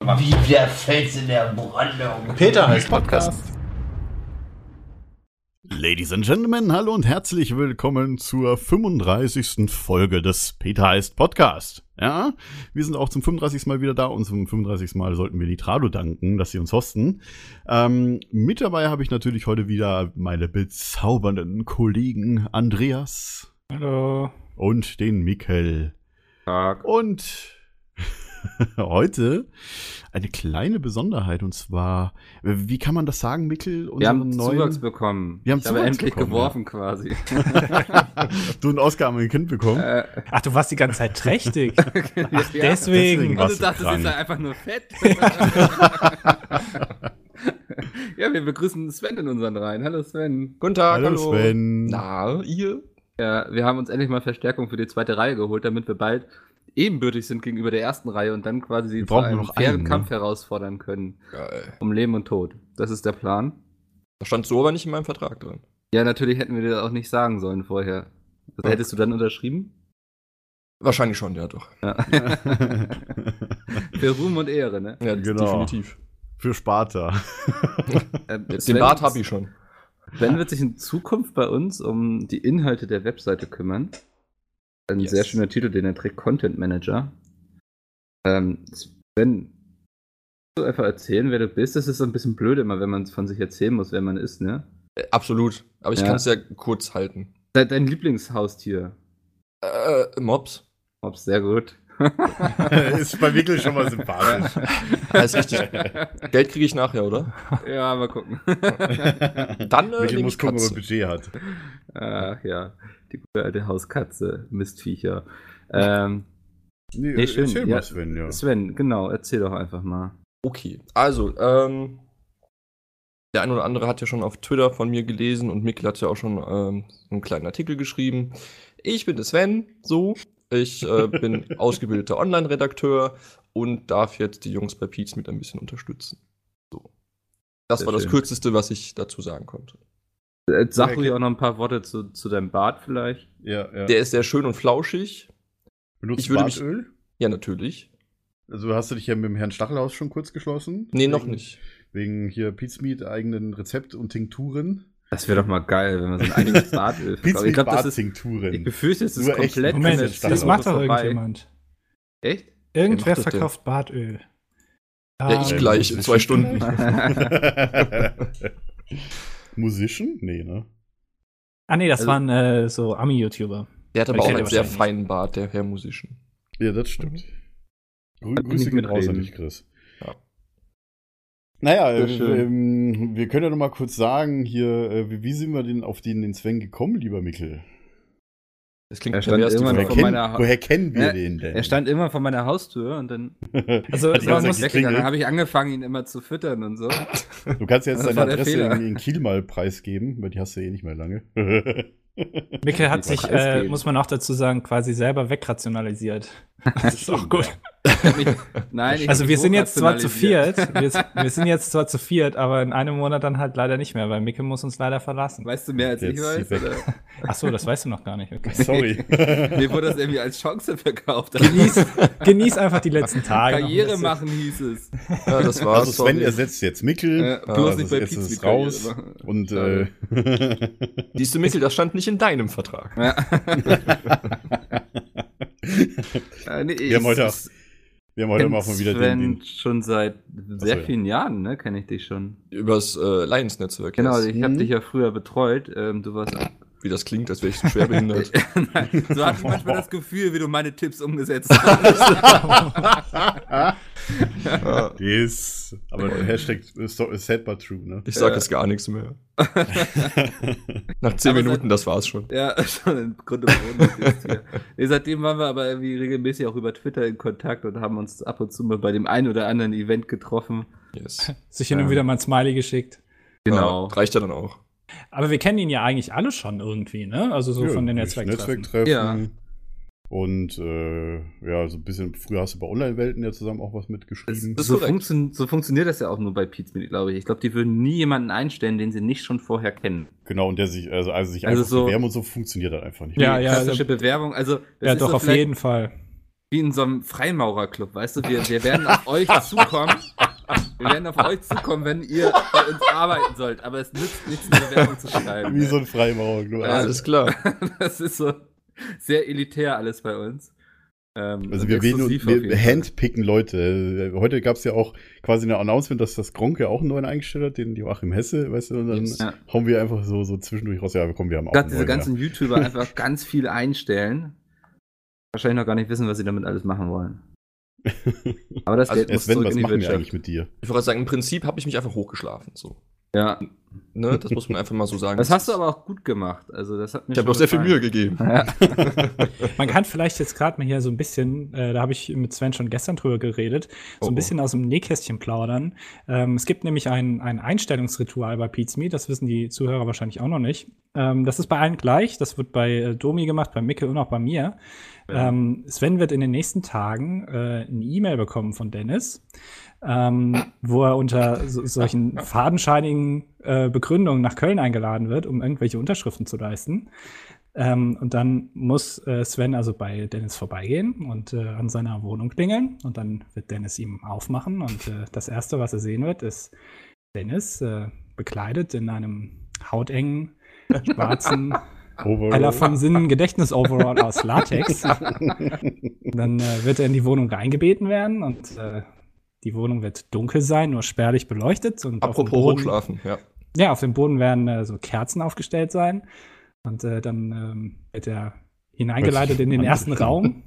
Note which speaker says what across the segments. Speaker 1: Wie der Fels in der Brandung.
Speaker 2: Peter heißt Podcast.
Speaker 3: Ladies and Gentlemen, hallo und herzlich willkommen zur 35. Folge des Peter heißt Podcast. Ja, wir sind auch zum 35. Mal wieder da und zum 35. Mal sollten wir Litrado danken, dass sie uns hosten. Ähm, mit dabei habe ich natürlich heute wieder meine bezaubernden Kollegen Andreas
Speaker 4: Hallo.
Speaker 3: und den Mikkel.
Speaker 2: Tag.
Speaker 3: Und heute eine kleine Besonderheit und zwar, äh, wie kann man das sagen, Mikkel?
Speaker 2: Wir haben
Speaker 3: Unseren
Speaker 2: Zuwachs bekommen.
Speaker 3: Wir haben
Speaker 2: ich habe
Speaker 3: Zuwachs
Speaker 2: endlich
Speaker 3: bekommen,
Speaker 2: geworfen quasi.
Speaker 3: du einen Oscar an mein Kind bekommen.
Speaker 2: Äh,
Speaker 4: Ach, du warst die ganze Zeit trächtig.
Speaker 2: Ach,
Speaker 4: Deswegen.
Speaker 3: deswegen.
Speaker 2: Und
Speaker 3: warst
Speaker 2: du
Speaker 3: du
Speaker 2: dachtest,
Speaker 3: krank.
Speaker 2: jetzt sei einfach nur fett. ja, wir begrüßen Sven in unseren Reihen. Hallo Sven.
Speaker 5: Guten Tag,
Speaker 3: Hallo
Speaker 5: hallo.
Speaker 3: Sven.
Speaker 5: Na, ihr?
Speaker 2: Ja, wir haben uns endlich mal Verstärkung für die zweite Reihe geholt, damit wir bald ebenbürtig sind gegenüber der ersten Reihe und dann quasi sie
Speaker 3: Wir
Speaker 2: zu
Speaker 3: brauchen
Speaker 2: einem
Speaker 3: nur noch
Speaker 2: fairen
Speaker 3: einen, ne?
Speaker 2: Kampf herausfordern können.
Speaker 5: Geil.
Speaker 2: Um Leben und Tod. Das ist der Plan.
Speaker 5: Das stand so aber nicht in meinem Vertrag drin.
Speaker 2: Ja, natürlich hätten wir dir das auch nicht sagen sollen vorher. Das hättest du dann unterschrieben?
Speaker 5: Wahrscheinlich schon, ja doch.
Speaker 2: Für Ruhm und Ehre, ne?
Speaker 5: Ja,
Speaker 3: Genau.
Speaker 5: definitiv.
Speaker 3: Für Sparta.
Speaker 2: Ähm,
Speaker 5: Den
Speaker 2: Sven-
Speaker 5: Bart hab ich schon.
Speaker 2: Sven wird sich in Zukunft bei uns um die Inhalte der Webseite kümmern. Ein
Speaker 5: Yes.
Speaker 2: sehr schöner Titel, den er trägt, Content Manager. Ähm, Sven, kannst du einfach erzählen, wer du bist? Das ist so ein bisschen blöd immer, wenn man von sich erzählen muss, wer man ist, ne?
Speaker 5: Äh, Absolut. Aber ich
Speaker 2: Ja.
Speaker 5: kann es ja kurz halten.
Speaker 2: Dein, dein Lieblingshaustier.
Speaker 5: Äh, Mobs.
Speaker 2: Ob's sehr gut.
Speaker 3: ist bei Mikkel schon mal sympathisch.
Speaker 5: Alles richtig. Geld kriege ich nachher, oder?
Speaker 2: ja, mal gucken.
Speaker 5: Dann äh,
Speaker 3: Mikkel
Speaker 5: nehme
Speaker 3: muss
Speaker 5: ich
Speaker 3: gucken, ob er
Speaker 5: Katze.
Speaker 3: Budget hat.
Speaker 2: Ach ja, die gute alte Hauskatze, Mistviecher. Ähm,
Speaker 3: Nee,
Speaker 2: Nee, schön,
Speaker 3: erzähl
Speaker 2: ja.
Speaker 3: mal, Sven, ja.
Speaker 2: Sven, genau, erzähl doch einfach mal.
Speaker 5: Okay, also, ähm, der ein oder andere hat ja schon auf Twitter von mir gelesen und Mikkel hat ja auch schon ähm, einen kleinen Artikel geschrieben. Ich bin der Sven, so. Ich äh, bin ausgebildeter Online-Redakteur und darf jetzt die Jungs bei Pete's mit ein bisschen unterstützen. So. Das
Speaker 2: Sehr
Speaker 5: war das
Speaker 2: schön.
Speaker 5: Kürzeste, was ich dazu sagen konnte.
Speaker 2: Äh, Sag
Speaker 3: Okay.
Speaker 2: ruhig auch noch ein paar Worte zu, zu deinem Bart vielleicht.
Speaker 3: ja, ja.
Speaker 5: Der ist sehr schön und flauschig.
Speaker 3: Benutzt
Speaker 5: ich würde mich-
Speaker 3: Bartöl?
Speaker 5: Ja, natürlich.
Speaker 3: Also hast du dich ja mit dem Herrn Stachelhaus schon kurz geschlossen?
Speaker 5: Nee, noch
Speaker 3: Wegen-
Speaker 5: nicht.
Speaker 3: Wegen hier Pizmeat, eigenen Rezept und Tinkturen.
Speaker 2: Das wäre doch mal geil, wenn man so ein eigenes Bartöl verkauft. Ich glaube, das ist. Ich
Speaker 3: Tinkturen.
Speaker 2: befürchte, es ist
Speaker 3: Nur echt.
Speaker 2: komplett.
Speaker 3: Moment,
Speaker 2: kommerziell
Speaker 4: das
Speaker 3: Stachelhaus
Speaker 4: macht doch
Speaker 2: vorbei.
Speaker 4: irgendjemand.
Speaker 2: Echt?
Speaker 5: Wer
Speaker 4: Irgendwer
Speaker 5: macht das denn?
Speaker 4: verkauft Bartöl.
Speaker 5: Ja, ich
Speaker 4: Ähm,
Speaker 5: gleich in zwei Stunden.
Speaker 3: Musician? Nee, ne?
Speaker 4: Ah, nee, das
Speaker 2: Also-
Speaker 4: waren äh, so Ami-YouTuber.
Speaker 5: Der hat aber
Speaker 4: Ich
Speaker 5: auch
Speaker 4: kenn
Speaker 5: einen
Speaker 4: den
Speaker 5: sehr
Speaker 4: wahrscheinlich
Speaker 5: feinen Bart, der Herr Musischen.
Speaker 3: Ja, das stimmt. Grü
Speaker 2: Mhm. Kann ich
Speaker 3: Grüße
Speaker 2: nicht
Speaker 3: gehen raus an
Speaker 2: mitreden.
Speaker 3: dich, Chris.
Speaker 5: Ja.
Speaker 3: Naja,
Speaker 2: Sehr
Speaker 3: äh,
Speaker 2: schön.
Speaker 3: ähm, wir können ja noch mal kurz sagen, hier, äh, wie- wie sind wir denn auf den, den Sven gekommen, lieber Mikkel?
Speaker 5: Das klingt
Speaker 2: Er stand
Speaker 5: pervers, die
Speaker 2: irgendwann
Speaker 5: Frage.
Speaker 3: Woher,
Speaker 2: von
Speaker 3: kennen-
Speaker 2: meiner Ha-
Speaker 3: woher kennen wir
Speaker 2: Ja,
Speaker 3: den denn?
Speaker 2: Er stand immer vor meiner Haustür und dann
Speaker 4: Also,
Speaker 3: Hat die
Speaker 2: ist er
Speaker 4: man
Speaker 3: ganze
Speaker 4: muss,
Speaker 3: Zeit
Speaker 2: weggegangen. Dann
Speaker 3: geklingelt.
Speaker 2: habe ich angefangen, ihn immer zu füttern und so.
Speaker 3: Du kannst jetzt
Speaker 2: Das
Speaker 3: deine
Speaker 2: war der
Speaker 3: Adresse
Speaker 2: Fehler.
Speaker 3: in, in Kiel mal preisgeben, weil die hast du eh nicht mehr lange.
Speaker 4: Mikkel hat sich,
Speaker 2: Preis
Speaker 4: äh,
Speaker 2: geben.
Speaker 4: muss man auch dazu sagen, quasi selber wegrationalisiert. Das ist auch gut.
Speaker 2: Nein, ich
Speaker 4: Also
Speaker 2: hab
Speaker 4: wir
Speaker 2: ihn
Speaker 4: sind jetzt zwar zu
Speaker 2: hochrationalisiert.
Speaker 4: viert, wir, wir sind jetzt zwar zu viert, aber in einem Monat dann halt leider nicht mehr, weil Mikkel muss uns leider verlassen.
Speaker 2: Weißt du mehr als
Speaker 3: Jetzt
Speaker 2: ich
Speaker 3: zieh
Speaker 2: weiß?
Speaker 3: weg.
Speaker 2: Oder?
Speaker 4: Ach so, das weißt du noch gar nicht. Okay.
Speaker 3: Sorry.
Speaker 2: Mir wurde das irgendwie als Chance verkauft.
Speaker 4: Genieß, genieß einfach die letzten Tage. noch ein
Speaker 2: Karriere
Speaker 4: bisschen.
Speaker 2: machen hieß es.
Speaker 5: Ja, das war's.
Speaker 3: also Sven
Speaker 5: sorry.
Speaker 3: ersetzt jetzt Mikkel.
Speaker 2: Ja,
Speaker 3: Ja,
Speaker 2: bloß nicht
Speaker 3: das-
Speaker 2: bei
Speaker 3: Ah, also jetzt ist
Speaker 2: Pizzi
Speaker 3: es raus.
Speaker 2: Karriere machen.
Speaker 3: Und äh,
Speaker 2: Schade.
Speaker 5: Siehst du, Mikkel, das stand nicht in deinem Vertrag.
Speaker 2: Äh, nee,
Speaker 3: wir haben heute,
Speaker 2: ich-
Speaker 3: wir haben heute
Speaker 2: kenn
Speaker 3: mal mal wieder
Speaker 2: Sven
Speaker 3: den, den
Speaker 2: schon seit sehr
Speaker 3: Ach so, ja.
Speaker 2: vielen Jahren, ne, kenne ich dich schon.
Speaker 5: Übers äh, Lions-Netzwerk.
Speaker 2: Genau,
Speaker 5: jetzt.
Speaker 2: ich habe
Speaker 3: Mhm.
Speaker 2: dich ja früher betreut. Ähm, du warst.
Speaker 5: Wie das klingt, als wäre ich so schwer behindert.
Speaker 2: Nein, so hatte ich manchmal das Gefühl, wie du meine Tipps umgesetzt hast.
Speaker 3: Yes. Aber Hashtag so- sad but true, ne?
Speaker 5: Ich sage
Speaker 2: Ja.
Speaker 5: jetzt gar nichts mehr. Nach zehn
Speaker 2: Aber seit-
Speaker 5: Minuten, das war's schon.
Speaker 2: ja, schon im Grunde genommen. nee, seitdem waren wir aber irgendwie regelmäßig auch über Twitter in Kontakt und haben uns ab und zu mal bei dem einen oder anderen Event getroffen.
Speaker 5: Yes.
Speaker 4: Sich hin und
Speaker 2: Ja.
Speaker 4: wieder mal ein Smiley geschickt.
Speaker 2: Genau.
Speaker 5: Ja, reicht ja dann auch.
Speaker 4: Aber wir kennen ihn ja eigentlich alle schon irgendwie, ne? Also so
Speaker 3: Ja,
Speaker 4: von den
Speaker 3: durch
Speaker 4: Netzwerktreffen.
Speaker 3: Netzwerktreffen.
Speaker 2: Ja.
Speaker 3: Und äh, ja, so ein bisschen früher hast du bei Online-Welten ja zusammen auch was mitgeschrieben.
Speaker 5: Das ist
Speaker 2: Mhm. So,
Speaker 5: korrekt.
Speaker 2: funktion so funktioniert das ja auch nur bei Pizmin, glaube ich. Ich glaube, die würden nie jemanden einstellen, den sie nicht schon vorher kennen.
Speaker 3: genau, und der sich, also, also sich
Speaker 2: Also
Speaker 3: einfach
Speaker 2: so-
Speaker 3: bewerben und so funktioniert das halt einfach nicht.
Speaker 4: Ja, ja,
Speaker 2: Klassische Bewerbung, also das
Speaker 4: Ja, doch,
Speaker 2: so
Speaker 4: auf
Speaker 2: vielleicht-
Speaker 4: jeden Fall.
Speaker 2: wie in so einem Freimaurerclub, weißt du? Wir, wir werden auf euch zukommen. Wir werden auf euch zukommen, wenn ihr bei uns arbeiten sollt. Aber es nützt nichts, eine Bewerbung zu schreiben.
Speaker 3: Wie so ein Freimaurer. du also,
Speaker 2: Ja,
Speaker 3: Arsch.
Speaker 5: Alles klar.
Speaker 2: das ist so sehr elitär alles bei uns. Ähm,
Speaker 3: Also
Speaker 2: und
Speaker 3: wir, wählen,
Speaker 2: exklusiv auf jeden
Speaker 3: wir
Speaker 2: Fall.
Speaker 3: handpicken Leute. Heute gab es ja auch quasi ein Announcement, dass das Gronke auch einen neuen eingestellt hat, den Joachim Hesse, weißt du, und dann
Speaker 5: Yes.
Speaker 2: Ja.
Speaker 3: hauen wir einfach so, so zwischendurch raus, ja, komm, wir haben auch
Speaker 2: Dass
Speaker 3: einen
Speaker 2: diese
Speaker 3: neuen, ja.
Speaker 2: ganzen YouTuber einfach ganz viel einstellen. Wahrscheinlich noch gar nicht wissen, was sie damit alles machen wollen. Aber das
Speaker 5: Also,
Speaker 2: Geld
Speaker 3: Äh,
Speaker 2: muss
Speaker 3: Sven,
Speaker 2: zurück
Speaker 3: was
Speaker 2: in die
Speaker 3: machen wir
Speaker 2: Wirtschaft.
Speaker 3: eigentlich mit dir?
Speaker 5: Ich wollte sagen, im Prinzip habe ich mich einfach hochgeschlafen. So.
Speaker 2: ja,
Speaker 5: Ne? Das muss man einfach mal so sagen.
Speaker 2: das hast du aber auch gut gemacht. Also das hat mir
Speaker 5: Ich habe auch sehr viel Mühe gegeben.
Speaker 4: Man kann vielleicht jetzt gerade mal hier so ein bisschen, äh, da habe ich mit Sven schon gestern drüber geredet, so
Speaker 5: Oh, oh.
Speaker 4: ein bisschen aus dem Nähkästchen plaudern. Ähm, es gibt nämlich ein, ein Einstellungsritual bei Pizmi, das wissen die Zuhörer wahrscheinlich auch noch nicht. Ähm, das ist bei allen gleich, das wird bei äh, Domi gemacht, bei Micke und auch bei mir. Ähm, Sven wird in den nächsten Tagen äh, eine E-Mail bekommen von Dennis, ähm, wo er unter so, solchen fadenscheinigen äh, Begründungen nach Köln eingeladen wird, um irgendwelche Unterschriften zu leisten. Ähm, und dann muss äh, Sven also bei Dennis vorbeigehen und äh, an seiner Wohnung klingeln. Und dann wird Dennis ihm aufmachen. Und äh, das Erste, was er sehen wird, ist Dennis äh, bekleidet in einem hautengen, schwarzen
Speaker 3: Overall.
Speaker 4: Heller von Sinnen Gedächtnis-Overall aus Latex. Dann äh, wird er in die Wohnung reingebeten werden und äh, die Wohnung wird dunkel sein, nur spärlich beleuchtet. Und auf dem
Speaker 5: Apropos
Speaker 4: Boden-
Speaker 5: hochschlafen. Ja.
Speaker 4: ja, auf dem Boden werden äh, so Kerzen aufgestellt sein. Und äh, dann ähm, wird er hineingeleitet in den ersten Raum.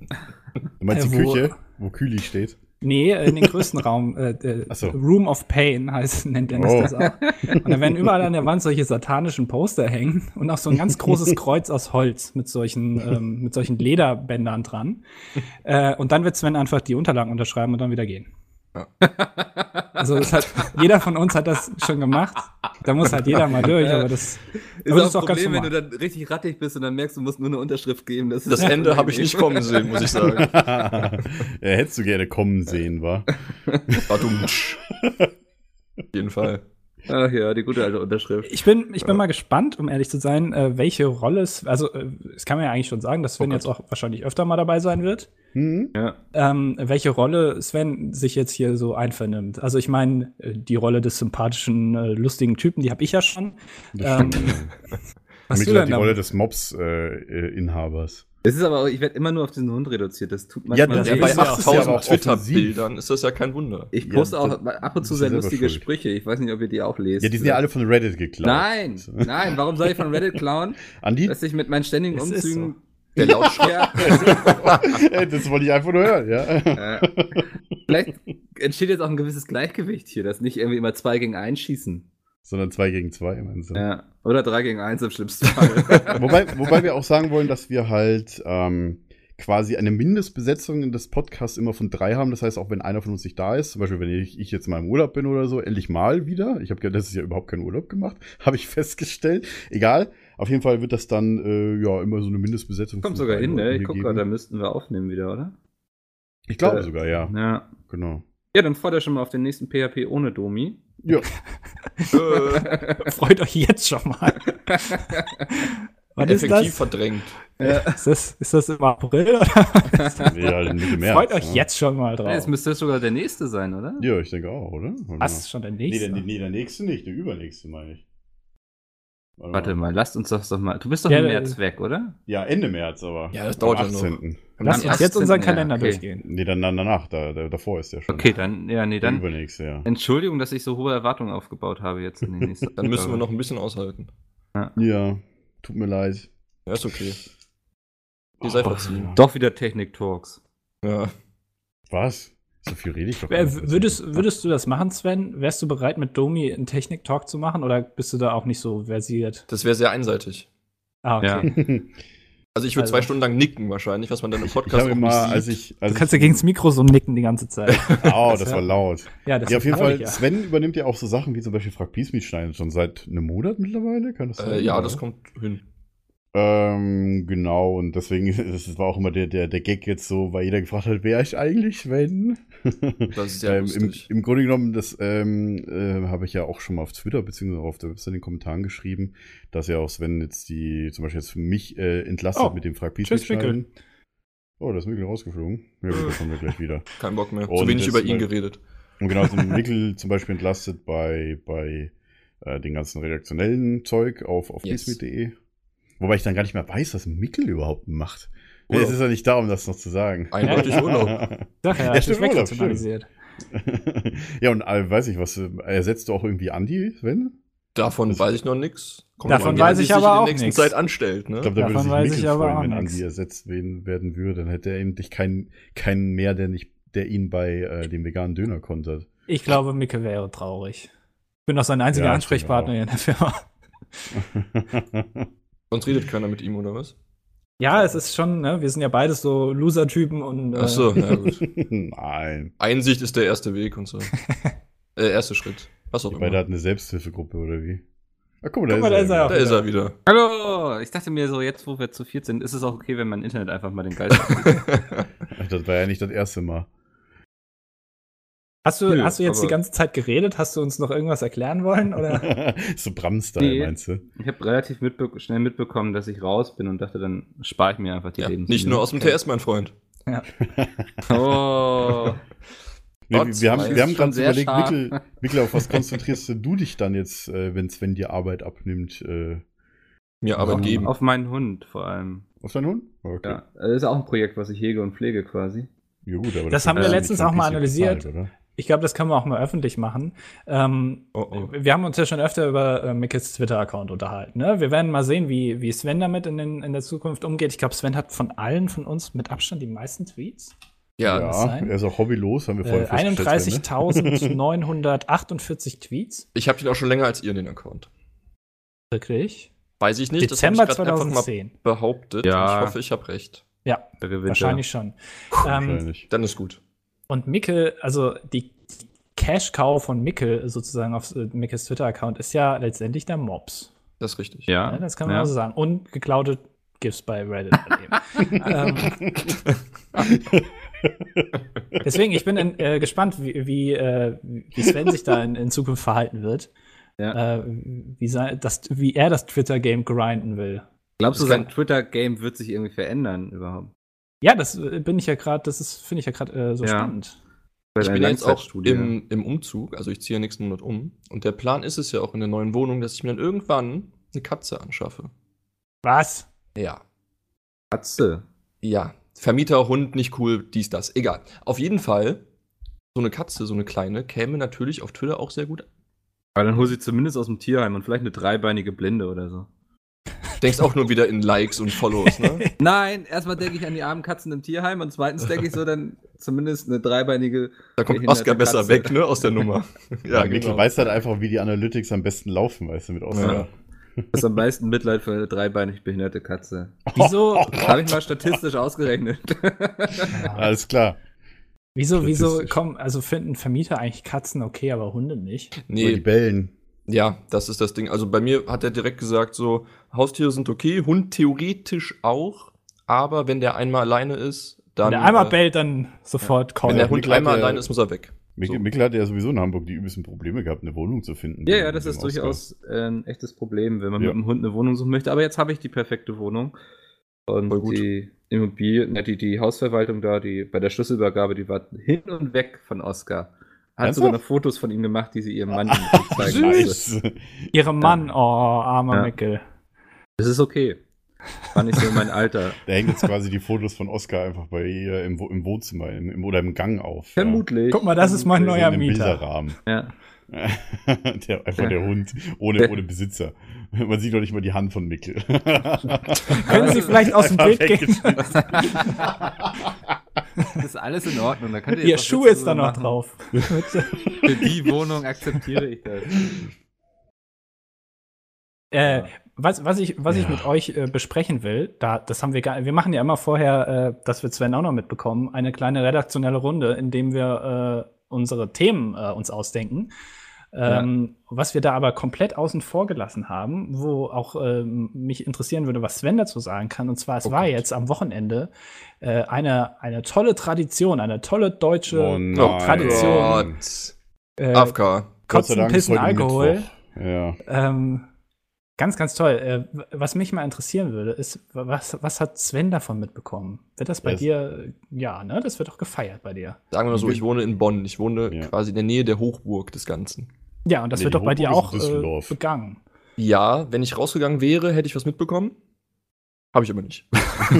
Speaker 3: Du meinst die
Speaker 4: Äh, wo-
Speaker 3: Küche, wo Küli steht?
Speaker 4: Nee, äh, in den größten Raum. Äh, äh,
Speaker 3: Ach so.
Speaker 4: Room of Pain heißt, nennt Dennis
Speaker 3: Oh.
Speaker 4: das auch. Und da werden überall an der Wand solche satanischen Poster hängen und auch so ein ganz großes Kreuz aus Holz mit solchen, ähm, mit solchen Lederbändern dran. Äh, und dann wird Sven einfach die Unterlagen unterschreiben und dann wieder gehen.
Speaker 5: Ja.
Speaker 4: Also das hat, jeder von uns hat das schon gemacht. Da muss halt jeder mal durch, aber das Aber
Speaker 2: Ist
Speaker 4: das
Speaker 2: auch das
Speaker 4: ist auch ganz
Speaker 2: Problem, wenn du
Speaker 4: normal.
Speaker 2: dann richtig rattig bist und dann merkst, du musst nur eine Unterschrift geben. Das, ist
Speaker 5: Das Ende habe ich nicht kommen sehen, muss ich sagen.
Speaker 3: ja, hättest du gerne kommen sehen, war.
Speaker 5: Badumtsch. Auf jeden Fall.
Speaker 2: Ach ja, die gute alte Unterschrift.
Speaker 4: Ich bin, ich bin mal gespannt, um ehrlich zu sein, äh, welche Rolle es, also äh, es kann man ja eigentlich schon sagen,
Speaker 3: Oh
Speaker 4: dass Sven jetzt auch wahrscheinlich öfter mal dabei sein wird,
Speaker 3: Hm?
Speaker 2: Ja.
Speaker 4: ähm, welche Rolle Sven sich jetzt hier so einvernimmt. Also ich meine, äh, die Rolle des sympathischen, äh, lustigen Typen, die habe ich ja schon.
Speaker 3: Das
Speaker 4: Ähm,
Speaker 3: stimmt.
Speaker 4: Was du
Speaker 3: Mikkel
Speaker 4: denn
Speaker 3: hat die
Speaker 4: damit?
Speaker 3: Rolle des äh, Mobs-Inhabers.
Speaker 2: Es ist aber auch, ich werde immer nur auf diesen Hund reduziert. Das tut manchmal
Speaker 3: das-
Speaker 5: Ja,
Speaker 2: weh.
Speaker 5: bei
Speaker 3: ist ja auch
Speaker 5: 8000
Speaker 3: offensiv.
Speaker 5: Twitter-Bildern ist das ja kein Wunder.
Speaker 2: Ich poste
Speaker 3: Ja,
Speaker 2: auch
Speaker 3: das-
Speaker 2: ab und zu
Speaker 3: bist
Speaker 2: sehr
Speaker 3: du selber
Speaker 2: lustige
Speaker 3: schuld.
Speaker 2: Sprüche. Ich weiß nicht, ob ihr die auch lest.
Speaker 3: ja, die sind
Speaker 4: äh,
Speaker 3: ja alle von Reddit geklaut.
Speaker 2: Nein, nein, warum soll ich von Reddit klauen?
Speaker 3: Andi,
Speaker 2: Dass ich mit meinen ständigen
Speaker 4: Es ist
Speaker 2: Umzügen.
Speaker 5: Der Lautsprecher.
Speaker 2: Ja,
Speaker 3: Äh, das wollte ich einfach nur hören, ja.
Speaker 2: äh, vielleicht entsteht jetzt auch ein gewisses Gleichgewicht hier, dass nicht irgendwie immer zwei gegen eins schießen.
Speaker 3: Sondern zwei gegen zwei, meinst du?
Speaker 2: Ja. Oder drei gegen eins im schlimmsten Fall.
Speaker 3: Wobei, wobei wir auch sagen wollen, dass wir halt ähm, quasi eine Mindestbesetzung in des Podcasts immer von drei haben. Das heißt, auch wenn einer von uns nicht da ist, zum Beispiel wenn ich, ich jetzt mal im Urlaub bin oder so, endlich mal wieder. Ich habe letztes Jahr überhaupt keinen Urlaub gemacht, habe ich festgestellt. Egal. Auf jeden Fall wird das dann äh, ja immer so eine Mindestbesetzung.
Speaker 2: Kommt
Speaker 3: von
Speaker 2: sogar
Speaker 3: drei
Speaker 2: hin, ne?
Speaker 3: Leuten
Speaker 2: Ich guck
Speaker 3: gegeben.
Speaker 2: gerade, da müssten wir aufnehmen wieder, oder?
Speaker 3: Ich glaube
Speaker 2: äh,
Speaker 3: sogar, ja.
Speaker 2: Ja.
Speaker 3: Genau.
Speaker 2: Ja, dann freut euch schon mal auf den nächsten PHP ohne Domi.
Speaker 3: Ja,
Speaker 5: Äh,
Speaker 4: Freut euch jetzt schon mal. Was ist
Speaker 5: effektiv
Speaker 4: das?
Speaker 5: verdrängt.
Speaker 4: ist das? Ist das im April? Oder?
Speaker 3: nee, halt Mitte März.
Speaker 4: Freut euch
Speaker 3: ja.
Speaker 4: jetzt schon mal
Speaker 5: Genau.
Speaker 2: Ja, jetzt
Speaker 4: drauf.
Speaker 2: müsste das sogar der nächste sein, oder?
Speaker 3: Ja, ich denke auch, oder? Warte
Speaker 4: Was ist schon der
Speaker 3: mal. Nee,
Speaker 4: nächste?
Speaker 3: der, nee, der nächste nicht, der übernächste meine ich.
Speaker 2: Warte mal, lasst uns das doch mal. Du bist doch
Speaker 4: Ja,
Speaker 2: im
Speaker 4: der-
Speaker 2: März weg, oder?
Speaker 3: Ja, Ende März aber.
Speaker 5: Ja, das
Speaker 3: Am
Speaker 5: dauert ja noch.
Speaker 3: 18..
Speaker 4: Lass
Speaker 2: Am
Speaker 4: uns jetzt
Speaker 2: 18.
Speaker 4: unseren
Speaker 2: Ja,
Speaker 4: Kalender
Speaker 2: okay.
Speaker 4: durchgehen.
Speaker 3: Nee, dann, dann danach, da, da, davor ist ja schon.
Speaker 2: Okay, dann, ja, nee,
Speaker 3: Der
Speaker 2: dann.
Speaker 3: Übernächste, ja.
Speaker 2: Entschuldigung, dass ich so hohe Erwartungen aufgebaut habe jetzt in den nächsten
Speaker 5: Dann müssen wir
Speaker 2: Folgen.
Speaker 5: noch ein bisschen aushalten.
Speaker 3: Ja, tut mir leid.
Speaker 5: Ja, ist okay. Ihr seid verziehen.
Speaker 2: Doch wieder Technik-Talks.
Speaker 5: Ja.
Speaker 3: Was? So viel rede ich doch
Speaker 4: Äh,
Speaker 3: gar nicht.
Speaker 4: Würdest, würdest du das machen, Sven? Wärst du bereit, mit Domi einen Technik-Talk zu machen oder bist du da auch nicht so versiert?
Speaker 5: Das wäre sehr einseitig.
Speaker 4: Ah, okay.
Speaker 2: Ja.
Speaker 3: ich
Speaker 5: Also ich würde
Speaker 4: Also-
Speaker 5: zwei Stunden lang nicken wahrscheinlich, was man dann im Podcast
Speaker 3: habe
Speaker 5: auch
Speaker 3: immer,
Speaker 5: nicht
Speaker 3: als
Speaker 5: sieht.
Speaker 3: ich.
Speaker 4: Du
Speaker 3: Als
Speaker 4: kannst ja
Speaker 3: ich,
Speaker 4: gegen das Mikro so nicken die ganze Zeit.
Speaker 3: Oh, das war laut.
Speaker 4: ja, das
Speaker 3: ja, auf jeden Fall,
Speaker 4: Ja.
Speaker 3: Sven übernimmt ja auch so Sachen wie zum Beispiel Frag Peace schneiden schon seit einem Monat mittlerweile, kann das sein?
Speaker 5: äh, ja, das kommt hin.
Speaker 3: Ähm, genau, und deswegen ist- das war auch immer der, der, der Gag jetzt so, weil jeder gefragt hat, wer ich eigentlich Sven?
Speaker 5: Das ist sehr
Speaker 3: ähm, im,
Speaker 5: lustig.
Speaker 3: Im Grunde genommen, das ähm, äh, habe ich ja auch schon mal auf Twitter beziehungsweise auf der Website in den Kommentaren geschrieben, dass ja auch Sven jetzt die, zum Beispiel jetzt mich äh, entlastet
Speaker 4: Oh,
Speaker 3: mit dem Frag
Speaker 4: Tschüss, Mikkel.
Speaker 3: Peace Oh, da ist Mikkel rausgeflogen. Ja, gut, da kommen wir gleich wieder.
Speaker 5: Kein Bock mehr.
Speaker 3: Und
Speaker 5: Zu wenig über
Speaker 3: jetzt
Speaker 4: halt-
Speaker 5: ihn
Speaker 3: mal-
Speaker 5: geredet.
Speaker 3: Und genau, so ein Mikkel zum Beispiel entlastet bei, bei äh, den ganzen redaktionellen Zeug auf, auf
Speaker 5: Yes.
Speaker 3: peacemeet.de. Wobei ich dann gar nicht mehr weiß, was Mikkel überhaupt macht. Nee,
Speaker 5: Urlaub.
Speaker 3: es ist ja nicht da, um das noch zu sagen.
Speaker 5: Eindeutig Urlaub.
Speaker 4: Sag ja,
Speaker 3: Ja,
Speaker 4: er hat
Speaker 3: stimmt,
Speaker 4: mich
Speaker 3: Urlaub,
Speaker 4: wegrationalisiert.
Speaker 3: ja, und äh, weiß ich was, äh, ersetzt du auch irgendwie Andi, Sven?
Speaker 5: Davon
Speaker 3: Das-
Speaker 5: weiß ich noch nix. Kommt
Speaker 4: Davon
Speaker 5: drauf an, wie er
Speaker 4: weiß
Speaker 5: sich
Speaker 4: ich aber
Speaker 5: in
Speaker 4: auch
Speaker 5: der nächsten
Speaker 4: nix.
Speaker 5: Zeit anstellt, ne?
Speaker 3: Ich glaube, da würde
Speaker 4: Davon
Speaker 3: sich
Speaker 4: weiß
Speaker 3: Mikkel
Speaker 4: ich aber
Speaker 3: freuen, wenn
Speaker 4: auch nix.
Speaker 3: Andi ersetzt wen, werden würde. Dann hätte er endlich keinen keinen mehr, der, nicht, der ihn bei äh, dem veganen Döner kontert.
Speaker 4: Ich glaube, Micke wäre traurig. Ich bin doch sein einziger
Speaker 3: Ja, ich
Speaker 4: Ansprechpartner hier in der Firma.
Speaker 5: Sonst redet keiner mit ihm, oder was?
Speaker 4: Ja, es ist schon, ne, wir sind ja beides so Loser-Typen und äh,
Speaker 5: Ach so, ja gut.
Speaker 3: Nein.
Speaker 5: Einsicht ist der erste Weg und so. äh, erster Schritt. Was auch
Speaker 3: Die
Speaker 5: immer.
Speaker 3: beide
Speaker 5: Da
Speaker 3: hatten eine Selbsthilfegruppe, oder wie? Ach, guck
Speaker 4: Guck mal, da ist er
Speaker 3: wieder.
Speaker 5: ist er wieder.
Speaker 2: Hallo! Ich dachte mir so, jetzt wo wir zu viert sind, ist es auch okay, wenn mein Internet einfach mal den Geist
Speaker 3: Ach, Das war ja nicht das erste Mal.
Speaker 4: hast, du,
Speaker 5: Nö,
Speaker 4: hast du jetzt
Speaker 5: aber-
Speaker 4: die ganze Zeit geredet? Hast du uns noch irgendwas erklären wollen? Oder?
Speaker 3: so Bram-Style,
Speaker 2: Nee.
Speaker 3: meinst du?
Speaker 2: Ich habe relativ mitbe schnell mitbekommen, dass ich raus bin und dachte, dann spare ich mir einfach die
Speaker 5: Ja,
Speaker 2: Lebens.
Speaker 5: nicht nur aus dem TS, mein Freund.
Speaker 2: Oh.
Speaker 3: Nee,
Speaker 5: Gott,
Speaker 3: wir, wir
Speaker 5: das
Speaker 3: haben,
Speaker 5: ist
Speaker 3: wir haben
Speaker 2: schon
Speaker 3: gerade so
Speaker 2: sehr
Speaker 3: überlegt,
Speaker 2: scharf.
Speaker 3: Mikkel, Mikkel, auf was konzentrierst du dich dann jetzt, äh, wenn Sven dir Arbeit abnimmt? Äh,
Speaker 5: Mir Arbeit
Speaker 3: Warum?
Speaker 5: geben.
Speaker 2: Auf meinen Hund vor allem.
Speaker 3: auf deinen Hund? Okay.
Speaker 2: Mhm. Ja. Das ist auch ein Projekt, was ich hege und pflege quasi.
Speaker 3: Ja, gut, aber
Speaker 4: Das haben
Speaker 3: wird
Speaker 2: wir
Speaker 3: ja
Speaker 4: letztens
Speaker 3: nicht
Speaker 4: auch mal
Speaker 3: von PC
Speaker 4: analysiert.
Speaker 3: bezahlt, oder?
Speaker 4: Ich glaube, das können wir auch mal öffentlich machen. Ähm,
Speaker 5: Oh, oh.
Speaker 4: Wir haben uns ja schon öfter über äh, Mickes Twitter-Account unterhalten. Ne? Wir werden mal sehen, wie, wie Sven damit in, den, in der Zukunft umgeht. Ich glaube, Sven hat von allen von uns mit Abstand die meisten Tweets.
Speaker 5: Ja,
Speaker 4: das
Speaker 3: Ja,
Speaker 4: sein?
Speaker 3: er ist auch hobbylos, haben wir vorhin
Speaker 4: Äh,
Speaker 3: festgestellt. ne?
Speaker 4: 31.948 Tweets.
Speaker 5: ich habe den auch schon länger als ihr, den Account.
Speaker 4: Wirklich?
Speaker 5: Weiß ich nicht.
Speaker 4: Dezember
Speaker 5: das hab ich grad einfach mal
Speaker 4: 2010.
Speaker 5: behauptet.
Speaker 2: Ja.
Speaker 5: Ich hoffe, ich habe recht.
Speaker 4: Ja,
Speaker 2: Der gewinnt
Speaker 4: wahrscheinlich schon.
Speaker 3: ne?
Speaker 4: Ähm,
Speaker 3: Wahrscheinlich.
Speaker 5: Dann ist gut.
Speaker 4: Und Mickel, also die Cash-Cow von Mickel sozusagen auf äh, Mickels Twitter-Account ist ja letztendlich der Mobs.
Speaker 5: Das ist richtig.
Speaker 2: er. Ja.
Speaker 4: Ne? Das kann man
Speaker 2: ja.
Speaker 4: auch so sagen. Und geklaute GIFs bei Reddit. bei dem. ähm, deswegen, ich bin äh, gespannt, wie, wie, äh, wie Sven sich da in, in Zukunft verhalten wird.
Speaker 2: Ja.
Speaker 4: Äh, wie, sein, das, wie er das Twitter-Game grinden will.
Speaker 2: Glaubst du,
Speaker 5: Das
Speaker 2: sein
Speaker 5: kann-
Speaker 2: Twitter-Game wird sich irgendwie verändern überhaupt?
Speaker 4: Ja, das äh, bin ich ja gerade, das ist, finde ich ja gerade äh, so
Speaker 2: Ja.
Speaker 4: spannend.
Speaker 2: Bei
Speaker 5: Ich
Speaker 2: deiner
Speaker 5: bin ja jetzt auch
Speaker 2: Langzeitstudie.
Speaker 5: im, im Umzug, also ich ziehe ja nächsten Monat um. Und der Plan ist es ja auch in der neuen Wohnung, dass ich mir dann irgendwann eine Katze anschaffe.
Speaker 4: Was?
Speaker 5: Ja.
Speaker 2: Katze.
Speaker 5: Ja. Vermieter, Hund, nicht cool, dies, das. Egal. Auf jeden Fall, so eine Katze, so eine kleine, käme natürlich auf Twitter auch sehr gut an.
Speaker 2: Aber dann hol sie zumindest aus dem Tierheim und vielleicht eine dreibeinige Blinde oder so.
Speaker 5: Denkst auch nur wieder in Likes und Follows, ne?
Speaker 2: Nein, erstmal denke ich an die armen Katzen im Tierheim und zweitens denke ich so dann zumindest eine dreibeinige.
Speaker 5: Da kommt
Speaker 2: Behinderte
Speaker 5: Oscar besser
Speaker 2: Katze. genau.
Speaker 5: weg, ne? Aus der Nummer. genau.
Speaker 3: Ja, Mikkel weiß halt einfach, wie die Analytics am besten laufen, weißt du, mit Oscar.
Speaker 2: Das ist am meisten Mitleid für eine dreibeinig behinderte Katze.
Speaker 4: Wieso,
Speaker 2: Habe ich mal statistisch ausgerechnet.
Speaker 3: Alles klar.
Speaker 4: wieso, wieso
Speaker 3: Statistisch.
Speaker 4: kommen, also finden Vermieter eigentlich Katzen okay, aber Hunde nicht?
Speaker 3: Nur die
Speaker 5: Nee,
Speaker 3: Bellen.
Speaker 5: ja, das ist das Ding. Also bei mir hat er direkt gesagt, so, Haustiere sind okay, Hund theoretisch auch, aber wenn der einmal alleine ist, dann.
Speaker 4: Wenn der einmal
Speaker 5: äh,
Speaker 4: bellt, dann sofort
Speaker 5: Wenn
Speaker 4: kommen.
Speaker 5: der Hund
Speaker 3: Mikkel hat
Speaker 5: einmal
Speaker 3: ja-
Speaker 5: alleine ist, muss er weg.
Speaker 3: Mikkel,
Speaker 5: So.
Speaker 3: Mikkel hatte ja sowieso in Hamburg die übelsten Probleme gehabt, eine Wohnung zu finden.
Speaker 2: Ja,
Speaker 3: wegen
Speaker 2: ja, das
Speaker 3: dem
Speaker 2: ist
Speaker 3: Oscar.
Speaker 2: durchaus äh, ein echtes Problem, wenn man
Speaker 3: Ja.
Speaker 2: mit dem Hund eine Wohnung suchen möchte. Aber jetzt habe ich die perfekte Wohnung. Und
Speaker 5: Voll gut.
Speaker 2: die Immobilie, ne, die, die Hausverwaltung da, die bei der Schlüsselübergabe, die war hin und weg von Oscar. Hat sogar
Speaker 3: Ernsthaft?
Speaker 2: noch Fotos von ihm gemacht, die sie ihrem Mann ihm zeigen musste.
Speaker 3: Nice.
Speaker 4: Ihrem Mann, oh, armer
Speaker 2: Ja.
Speaker 4: Mickel.
Speaker 2: Das ist okay. War nicht so mein Alter.
Speaker 3: Da hängen jetzt quasi die Fotos von Oscar einfach bei ihr im, Wo- im Wohnzimmer im, im, oder im Gang auf.
Speaker 2: Vermutlich.
Speaker 4: Guck mal, das ist mein
Speaker 3: Ja.
Speaker 4: neuer
Speaker 3: in einem
Speaker 4: Mieter.
Speaker 3: Bilderrahmen.
Speaker 2: Ja.
Speaker 3: der, einfach der Hund ohne,
Speaker 2: Der-
Speaker 3: ohne Besitzer. Man sieht doch nicht mal die Hand von Mikkel.
Speaker 4: Können Sie vielleicht aus dem
Speaker 3: Einfach
Speaker 4: Bild gehen?
Speaker 3: weggeschnitten.
Speaker 2: Das ist alles in Ordnung. Da könnt ihr
Speaker 4: Ihr
Speaker 2: jetzt
Speaker 4: Schuh
Speaker 2: Witze
Speaker 4: ist da
Speaker 2: drüber
Speaker 4: noch
Speaker 2: machen.
Speaker 4: drauf.
Speaker 2: Für die Wohnung akzeptiere ich das.
Speaker 4: Äh,
Speaker 2: Ja.
Speaker 4: was, was ich, was ich
Speaker 3: Ja.
Speaker 4: mit euch äh, besprechen will, da, das haben wir gar, wir machen ja immer vorher, äh, das wird Sven auch noch mitbekommen, eine kleine redaktionelle Runde, in dem wir äh, unsere Themen äh, uns ausdenken. Ähm, Was wir da aber komplett außen vor gelassen haben, wo auch ähm, mich interessieren würde, was Sven dazu sagen kann. Und zwar, es
Speaker 5: Oh
Speaker 4: war
Speaker 5: Gott.
Speaker 4: jetzt am Wochenende äh, eine, eine tolle Tradition, eine tolle deutsche
Speaker 3: nein.
Speaker 5: Oh,
Speaker 4: Tradition.
Speaker 5: Gott.
Speaker 4: äh,
Speaker 5: AFK.
Speaker 3: Gott sei
Speaker 4: Kotzen,
Speaker 3: Dank ist
Speaker 4: Pissen,
Speaker 3: heute
Speaker 4: Alkohol.
Speaker 3: Mittwoch. Ja.
Speaker 4: Ähm, Ganz, ganz toll. Äh, was mich mal interessieren würde, ist, was, was hat Sven davon mitbekommen? Wird das bei
Speaker 3: Yes.
Speaker 4: dir, ja, ne? Das wird doch gefeiert bei dir.
Speaker 5: Sagen wir mal so, ich wohne in Bonn. Ich wohne
Speaker 3: Ja.
Speaker 5: quasi in der Nähe der Hochburg des Ganzen.
Speaker 4: Ja, und das
Speaker 3: Nee,
Speaker 4: wird
Speaker 3: die
Speaker 4: doch bei dir
Speaker 3: Hochburg
Speaker 4: auch
Speaker 3: ist in
Speaker 4: äh,
Speaker 3: Düsseldorf.
Speaker 4: begangen.
Speaker 5: Ja, wenn ich rausgegangen wäre, hätte ich was mitbekommen. Habe ich aber nicht.
Speaker 4: Schade.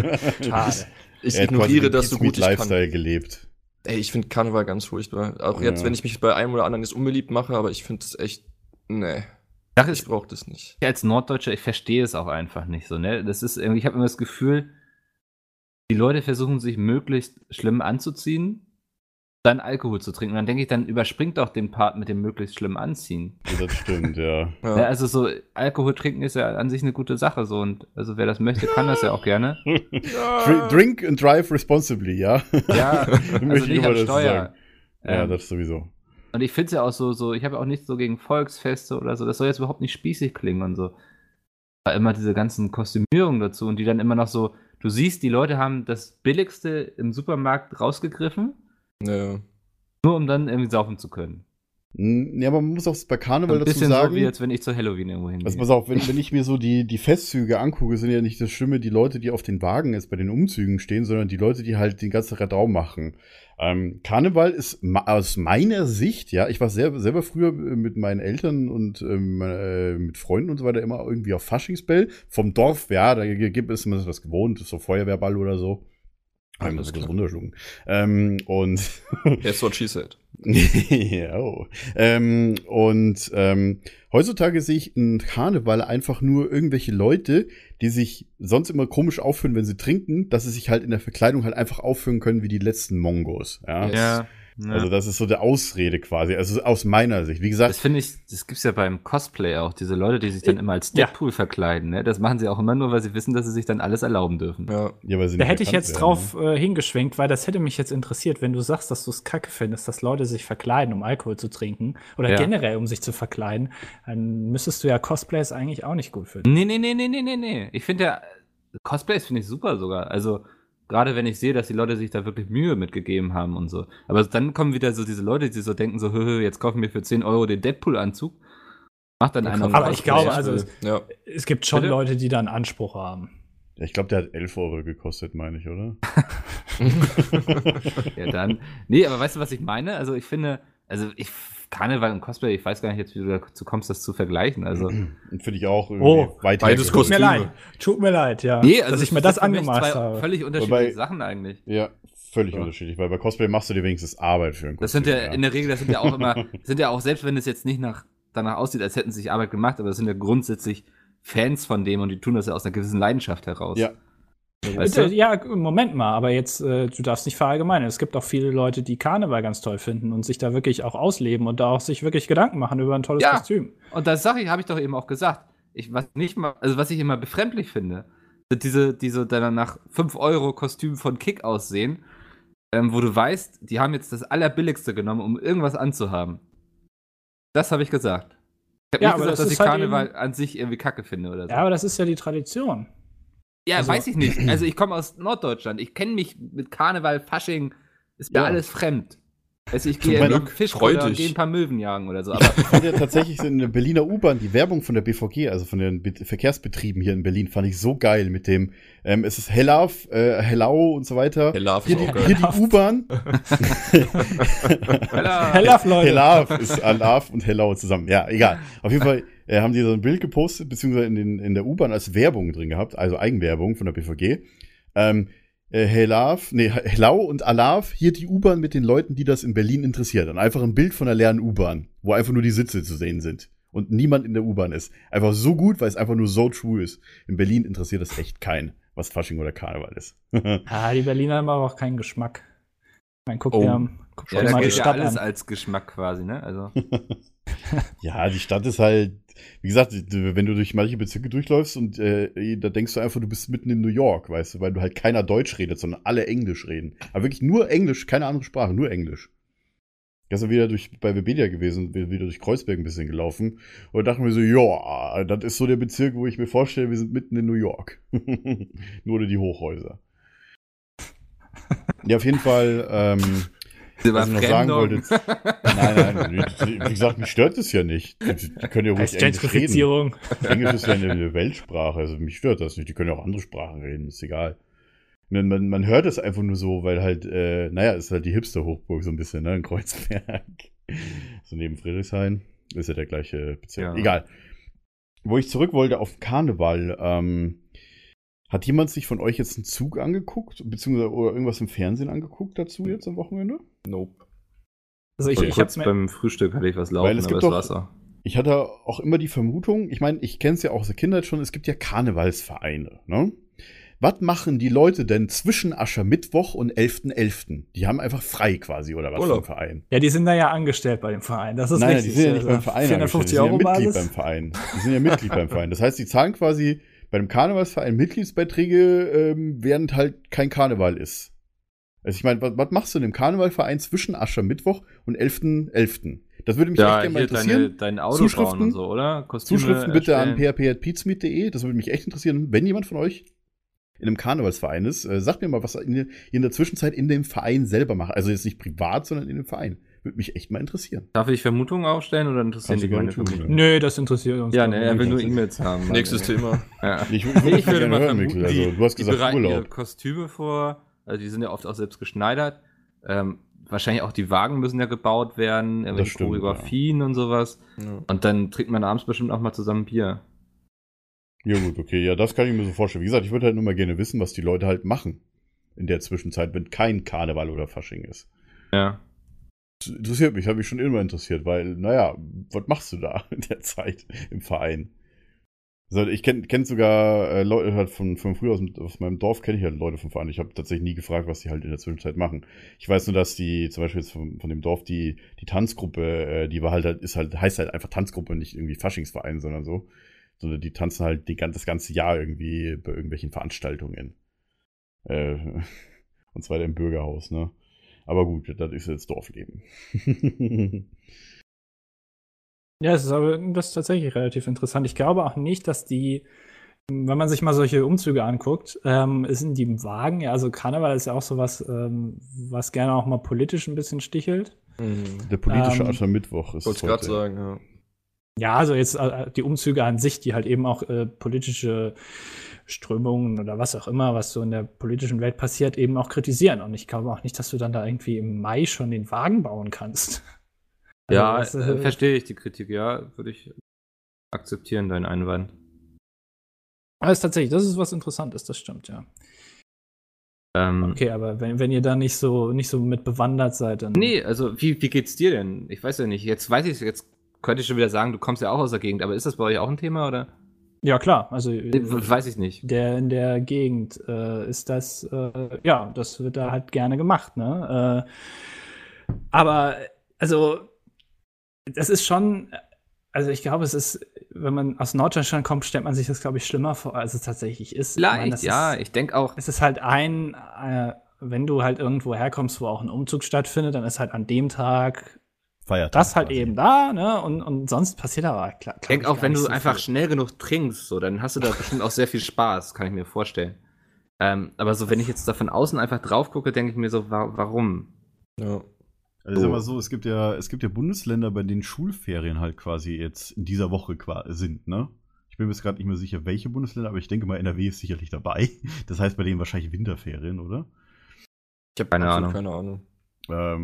Speaker 5: Ich
Speaker 3: Er hat quasi
Speaker 5: ignoriere
Speaker 3: den
Speaker 5: das so
Speaker 3: Kids Meat
Speaker 5: gut ich kann.
Speaker 3: Lifestyle gelebt.
Speaker 5: Ey, ich finde Karneval ganz furchtbar. Auch jetzt,
Speaker 3: Ja.
Speaker 5: wenn ich mich bei einem oder anderen jetzt unbeliebt mache, aber ich finde es echt, nee,
Speaker 2: Das
Speaker 5: ich
Speaker 2: ist
Speaker 5: brauche das nicht.
Speaker 2: ich als Norddeutscher, ich verstehe es auch einfach nicht so, ne? Das ist irgendwie, ich habe immer das Gefühl, die Leute versuchen sich möglichst schlimm anzuziehen, dann Alkohol zu trinken. Und dann denke ich, dann überspringt auch den Part mit dem möglichst schlimm anziehen.
Speaker 3: Ja, Das stimmt, ja.
Speaker 5: Ja.
Speaker 2: Ne, also so, Alkohol trinken ist ja an sich eine gute Sache so und also wer das möchte, kann das ja auch gerne.
Speaker 3: Dr- Drink and drive responsibly, ja.
Speaker 2: Ja, also
Speaker 3: Möchte ich
Speaker 2: nicht
Speaker 3: mal
Speaker 2: am
Speaker 3: dazu
Speaker 2: Steuer.
Speaker 3: sagen. Ja,
Speaker 2: Ähm,
Speaker 3: das sowieso.
Speaker 2: Und ich finde es ja auch so, so ich habe auch nichts so gegen Volksfeste oder so. Das soll jetzt überhaupt nicht spießig klingen und so. Aber immer diese ganzen Kostümierungen dazu und die dann immer noch so, du siehst, die Leute haben das Billigste im Supermarkt rausgegriffen,
Speaker 5: Ja.
Speaker 2: nur um dann irgendwie saufen zu können.
Speaker 3: Hm, Ja, aber man muss auch bei Karneval
Speaker 2: Ein
Speaker 3: dazu
Speaker 2: bisschen
Speaker 3: sagen.
Speaker 2: so wie jetzt, wenn ich zu Halloween irgendwo hingehe.
Speaker 3: Also pass auf, wenn, wenn ich mir so die, die Festzüge angucke, sind ja nicht das Schlimme die Leute, die auf den Wagen jetzt bei den Umzügen stehen, sondern die Leute, die halt den ganzen Radau machen. Ähm, Karneval ist ma- aus meiner Sicht, ja, ich war selber, selber früher mit meinen Eltern und ähm, äh, mit Freunden und so weiter immer irgendwie auf Faschingsbell vom Dorf, ja, da gibt es immer was gewohnt, so Feuerwehrball oder so.
Speaker 5: Alles
Speaker 3: Haben wir das
Speaker 5: klar.
Speaker 3: runterschlucken. Ähm, und
Speaker 5: That's what she said.
Speaker 3: ja. oh. Ähm, und ähm, heutzutage sehe ich in Karneval einfach nur irgendwelche Leute, die sich sonst immer komisch aufführen, wenn sie trinken, dass sie sich halt in der Verkleidung halt einfach aufführen können wie die letzten Mongos. Ja.
Speaker 5: Ja.
Speaker 2: ja,
Speaker 4: ne.
Speaker 2: ja.
Speaker 3: Also das ist so der Ausrede quasi. Also aus meiner Sicht. Wie gesagt,
Speaker 2: das finde ich, das gibt es ja beim Cosplay auch, diese Leute, die sich dann immer als
Speaker 4: Ja.
Speaker 2: Deadpool verkleiden. Ne? Das machen sie auch immer nur, weil sie wissen, dass sie sich dann alles erlauben dürfen.
Speaker 5: Ja.
Speaker 3: ja, genau. weil sie
Speaker 4: Da
Speaker 3: nicht
Speaker 4: hätte ich
Speaker 3: erkannt
Speaker 4: jetzt
Speaker 3: werden,
Speaker 4: drauf äh, hingeschwenkt, weil das hätte mich jetzt interessiert, wenn du sagst, dass du es kacke findest, dass Leute sich verkleiden, um Alkohol zu trinken oder
Speaker 2: Ja.
Speaker 4: generell, um sich zu verkleiden, dann müsstest du ja Cosplays eigentlich auch nicht gut finden.
Speaker 2: Nee, nee, nee, nee, nee, nee, nee. Ich finde ja, Cosplays finde ich super sogar. Also, gerade wenn ich sehe, dass die Leute sich da wirklich Mühe mitgegeben haben und so. Aber dann kommen wieder so diese Leute, die so denken, so, hö, hö, jetzt kaufen wir für 10 Euro den Deadpool-Anzug. Macht dann
Speaker 3: Hm.
Speaker 2: einer.
Speaker 4: Aber ich glaube, also-
Speaker 5: Ja.
Speaker 4: Es gibt schon
Speaker 2: Bitte?
Speaker 4: Leute, die da einen Anspruch haben.
Speaker 3: ne? Ja, ich glaube, der hat 11 Euro gekostet, meine ich, oder?
Speaker 2: Ja, dann. Nee, aber weißt du, was ich meine? Also, ich finde, also, ich, Karneval und Cosplay, ich weiß gar nicht jetzt, wie du dazu kommst, das zu vergleichen. Also,
Speaker 4: Mhm.
Speaker 3: Und finde ich auch irgendwie
Speaker 4: Oh,
Speaker 3: weit hergeholt.
Speaker 5: beides
Speaker 4: Tut mir
Speaker 5: Kostüme.
Speaker 4: leid, tut mir leid, ja, dass
Speaker 2: also
Speaker 3: also
Speaker 2: es
Speaker 4: ich mir
Speaker 2: sind
Speaker 4: das
Speaker 2: für mich
Speaker 4: angemaßt
Speaker 2: zwei
Speaker 4: habe.
Speaker 2: Völlig unterschiedliche
Speaker 3: Wobei-
Speaker 2: Sachen eigentlich.
Speaker 3: Ja, völlig
Speaker 2: Ja.
Speaker 3: unterschiedlich. Weil bei Cosplay machst du dir wenigstens Arbeit für einen
Speaker 2: Das sind ja,
Speaker 3: Kostüm,
Speaker 2: in der Regel, das sind ja auch immer, sind ja auch, selbst wenn es jetzt nicht nach, danach aussieht, als hätten sie sich Arbeit gemacht, aber das sind ja grundsätzlich Fans von dem und die tun das ja aus einer gewissen Leidenschaft heraus.
Speaker 3: Ja.
Speaker 2: Weißt
Speaker 4: Äh,
Speaker 2: du?
Speaker 4: Ja, Moment mal, aber jetzt, äh, du darfst nicht verallgemeinern. Es gibt auch viele Leute, die Karneval ganz toll finden und sich da wirklich auch ausleben und da auch sich wirklich Gedanken machen über ein tolles
Speaker 2: Ja.
Speaker 4: Kostüm.
Speaker 2: Und das sage ich, habe ich doch eben auch gesagt. Ich, was nicht mal, also was ich immer befremdlich finde, sind diese, diese dann nach 5 Euro Kostüm von Kick aussehen, ähm, wo du weißt, die haben jetzt das Allerbilligste genommen, um irgendwas anzuhaben. Das habe ich gesagt. Ich habe
Speaker 4: Ja,
Speaker 2: nicht
Speaker 4: aber
Speaker 2: gesagt,
Speaker 4: das
Speaker 2: dass
Speaker 4: ist
Speaker 2: ich
Speaker 4: halt
Speaker 2: Karneval an sich irgendwie kacke finde oder so.
Speaker 4: Ja, aber das ist ja die Tradition.
Speaker 2: Ja,
Speaker 4: Also-
Speaker 2: weiß ich nicht. Also ich komme aus Norddeutschland. Ich kenne mich mit Karneval, Fasching, ist mir
Speaker 3: Ja.
Speaker 2: alles fremd. Also ich
Speaker 5: Zum
Speaker 2: gehe einen
Speaker 5: Glück,
Speaker 2: Fisch
Speaker 5: freu
Speaker 2: oder
Speaker 5: dich.
Speaker 2: gehe ein paar Möwen jagen oder so. Aber
Speaker 3: fand ja tatsächlich in der Berliner U-Bahn die Werbung von der BVG, also von den Be Verkehrsbetrieben hier in Berlin, fand ich so geil mit dem, ähm, es ist Hellav, äh, Hellau und so weiter.
Speaker 5: Der Love
Speaker 3: Hier
Speaker 5: ist
Speaker 3: die,
Speaker 5: auch
Speaker 3: hier
Speaker 5: geil.
Speaker 3: die U-Bahn.
Speaker 2: Hella.
Speaker 4: Hellauf, Leute.
Speaker 3: Hellav ist Alav und Hellau zusammen. Ja, egal. Auf jeden Fall äh, haben die so ein Bild gepostet, beziehungsweise in, den, in der U-Bahn als Werbung drin gehabt, also Eigenwerbung von der BVG. Ähm, äh, Helav, nee, Hellau und Alav, hier die U-Bahn mit den Leuten, die das in Berlin interessiert. Und einfach ein Bild von der leeren U-Bahn, wo einfach nur die Sitze zu sehen sind und niemand in der U-Bahn ist. Einfach so gut, weil es einfach nur so true ist. In Berlin interessiert das echt keinen, was Fasching oder Karneval ist.
Speaker 4: Ah, die Berliner haben aber auch keinen Geschmack. Man guckt
Speaker 5: Oh.
Speaker 4: ja, guck
Speaker 2: Ja,
Speaker 4: dir
Speaker 2: da
Speaker 4: mal die
Speaker 2: gilt ja
Speaker 4: Stadt
Speaker 2: alles
Speaker 4: an.
Speaker 2: als Geschmack quasi, ne? Also
Speaker 3: Ja, die Stadt ist halt, wie gesagt, wenn du durch manche Bezirke durchläufst und äh, da denkst du einfach, du bist mitten in New York, weißt du, weil du halt keiner Deutsch redet, sondern alle Englisch reden. Aber wirklich nur Englisch, keine andere Sprache, nur Englisch. Gestern wieder durch, bei Webedia gewesen, bin wieder durch Kreuzberg ein bisschen gelaufen und dachte mir so, ja, das ist so der Bezirk, wo ich mir vorstelle, wir sind mitten in New York. nur ohne die Hochhäuser. Ja, auf jeden Fall, ähm,
Speaker 2: Sie war
Speaker 3: was ich noch sagen
Speaker 2: Fremdung.
Speaker 3: wollte. Nein, nein, wie gesagt, mich stört es ja nicht. Die, die können ja ruhig
Speaker 4: Als
Speaker 3: Englisch reden.
Speaker 4: Gentrifizierung.
Speaker 3: Englisch ist ja eine, eine Weltsprache, also mich stört das nicht. Die können ja auch andere Sprachen reden, ist egal. Man, man, man hört es einfach nur so, weil halt, äh, naja, ist halt die Hipster-Hochburg so ein bisschen, ne, in Kreuzberg. so neben Friedrichshain. Ist ja der gleiche Bezirk.
Speaker 2: Ja.
Speaker 3: Egal. Wo ich zurück wollte auf Karneval, ähm, hat jemand sich von euch jetzt einen Zug angeguckt, beziehungsweise oder irgendwas im Fernsehen angeguckt dazu jetzt am Wochenende?
Speaker 5: Nope.
Speaker 4: Also ich,
Speaker 2: Vor
Speaker 4: ich
Speaker 2: kurz
Speaker 4: hab's mir,
Speaker 2: beim Frühstück hatte ich was laufen,
Speaker 3: Weil es gibt
Speaker 2: aber
Speaker 3: doch-
Speaker 2: es war's auch.
Speaker 3: Ich hatte auch immer die Vermutung, ich meine, ich kenne es ja auch aus der Kindheit schon, es gibt ja Karnevalsvereine, ne? Was machen die Leute denn zwischen Aschermittwoch und 11.11.? Die haben einfach frei quasi, oder was
Speaker 5: Urlaub.
Speaker 3: vom Verein?
Speaker 4: ja, die sind da ja angestellt bei dem Verein. Das ist
Speaker 3: Nein, nein, die
Speaker 4: richtig.
Speaker 3: sind ja nicht
Speaker 4: Also
Speaker 3: beim Verein,
Speaker 4: 450
Speaker 3: angestellt, die sind ja
Speaker 4: Euro war
Speaker 3: Mitglied
Speaker 4: alles.
Speaker 3: beim Verein. Die sind ja Mitglied beim Verein. Das heißt, die zahlen quasi bei einem Karnevalsverein Mitgliedsbeiträge, ähm, während halt kein Karneval ist. Also ich meine, was, was machst du in dem Karnevalverein zwischen Aschermittwoch und 11.11.? Das würde mich echt
Speaker 2: Ja,
Speaker 3: gerne mal
Speaker 2: hier
Speaker 3: interessieren.
Speaker 2: deine, dein Auto
Speaker 3: Zuschriften-
Speaker 2: bauen und so, oder? Kostüme
Speaker 3: Zuschriften bitte an
Speaker 2: erstellen.
Speaker 3: php.peatsmeet.de. Das würde mich echt interessieren, wenn jemand von euch in einem Karnevalsverein ist. Äh, sagt mir mal, was ihr in, ihr in der Zwischenzeit in dem Verein selber macht. Also jetzt nicht privat, sondern in dem Verein. Würde mich echt mal interessieren.
Speaker 2: Darf ich Vermutungen aufstellen oder interessieren
Speaker 3: Kannst du
Speaker 2: die
Speaker 3: gerne
Speaker 2: meine
Speaker 3: tun,
Speaker 2: Vermutungen?
Speaker 4: Nö, das interessiert uns.
Speaker 2: Ja,
Speaker 4: doch
Speaker 2: ne, er will
Speaker 4: nicht.
Speaker 2: nur E-Mails haben. Mann,
Speaker 5: Nächstes
Speaker 2: ey.
Speaker 5: Thema.
Speaker 2: Ja.
Speaker 3: Ich, ich,
Speaker 2: Nee, ich würde mal vermuten,
Speaker 3: Mikkel. Also, du hast
Speaker 2: die
Speaker 3: gesagt
Speaker 2: bereiten ihre
Speaker 3: Urlaub.
Speaker 2: Kostüme vor. Also die sind ja oft auch selbst geschneidert. Ähm, wahrscheinlich auch die Wagen müssen ja gebaut werden, irgendwelche
Speaker 3: stimmt,
Speaker 2: Choreografien und sowas.
Speaker 5: Ja.
Speaker 2: Und dann trinkt man abends bestimmt auch mal zusammen Bier.
Speaker 3: Ja gut, okay. Ja, das kann ich mir so vorstellen. Wie gesagt, ich würde halt nur mal gerne wissen, was die Leute halt machen. In der Zwischenzeit, wenn kein Karneval oder Fasching ist.
Speaker 2: Ja.
Speaker 3: Das interessiert mich, hat mich schon immer interessiert, weil, naja, was machst du da in der Zeit im Verein? Also ich kenne kenn sogar äh, Leute halt von, von früher aus, aus meinem Dorf, kenne ich halt Leute vom Verein. Ich habe tatsächlich nie gefragt, was die halt in der Zwischenzeit machen. Ich weiß nur, dass die, zum Beispiel jetzt von, von dem Dorf, die, die Tanzgruppe, äh, die war halt, halt, ist halt, heißt halt einfach Tanzgruppe, nicht irgendwie Faschingsverein, sondern so. Sondern die tanzen halt die, gan- das ganze Jahr irgendwie bei irgendwelchen Veranstaltungen. Äh, und zwar im Bürgerhaus, ne? Aber gut, das ist jetzt Dorfleben.
Speaker 4: Ja, es ist aber das ist tatsächlich relativ interessant. Ich glaube auch nicht, dass die, wenn man sich mal solche Umzüge anguckt, ähm, sind die im Wagen, ja, also Karneval ist ja auch sowas, ähm, was gerne auch mal politisch ein bisschen stichelt.
Speaker 5: Mhm.
Speaker 3: Der politische
Speaker 4: Ähm,
Speaker 3: Aschermittwoch ist
Speaker 5: Wollte ich gerade
Speaker 3: heute.
Speaker 5: sagen, ja.
Speaker 4: Ja, also jetzt äh, die Umzüge an sich, die halt eben auch äh, politische Strömungen oder was auch immer, was so in der politischen Welt passiert, eben auch kritisieren. Und ich glaube auch nicht, dass du dann da irgendwie im Mai schon den Wagen bauen kannst.
Speaker 2: Ja,
Speaker 4: Also das,
Speaker 2: äh,
Speaker 4: äh,
Speaker 2: verstehe ich die Kritik, ja. Würde ich akzeptieren, deinen Einwand.
Speaker 4: aber ist tatsächlich, das ist was Interessantes, das stimmt, ja.
Speaker 2: Ähm,
Speaker 4: Okay, aber wenn, wenn ihr da nicht so, nicht so mit bewandert seid, dann.
Speaker 2: Nee, also wie, wie geht's dir denn? Ich weiß ja nicht. Jetzt weiß ich jetzt könnte ich schon wieder sagen, du kommst ja auch aus der Gegend, aber ist das bei euch auch ein Thema oder?
Speaker 4: Ja, klar. Also
Speaker 2: Nee, Weiß ich nicht.
Speaker 4: der in der Gegend äh, ist das, äh, ja, das wird da halt gerne gemacht, ne? Äh, aber, also, das ist schon, also ich glaube, es ist, wenn man aus Norddeutschland kommt, stellt man sich das, glaube ich, schlimmer vor, als es tatsächlich ist. Ich meine,
Speaker 2: Vielleicht,
Speaker 4: das
Speaker 2: ja.
Speaker 4: Ist,
Speaker 2: Ich denke auch,
Speaker 4: es ist halt ein, äh, wenn du halt irgendwo herkommst, wo auch ein Umzug stattfindet, dann ist halt an dem Tag
Speaker 3: Feiertag.
Speaker 4: das halt
Speaker 3: quasi.
Speaker 4: eben da, ne? Und, und sonst passiert aber klar.
Speaker 2: Ich denke auch, wenn du einfach schnell genug trinkst, so, dann hast du da bestimmt auch sehr viel Spaß, kann ich mir vorstellen. Ähm, aber so, wenn ich jetzt da von außen einfach drauf gucke, denke ich mir so, wa warum?
Speaker 5: ja.
Speaker 3: Also ich sag mal so, es gibt ja, es gibt ja Bundesländer, bei denen Schulferien halt quasi jetzt in dieser Woche qua- sind, ne? Ich bin mir jetzt gerade nicht mehr sicher, welche Bundesländer, aber ich denke mal, NRW ist sicherlich dabei. Das heißt bei denen wahrscheinlich Winterferien, oder?
Speaker 5: Ich habe
Speaker 2: Keine
Speaker 5: absolut
Speaker 2: Ahnung.
Speaker 5: Keine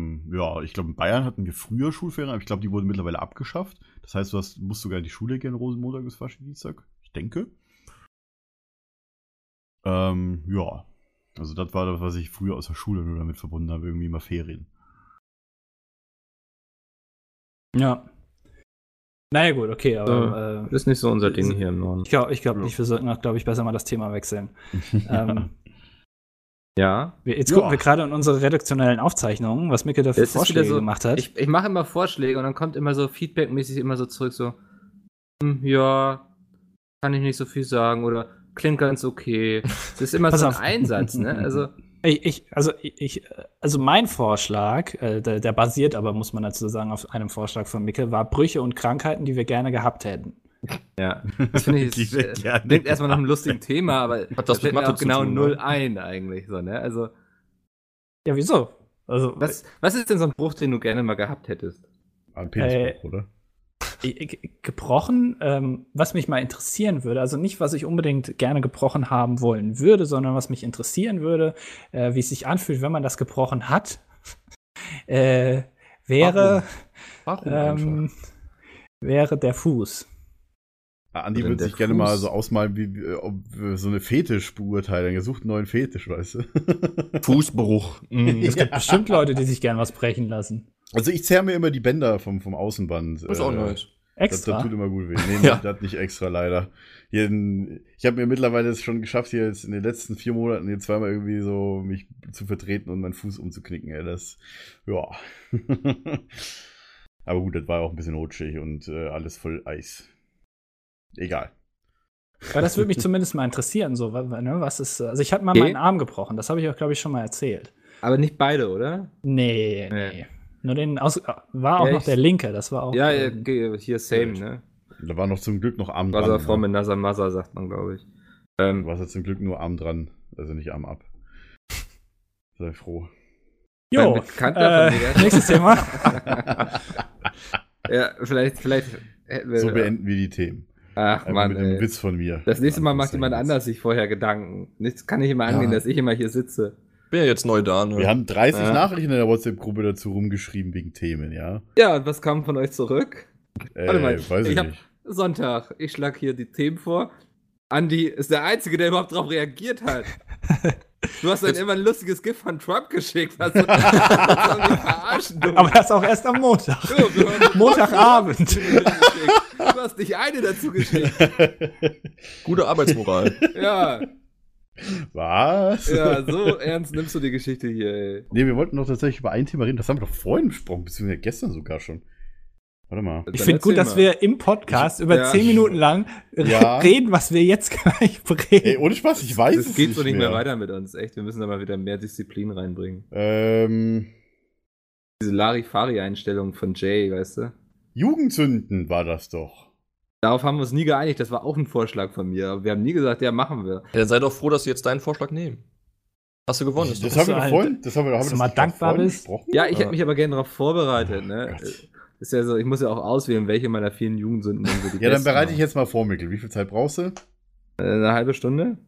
Speaker 5: Ahnung.
Speaker 3: Ähm, ja, ich glaube, in Bayern hatten wir früher Schulferien, aber ich glaube, die wurden mittlerweile abgeschafft. Das heißt, du hast, musst sogar in die Schule gehen, Rosenmontag bis Faschingdienstag. Ich denke. Ähm, ja. Also, das war das, was ich früher aus der Schule nur damit verbunden habe, irgendwie immer Ferien.
Speaker 4: Ja. Naja, gut, okay, aber. Äh,
Speaker 2: Das ist nicht so unser Ding hier im Norden.
Speaker 4: ich glaube ich glaub nicht, wir sollten auch, glaube ich, besser mal das Thema wechseln. ähm,
Speaker 2: Ja.
Speaker 4: wir, jetzt
Speaker 3: Ja.
Speaker 4: gucken wir gerade in unsere redaktionellen Aufzeichnungen, was Micke da für
Speaker 2: Es ist wieder
Speaker 4: Vorschläge
Speaker 2: so-
Speaker 4: gemacht hat.
Speaker 2: Ich, ich mache immer Vorschläge und dann kommt immer so feedbackmäßig immer so zurück, so, hm, ja, kann ich nicht so viel sagen oder klingt ganz okay. Das ist immer
Speaker 4: Pass
Speaker 2: so ein
Speaker 4: auf.
Speaker 2: Einsatz, ne? Also,
Speaker 4: Ich, ich, also, ich, also mein Vorschlag, äh, der, der basiert aber, muss man dazu sagen, auf einem Vorschlag von Micke, war Brüche und Krankheiten, die wir gerne gehabt hätten.
Speaker 2: ja. Das finde ich,
Speaker 3: Die
Speaker 2: das,
Speaker 3: wir
Speaker 2: äh,
Speaker 3: gerne
Speaker 2: klingt erstmal nach einem lustigen Thema, aber
Speaker 5: das mit
Speaker 2: fällt mir
Speaker 5: Mathe
Speaker 2: auch
Speaker 5: zu
Speaker 2: genau
Speaker 5: tun, ne?
Speaker 2: null ein eigentlich, so, ne? Also,
Speaker 4: Ja, wieso? Also,
Speaker 2: Was, was ist denn so ein Bruch, den du gerne mal gehabt hättest?
Speaker 3: Ein Penisbruch,
Speaker 4: Äh,
Speaker 3: oder?
Speaker 4: Äh, ge- gebrochen, ähm, was mich mal interessieren würde, also nicht, was ich unbedingt gerne gebrochen haben wollen würde, sondern was mich interessieren würde, äh, wie es sich anfühlt, wenn man das gebrochen hat, äh, wäre,
Speaker 2: oh,
Speaker 5: Warum
Speaker 4: ähm, wäre der Fuß.
Speaker 3: Ah, Andi
Speaker 5: Denn
Speaker 3: würde
Speaker 5: Also der
Speaker 3: sich gerne
Speaker 5: Fuß-
Speaker 3: mal so ausmalen, wie, wie ob wir so eine Fetischbeurteilung. Er sucht einen neuen Fetisch, weißt du?
Speaker 5: einfach? Fußbruch. Mm.
Speaker 3: Mhm.
Speaker 4: Es gibt bestimmt Leute, die sich gern was brechen lassen.
Speaker 3: Also ich zerre mir immer die Bänder vom, vom Außenband. äh,
Speaker 5: Das ist auch nice.
Speaker 3: Das, das
Speaker 4: Extra.
Speaker 3: tut immer gut weh. Nee,
Speaker 5: Ja.
Speaker 3: nicht- das nicht extra leider. Hier, in- ich habe mir mittlerweile es schon geschafft, hier jetzt in den letzten vier Monaten hier zweimal irgendwie so mich zu vertreten und meinen Fuß umzuknicken. Ey. Das, ja. Aber gut, das war auch ein bisschen rutschig und äh, alles voll Eis. Egal.
Speaker 4: Aber das würde mich zumindest mal interessieren, so, wa- wa- ne, was ist, also ich hatte mal
Speaker 2: Okay.
Speaker 4: meinen Arm gebrochen, das habe ich auch, glaube ich, schon mal erzählt.
Speaker 2: Aber nicht beide, oder?
Speaker 4: Nee, nee.
Speaker 2: Nee.
Speaker 4: Nur den, aus, äh, war auch
Speaker 2: Ja,
Speaker 4: noch
Speaker 2: ich-
Speaker 4: der linke, das war auch.
Speaker 2: Ja, ja,
Speaker 4: ähm,
Speaker 2: ge- hier same, ne?
Speaker 3: Da war noch zum Glück noch Arm
Speaker 2: Wasser
Speaker 3: dran.
Speaker 2: from another mother, sagt man, glaube ich. Ähm,
Speaker 3: Du warst jetzt zum Glück nur Arm dran, also nicht Arm ab. Sei froh.
Speaker 4: Jo,
Speaker 2: Mein Bekannter von mir,
Speaker 4: äh,
Speaker 2: der-
Speaker 4: nächstes Thema.
Speaker 2: ja, vielleicht, vielleicht hätten wir.
Speaker 3: So beenden wir die Themen.
Speaker 2: Ach
Speaker 3: Einfach
Speaker 2: Mann,
Speaker 3: mit einem
Speaker 2: ey.
Speaker 3: Witz von mir.
Speaker 2: Das nächste Mal macht
Speaker 3: Anführungszeichen.
Speaker 2: jemand anders sich vorher Gedanken. Nichts kann nicht immer
Speaker 3: Ja.
Speaker 2: angehen, dass ich immer hier sitze.
Speaker 5: Bin ja jetzt neu da, ne?
Speaker 3: Wir haben 30
Speaker 2: Ja.
Speaker 3: Nachrichten in der WhatsApp-Gruppe dazu rumgeschrieben wegen Themen, ja?
Speaker 2: Ja, und was kam von euch zurück?
Speaker 3: Äh,
Speaker 2: Warte mal,
Speaker 3: weiß ich,
Speaker 2: ich hab-
Speaker 3: nicht.
Speaker 2: Sonntag. Ich schlag hier die Themen vor. Andy ist der Einzige, der überhaupt darauf reagiert hat. Du hast dann immer ein lustiges Gift von Trump geschickt. Hast du, hast du mich verarschen, du.
Speaker 4: Aber das auch erst am Montag.
Speaker 2: du, wir haben-
Speaker 4: Montagabend.
Speaker 2: Du hast nicht eine dazu geschickt.
Speaker 5: Gute Arbeitsmoral.
Speaker 2: Ja,
Speaker 3: Was?
Speaker 2: ja, so ernst nimmst du die Geschichte hier, ey.
Speaker 3: Nee, wir wollten doch tatsächlich über ein Thema reden. Das haben wir doch vorhin besprochen, beziehungsweise gestern sogar schon. Warte mal.
Speaker 4: Ich
Speaker 2: Dann
Speaker 4: finde gut,
Speaker 2: erzähl
Speaker 4: dass
Speaker 2: mal.
Speaker 4: wir im Podcast über
Speaker 2: Ja.
Speaker 4: zehn Minuten lang
Speaker 3: Ja.
Speaker 4: reden, was wir jetzt gleich
Speaker 3: Ey,
Speaker 4: reden.
Speaker 3: ohne Spaß, ich weiß
Speaker 2: Das
Speaker 3: es
Speaker 2: geht
Speaker 3: nicht
Speaker 2: so nicht mehr.
Speaker 3: mehr
Speaker 2: weiter mit uns, echt. Wir müssen da mal wieder mehr Disziplin reinbringen.
Speaker 3: Ähm,
Speaker 2: Diese Larifari-Einstellung von Jay, weißt du?
Speaker 3: Jugendsünden war das doch.
Speaker 2: Darauf haben wir uns nie geeinigt. Das war auch ein Vorschlag von mir. Aber Wir haben nie gesagt, ja, machen wir.
Speaker 5: Ja, dann sei doch froh, dass sie jetzt deinen Vorschlag nehmen. Hast du gewonnen?
Speaker 3: Das,
Speaker 5: ist doch-
Speaker 3: haben wir
Speaker 4: so
Speaker 3: doch
Speaker 4: alt.
Speaker 3: vorhin. Das haben wir, haben
Speaker 4: Dass
Speaker 3: wir
Speaker 4: du mal
Speaker 3: nicht doch
Speaker 4: dankbar
Speaker 3: vorhin
Speaker 4: bist.
Speaker 3: besprochen?
Speaker 2: Ja, ich hätte
Speaker 5: Ah.
Speaker 2: mich aber gerne darauf vorbereitet, ne?
Speaker 3: Gott.
Speaker 2: Ist ja so, ich muss ja auch auswählen, welche meiner vielen Jugendsünden denn so die
Speaker 3: Ja, dann
Speaker 2: besten
Speaker 3: bereite ich
Speaker 2: waren.
Speaker 3: jetzt mal vor, Mikkel. Wie viel Zeit brauchst du?
Speaker 2: Äh, Eine halbe Stunde?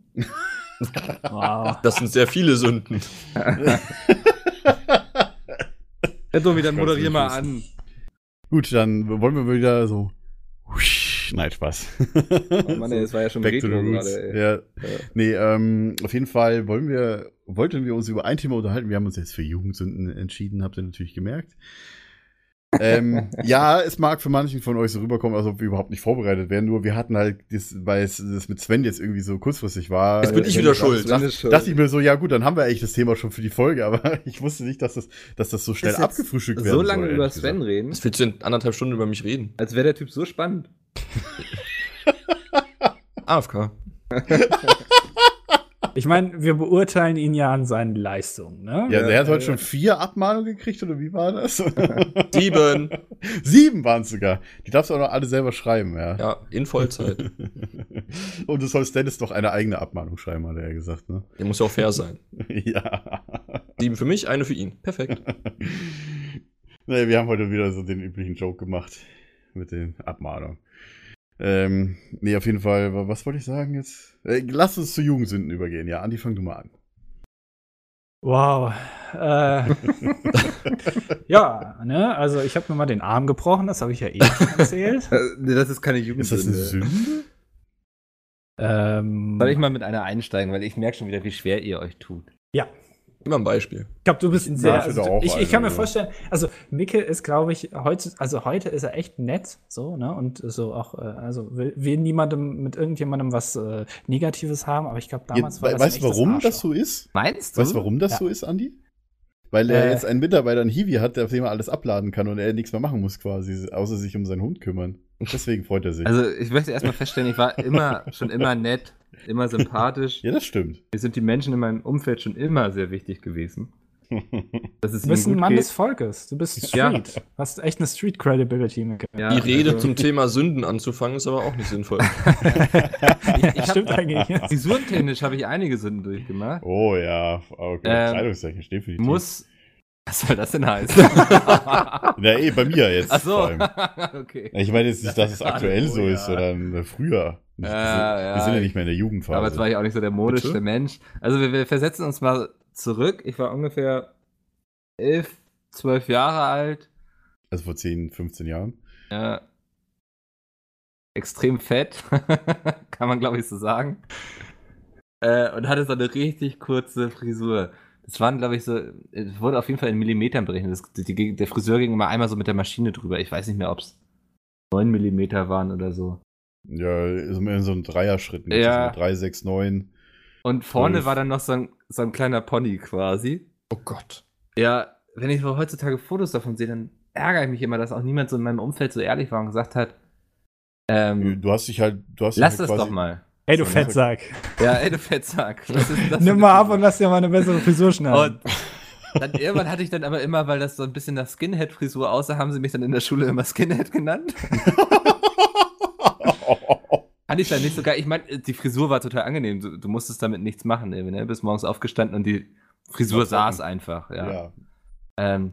Speaker 4: Wow.
Speaker 5: Das sind sehr viele Sünden.
Speaker 2: Ja, Domi, dann
Speaker 3: Kannst du
Speaker 2: moderier
Speaker 3: nicht
Speaker 2: mal an.
Speaker 3: Gut, dann wollen wir wieder so. Huish. Nein, Spaß.
Speaker 2: Oh Mann, ey, das war ja schon
Speaker 3: Back to the
Speaker 2: Retro
Speaker 3: roots.
Speaker 2: gerade, ey.
Speaker 3: Ja.
Speaker 2: Ja.
Speaker 3: Nee, ähm, auf jeden Fall wollen wir, wollten wir uns über ein Thema unterhalten. Wir haben uns jetzt für Jugendsünden entschieden, habt ihr natürlich gemerkt. ähm, ja, es mag für manchen von euch so rüberkommen, als ob wir überhaupt nicht vorbereitet wären. Nur wir hatten halt, das, weil es das mit Sven jetzt irgendwie so kurzfristig war.
Speaker 5: Jetzt bin ich wieder schuld.
Speaker 2: Sven ist schuld.
Speaker 3: Dachte ich mir so, ja gut, dann haben wir eigentlich das Thema schon für die Folge, aber ich wusste nicht, dass das, dass das so schnell
Speaker 2: jetzt
Speaker 3: abgefrühstückt werden
Speaker 2: so lange
Speaker 3: soll,
Speaker 2: über
Speaker 3: ehrlich
Speaker 2: Sven
Speaker 3: gesagt.
Speaker 2: reden,
Speaker 5: Was willst du in anderthalb Stunden über mich reden?
Speaker 2: als wäre der Typ so spannend.
Speaker 5: AFK.
Speaker 4: Ich meine, wir beurteilen ihn ja an seinen Leistungen, ne?
Speaker 3: Ja, der hat
Speaker 4: Äh,
Speaker 3: heute schon vier Abmahnungen gekriegt, oder wie war das?
Speaker 5: Sieben.
Speaker 3: Sieben waren es sogar. Die darfst du auch noch alle selber schreiben, ja.
Speaker 5: Ja, in Vollzeit.
Speaker 3: Und du sollst Dennis doch eine eigene Abmahnung schreiben, hat er ja gesagt, ne?
Speaker 5: Der muss ja auch fair sein.
Speaker 3: ja.
Speaker 5: Sieben für mich, eine für ihn. Perfekt.
Speaker 3: naja, wir haben heute wieder so den üblichen Joke gemacht mit den Abmahnungen. Ähm, nee, auf jeden Fall, wa- was wollte ich sagen jetzt? Äh, lass uns zu Jugendsünden übergehen. Ja, Andi, fang du mal an.
Speaker 4: Wow. Äh, ja, ne? Also ich habe mir mal den Arm gebrochen, das habe ich ja eh schon erzählt.
Speaker 2: Äh, nee, Das ist keine
Speaker 3: Ist das eine
Speaker 2: Jugendsünde.
Speaker 3: Sünde?
Speaker 4: ähm,
Speaker 2: Soll ich mal mit einer einsteigen, weil ich merke schon wieder, wie schwer ihr euch tut.
Speaker 5: Immer ein Beispiel.
Speaker 4: Ich glaube, du bist ein sehr.
Speaker 3: Ja, ich
Speaker 4: also,
Speaker 3: hätte auch
Speaker 4: ich, ich kann
Speaker 3: eine,
Speaker 4: mir
Speaker 3: ja.
Speaker 4: vorstellen, also Micke ist, glaube ich, heute, also heute ist er echt nett, so, ne? Und so auch, äh, also will, will niemandem mit irgendjemandem was äh, Negatives haben, aber ich glaube, damals
Speaker 3: Jetzt,
Speaker 4: war
Speaker 3: we-
Speaker 4: das.
Speaker 3: weißt
Speaker 4: ein
Speaker 3: du,
Speaker 4: echtes
Speaker 3: warum
Speaker 4: Arschloch.
Speaker 3: das so ist?
Speaker 2: Meinst du?
Speaker 3: Weißt du, warum das
Speaker 4: Ja.
Speaker 3: so ist, Andi? Weil er
Speaker 4: Äh.
Speaker 3: jetzt einen Mitarbeiter in Hiwi hat, der auf dem er alles abladen kann und er nichts mehr machen muss quasi, außer sich um seinen Hund kümmern. Und deswegen freut er sich.
Speaker 2: Also ich möchte erstmal feststellen, ich war immer schon immer nett, immer sympathisch.
Speaker 3: ja, das stimmt.
Speaker 2: Mir sind die Menschen in meinem Umfeld schon immer sehr wichtig gewesen. Dass es
Speaker 4: Du bist ein
Speaker 2: ihnen gut
Speaker 4: Mann
Speaker 2: geht.
Speaker 4: des Volkes. Du bist Street.
Speaker 2: Ja.
Speaker 4: Hast echt eine Street Credibility, Micke.
Speaker 2: Ja,
Speaker 5: Die Rede
Speaker 2: also,
Speaker 5: zum Thema Sünden anzufangen, ist aber auch nicht sinnvoll.
Speaker 2: ich
Speaker 4: Stimmt eigentlich.
Speaker 2: hab, Frisurentechnisch habe ich einige Sünden durchgemacht.
Speaker 3: Oh ja, okay.
Speaker 2: Ähm,
Speaker 3: Kleidungszeichen steht für die
Speaker 2: Muss Was soll das denn heißen?
Speaker 3: Na, eh, bei mir jetzt.
Speaker 2: Ach so.
Speaker 3: vor allem.
Speaker 2: okay.
Speaker 3: Ich meine jetzt nicht, dass es
Speaker 2: Gerade
Speaker 3: aktuell so
Speaker 2: früher.
Speaker 3: ist, sondern äh, früher. Nicht,
Speaker 2: Ja,
Speaker 3: wir, sind,
Speaker 2: ja.
Speaker 3: wir sind ja nicht mehr in der Jugendphase.
Speaker 2: Damals war ich auch nicht so der modischste
Speaker 3: Bitte?
Speaker 2: Mensch. Also wir, wir versetzen uns mal zurück. Ich war ungefähr elf, zwölf Jahre alt.
Speaker 3: also vor 10, 15 Jahren.
Speaker 2: Ja. Extrem fett, kann man glaube ich so sagen. Äh, und hatte so eine richtig kurze Frisur. Das waren, glaube ich, so, es wurde auf jeden Fall in Millimetern berechnet. Das, die, die, der Friseur ging immer einmal so mit der Maschine drüber. Ich weiß nicht mehr, ob es 9 Millimeter waren oder so.
Speaker 3: Ja, ist immer in so einem Dreierschritt. ne?
Speaker 2: Ja.
Speaker 3: So 3, 6, 9.
Speaker 2: Und vorne
Speaker 3: Zwölf.
Speaker 2: war dann noch so ein, so ein kleiner Pony quasi.
Speaker 5: Oh Gott.
Speaker 2: Ja, wenn ich so heutzutage Fotos davon sehe, dann ärgere ich mich immer, dass auch niemand so in meinem Umfeld so ehrlich war und gesagt hat,
Speaker 4: Hm,
Speaker 2: ähm,
Speaker 3: Du hast dich halt. Du hast dich
Speaker 2: lass
Speaker 3: halt
Speaker 2: das
Speaker 3: quasi,
Speaker 2: doch mal.
Speaker 4: Ey, du
Speaker 3: So,
Speaker 4: Fettsack.
Speaker 2: Ja, ey, du Fettsack. Was ist denn das für
Speaker 4: Nimm
Speaker 2: eine
Speaker 4: mal ab
Speaker 2: Frisur?
Speaker 4: und lass dir mal eine bessere Frisur schneiden.
Speaker 2: Und dann irgendwann hatte ich dann aber immer, weil das so ein bisschen nach Skinhead-Frisur aussah, haben sie mich dann in der Schule immer Skinhead genannt. Hatte ich dann nicht sogar, ich meine, die Frisur war total angenehm. Du, du musstest damit nichts machen, irgendwie, ne? Bist morgens aufgestanden und die Frisur
Speaker 3: War trocken.
Speaker 2: saß einfach, ja.
Speaker 3: ja.
Speaker 2: ja. Ähm,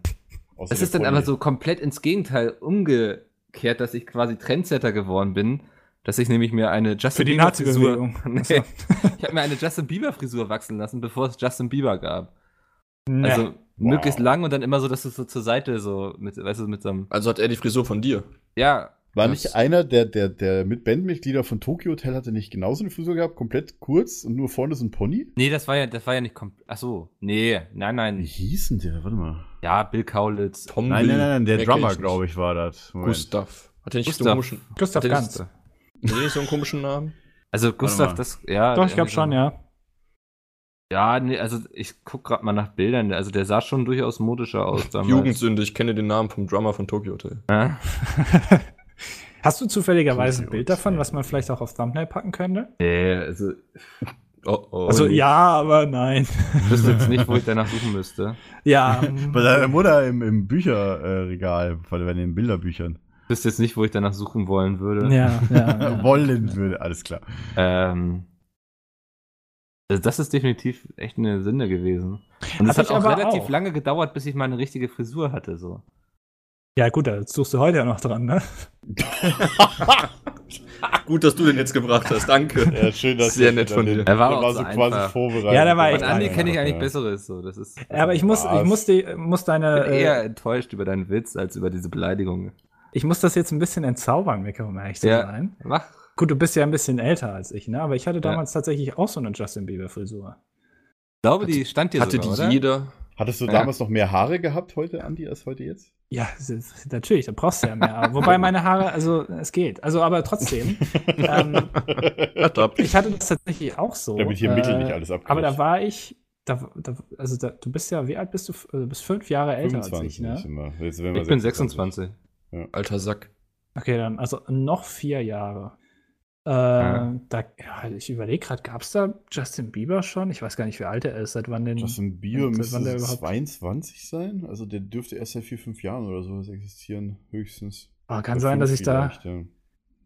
Speaker 3: außer
Speaker 2: Es
Speaker 3: der
Speaker 2: ist dann
Speaker 3: Pony.
Speaker 2: aber so komplett ins Gegenteil umgekehrt, dass ich quasi Trendsetter geworden bin, dass ich nämlich mir eine Justin
Speaker 4: Für die
Speaker 2: Bieber Frisur,
Speaker 4: Nazi-Bewegung.
Speaker 2: nee,
Speaker 4: Achso.
Speaker 2: ich habe mir eine Justin Bieber Frisur wachsen lassen, bevor es Justin Bieber gab.
Speaker 4: Nee.
Speaker 2: Also möglichst lang und dann immer so, dass du so zur Seite so mit, weißt du, mit so einem,
Speaker 5: Also hat er die Frisur von dir.
Speaker 2: ja,
Speaker 3: War
Speaker 5: Das-
Speaker 3: nicht einer der, der, der mit Bandmitglieder von Tokyo Hotel hatte nicht genauso eine Frisur gehabt, komplett kurz und nur vorne so ein Pony?
Speaker 2: nee, das war ja, das war ja nicht komplett, ach so, nee, nein,
Speaker 3: Wie
Speaker 2: nein,
Speaker 3: hieß denn der? Warte mal.
Speaker 4: Hm,
Speaker 2: ja, Bill Kaulitz,
Speaker 5: Tom
Speaker 3: Nein, nein,
Speaker 5: Will.
Speaker 3: nein, nein der
Speaker 5: Mehr kenn
Speaker 3: Drummer,
Speaker 5: ich nicht.
Speaker 3: glaube ich, war das. Moment.
Speaker 5: Gustav. Hat er nicht so
Speaker 2: Gustav.
Speaker 5: einen komischen,
Speaker 4: Gustav
Speaker 5: der
Speaker 4: Ganz.
Speaker 5: ist- hat er nicht so einen komischen Namen?
Speaker 2: also Gustav,
Speaker 3: mal.
Speaker 2: das, ja,
Speaker 4: Doch, ich glaube
Speaker 2: irgendwie
Speaker 4: schon,
Speaker 2: so.
Speaker 4: ja.
Speaker 2: ja, nee, also ich guck gerade mal nach Bildern, also der sah schon durchaus modischer aus damals.
Speaker 5: Jugendsünde, ich kenne den Namen vom Drummer von Tokyo Hotel.
Speaker 2: Ja.
Speaker 4: Hast du zufälligerweise ein
Speaker 3: Tokyo
Speaker 4: Bild davon,
Speaker 3: Hotel.
Speaker 4: was man vielleicht auch auf Thumbnail packen könnte?
Speaker 2: Nee, also
Speaker 5: Oh, oh.
Speaker 4: Also ja, aber nein.
Speaker 2: Ich wüsste jetzt nicht, wo ich danach suchen müsste.
Speaker 4: Ja.
Speaker 3: Bei deiner Mutter im, im Bücherregal, bei bei den Bilderbüchern.
Speaker 2: Ich wüsste jetzt nicht, wo ich danach suchen wollen würde.
Speaker 4: ja, ja, ja.
Speaker 3: Wollen würde, alles klar.
Speaker 2: Ähm, also das ist definitiv echt eine Sünde gewesen. Und es
Speaker 4: Hab
Speaker 2: hat
Speaker 4: ich
Speaker 2: auch
Speaker 4: aber
Speaker 2: relativ
Speaker 4: auch.
Speaker 2: lange gedauert, bis ich mal eine richtige Frisur hatte. So.
Speaker 4: Ja, gut, da suchst du heute ja noch dran, ne?
Speaker 5: Gut, dass du den jetzt gebracht hast, danke.
Speaker 3: Ja, schön, dass
Speaker 5: Sehr
Speaker 3: du-
Speaker 5: nett von dir.
Speaker 2: Er war auch
Speaker 3: war
Speaker 2: so
Speaker 3: so quasi
Speaker 2: einfach.
Speaker 3: vorbereitet.
Speaker 4: Ja, der war
Speaker 2: Von
Speaker 4: echt
Speaker 2: Andi
Speaker 4: ja,
Speaker 2: kenne ich eigentlich
Speaker 3: Ja.
Speaker 2: Besseres. So. Das ist, also,
Speaker 4: Aber ich muss, ich
Speaker 3: Was?
Speaker 4: muss, die, muss
Speaker 2: ich
Speaker 4: deine.
Speaker 2: bin
Speaker 4: äh,
Speaker 2: eher enttäuscht über deinen Witz als über diese Beleidigung.
Speaker 4: Ich muss das jetzt ein bisschen entzaubern, Micke, um ehrlich zu
Speaker 2: Ja.
Speaker 4: sein.
Speaker 2: Mach.
Speaker 4: Gut, du bist ja ein bisschen älter als ich, ne? Aber ich hatte damals tatsächlich auch so eine Justin Bieber-Frisur.
Speaker 2: Ich glaube, die stand dir
Speaker 5: Hatte
Speaker 2: sogar,
Speaker 5: die
Speaker 2: oder?
Speaker 5: jeder?
Speaker 3: Hattest du
Speaker 2: Ja.
Speaker 3: damals noch mehr Haare gehabt heute, Andi, als heute jetzt?
Speaker 4: Ja, s- s- natürlich, da brauchst du ja mehr. Wobei meine Haare, also es geht. Also, aber trotzdem. ähm,
Speaker 5: Ertappt.
Speaker 4: ich hatte das tatsächlich auch so. äh,
Speaker 3: Damit hier im Mittel nicht alles abkriegt.
Speaker 4: Aber da war ich, da, da, also da, du bist ja, wie alt bist du? F- Du bist fünf Jahre älter als ich, ne?
Speaker 3: sind wir. Jetzt werden wir
Speaker 2: Ich bin 26.
Speaker 5: Alter Sack.
Speaker 4: Okay, dann, also noch vier Jahre. Äh,
Speaker 2: Ja.
Speaker 4: da, ja, ich überlege gerade, gab es da Justin Bieber schon? Ich weiß gar nicht, wie alt er ist, seit wann denn.
Speaker 3: Justin Bieber
Speaker 4: Seit
Speaker 3: müsste
Speaker 4: Hm. wann der
Speaker 3: so
Speaker 4: überhaupt-
Speaker 3: 22 sein. Also der dürfte erst seit vier, fünf Jahren oder sowas existieren, höchstens.
Speaker 4: Ah, kann
Speaker 3: Oder
Speaker 4: sein, dass
Speaker 3: fünf
Speaker 4: ich da,
Speaker 3: vielleicht, ja.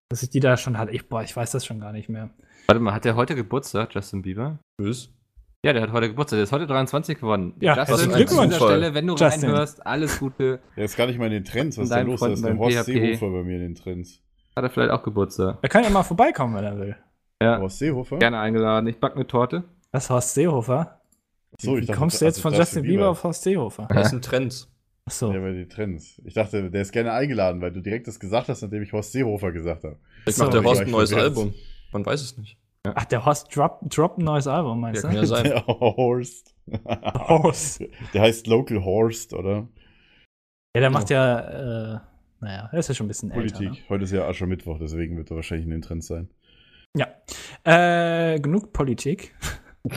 Speaker 4: dass ich die da schon hatte. Ich, boah, ich weiß das schon gar nicht mehr.
Speaker 2: Warte mal, hat der heute Geburtstag, Justin Bieber?
Speaker 5: Bös.
Speaker 2: Ja, der hat heute Geburtstag. Der ist heute 23 geworden.
Speaker 4: Ja,
Speaker 5: was
Speaker 2: Justin,
Speaker 5: ein
Speaker 2: an dieser
Speaker 5: Glückwunsch.
Speaker 2: Stelle, wenn du
Speaker 4: Justin.
Speaker 2: reinhörst, alles Gute.
Speaker 3: Der ist gar nicht mal in den Trends. Was ist denn
Speaker 2: Von deinem
Speaker 3: los? Da ist
Speaker 2: Freund
Speaker 3: der
Speaker 2: beim
Speaker 3: Horst
Speaker 2: PHP.
Speaker 3: Seehofer bei mir in den Trends.
Speaker 2: Hat er vielleicht auch Geburtstag.
Speaker 4: Er kann ja mal vorbeikommen, wenn er will.
Speaker 2: Ja,
Speaker 3: Horst Seehofer?
Speaker 2: gerne eingeladen. Ich backe eine Torte.
Speaker 4: Das ist Horst Seehofer.
Speaker 3: So,
Speaker 4: wie
Speaker 3: ich dachte,
Speaker 4: kommst du
Speaker 3: also
Speaker 4: jetzt von
Speaker 3: Justin
Speaker 4: Justin Bieber.
Speaker 3: Bieber.
Speaker 4: auf Horst Seehofer?
Speaker 5: Das sind Trends.
Speaker 4: Achso.
Speaker 3: Der bei den Trends. Ich dachte, der ist gerne eingeladen, weil du direkt das gesagt hast, nachdem ich Horst Seehofer gesagt habe.
Speaker 5: Vielleicht
Speaker 4: So.
Speaker 5: macht der Horst
Speaker 3: Ich
Speaker 5: ein
Speaker 3: bin
Speaker 5: neues
Speaker 3: verwirrt.
Speaker 5: Album. Man weiß es nicht.
Speaker 4: Ach, der Horst drop, drop ein neues Album, meinst
Speaker 5: Ja,
Speaker 4: du?
Speaker 5: kann ja sein.
Speaker 3: Der Horst.
Speaker 4: Horst.
Speaker 3: Der heißt Local Horst, oder?
Speaker 4: Ja, der macht ja, äh, naja, er ist ja schon ein bisschen älter.
Speaker 3: Genau. Politik.
Speaker 4: Ne?
Speaker 3: Heute ist ja Aschermittwoch, deswegen wird er wahrscheinlich in den Trends sein.
Speaker 4: Äh, genug Politik.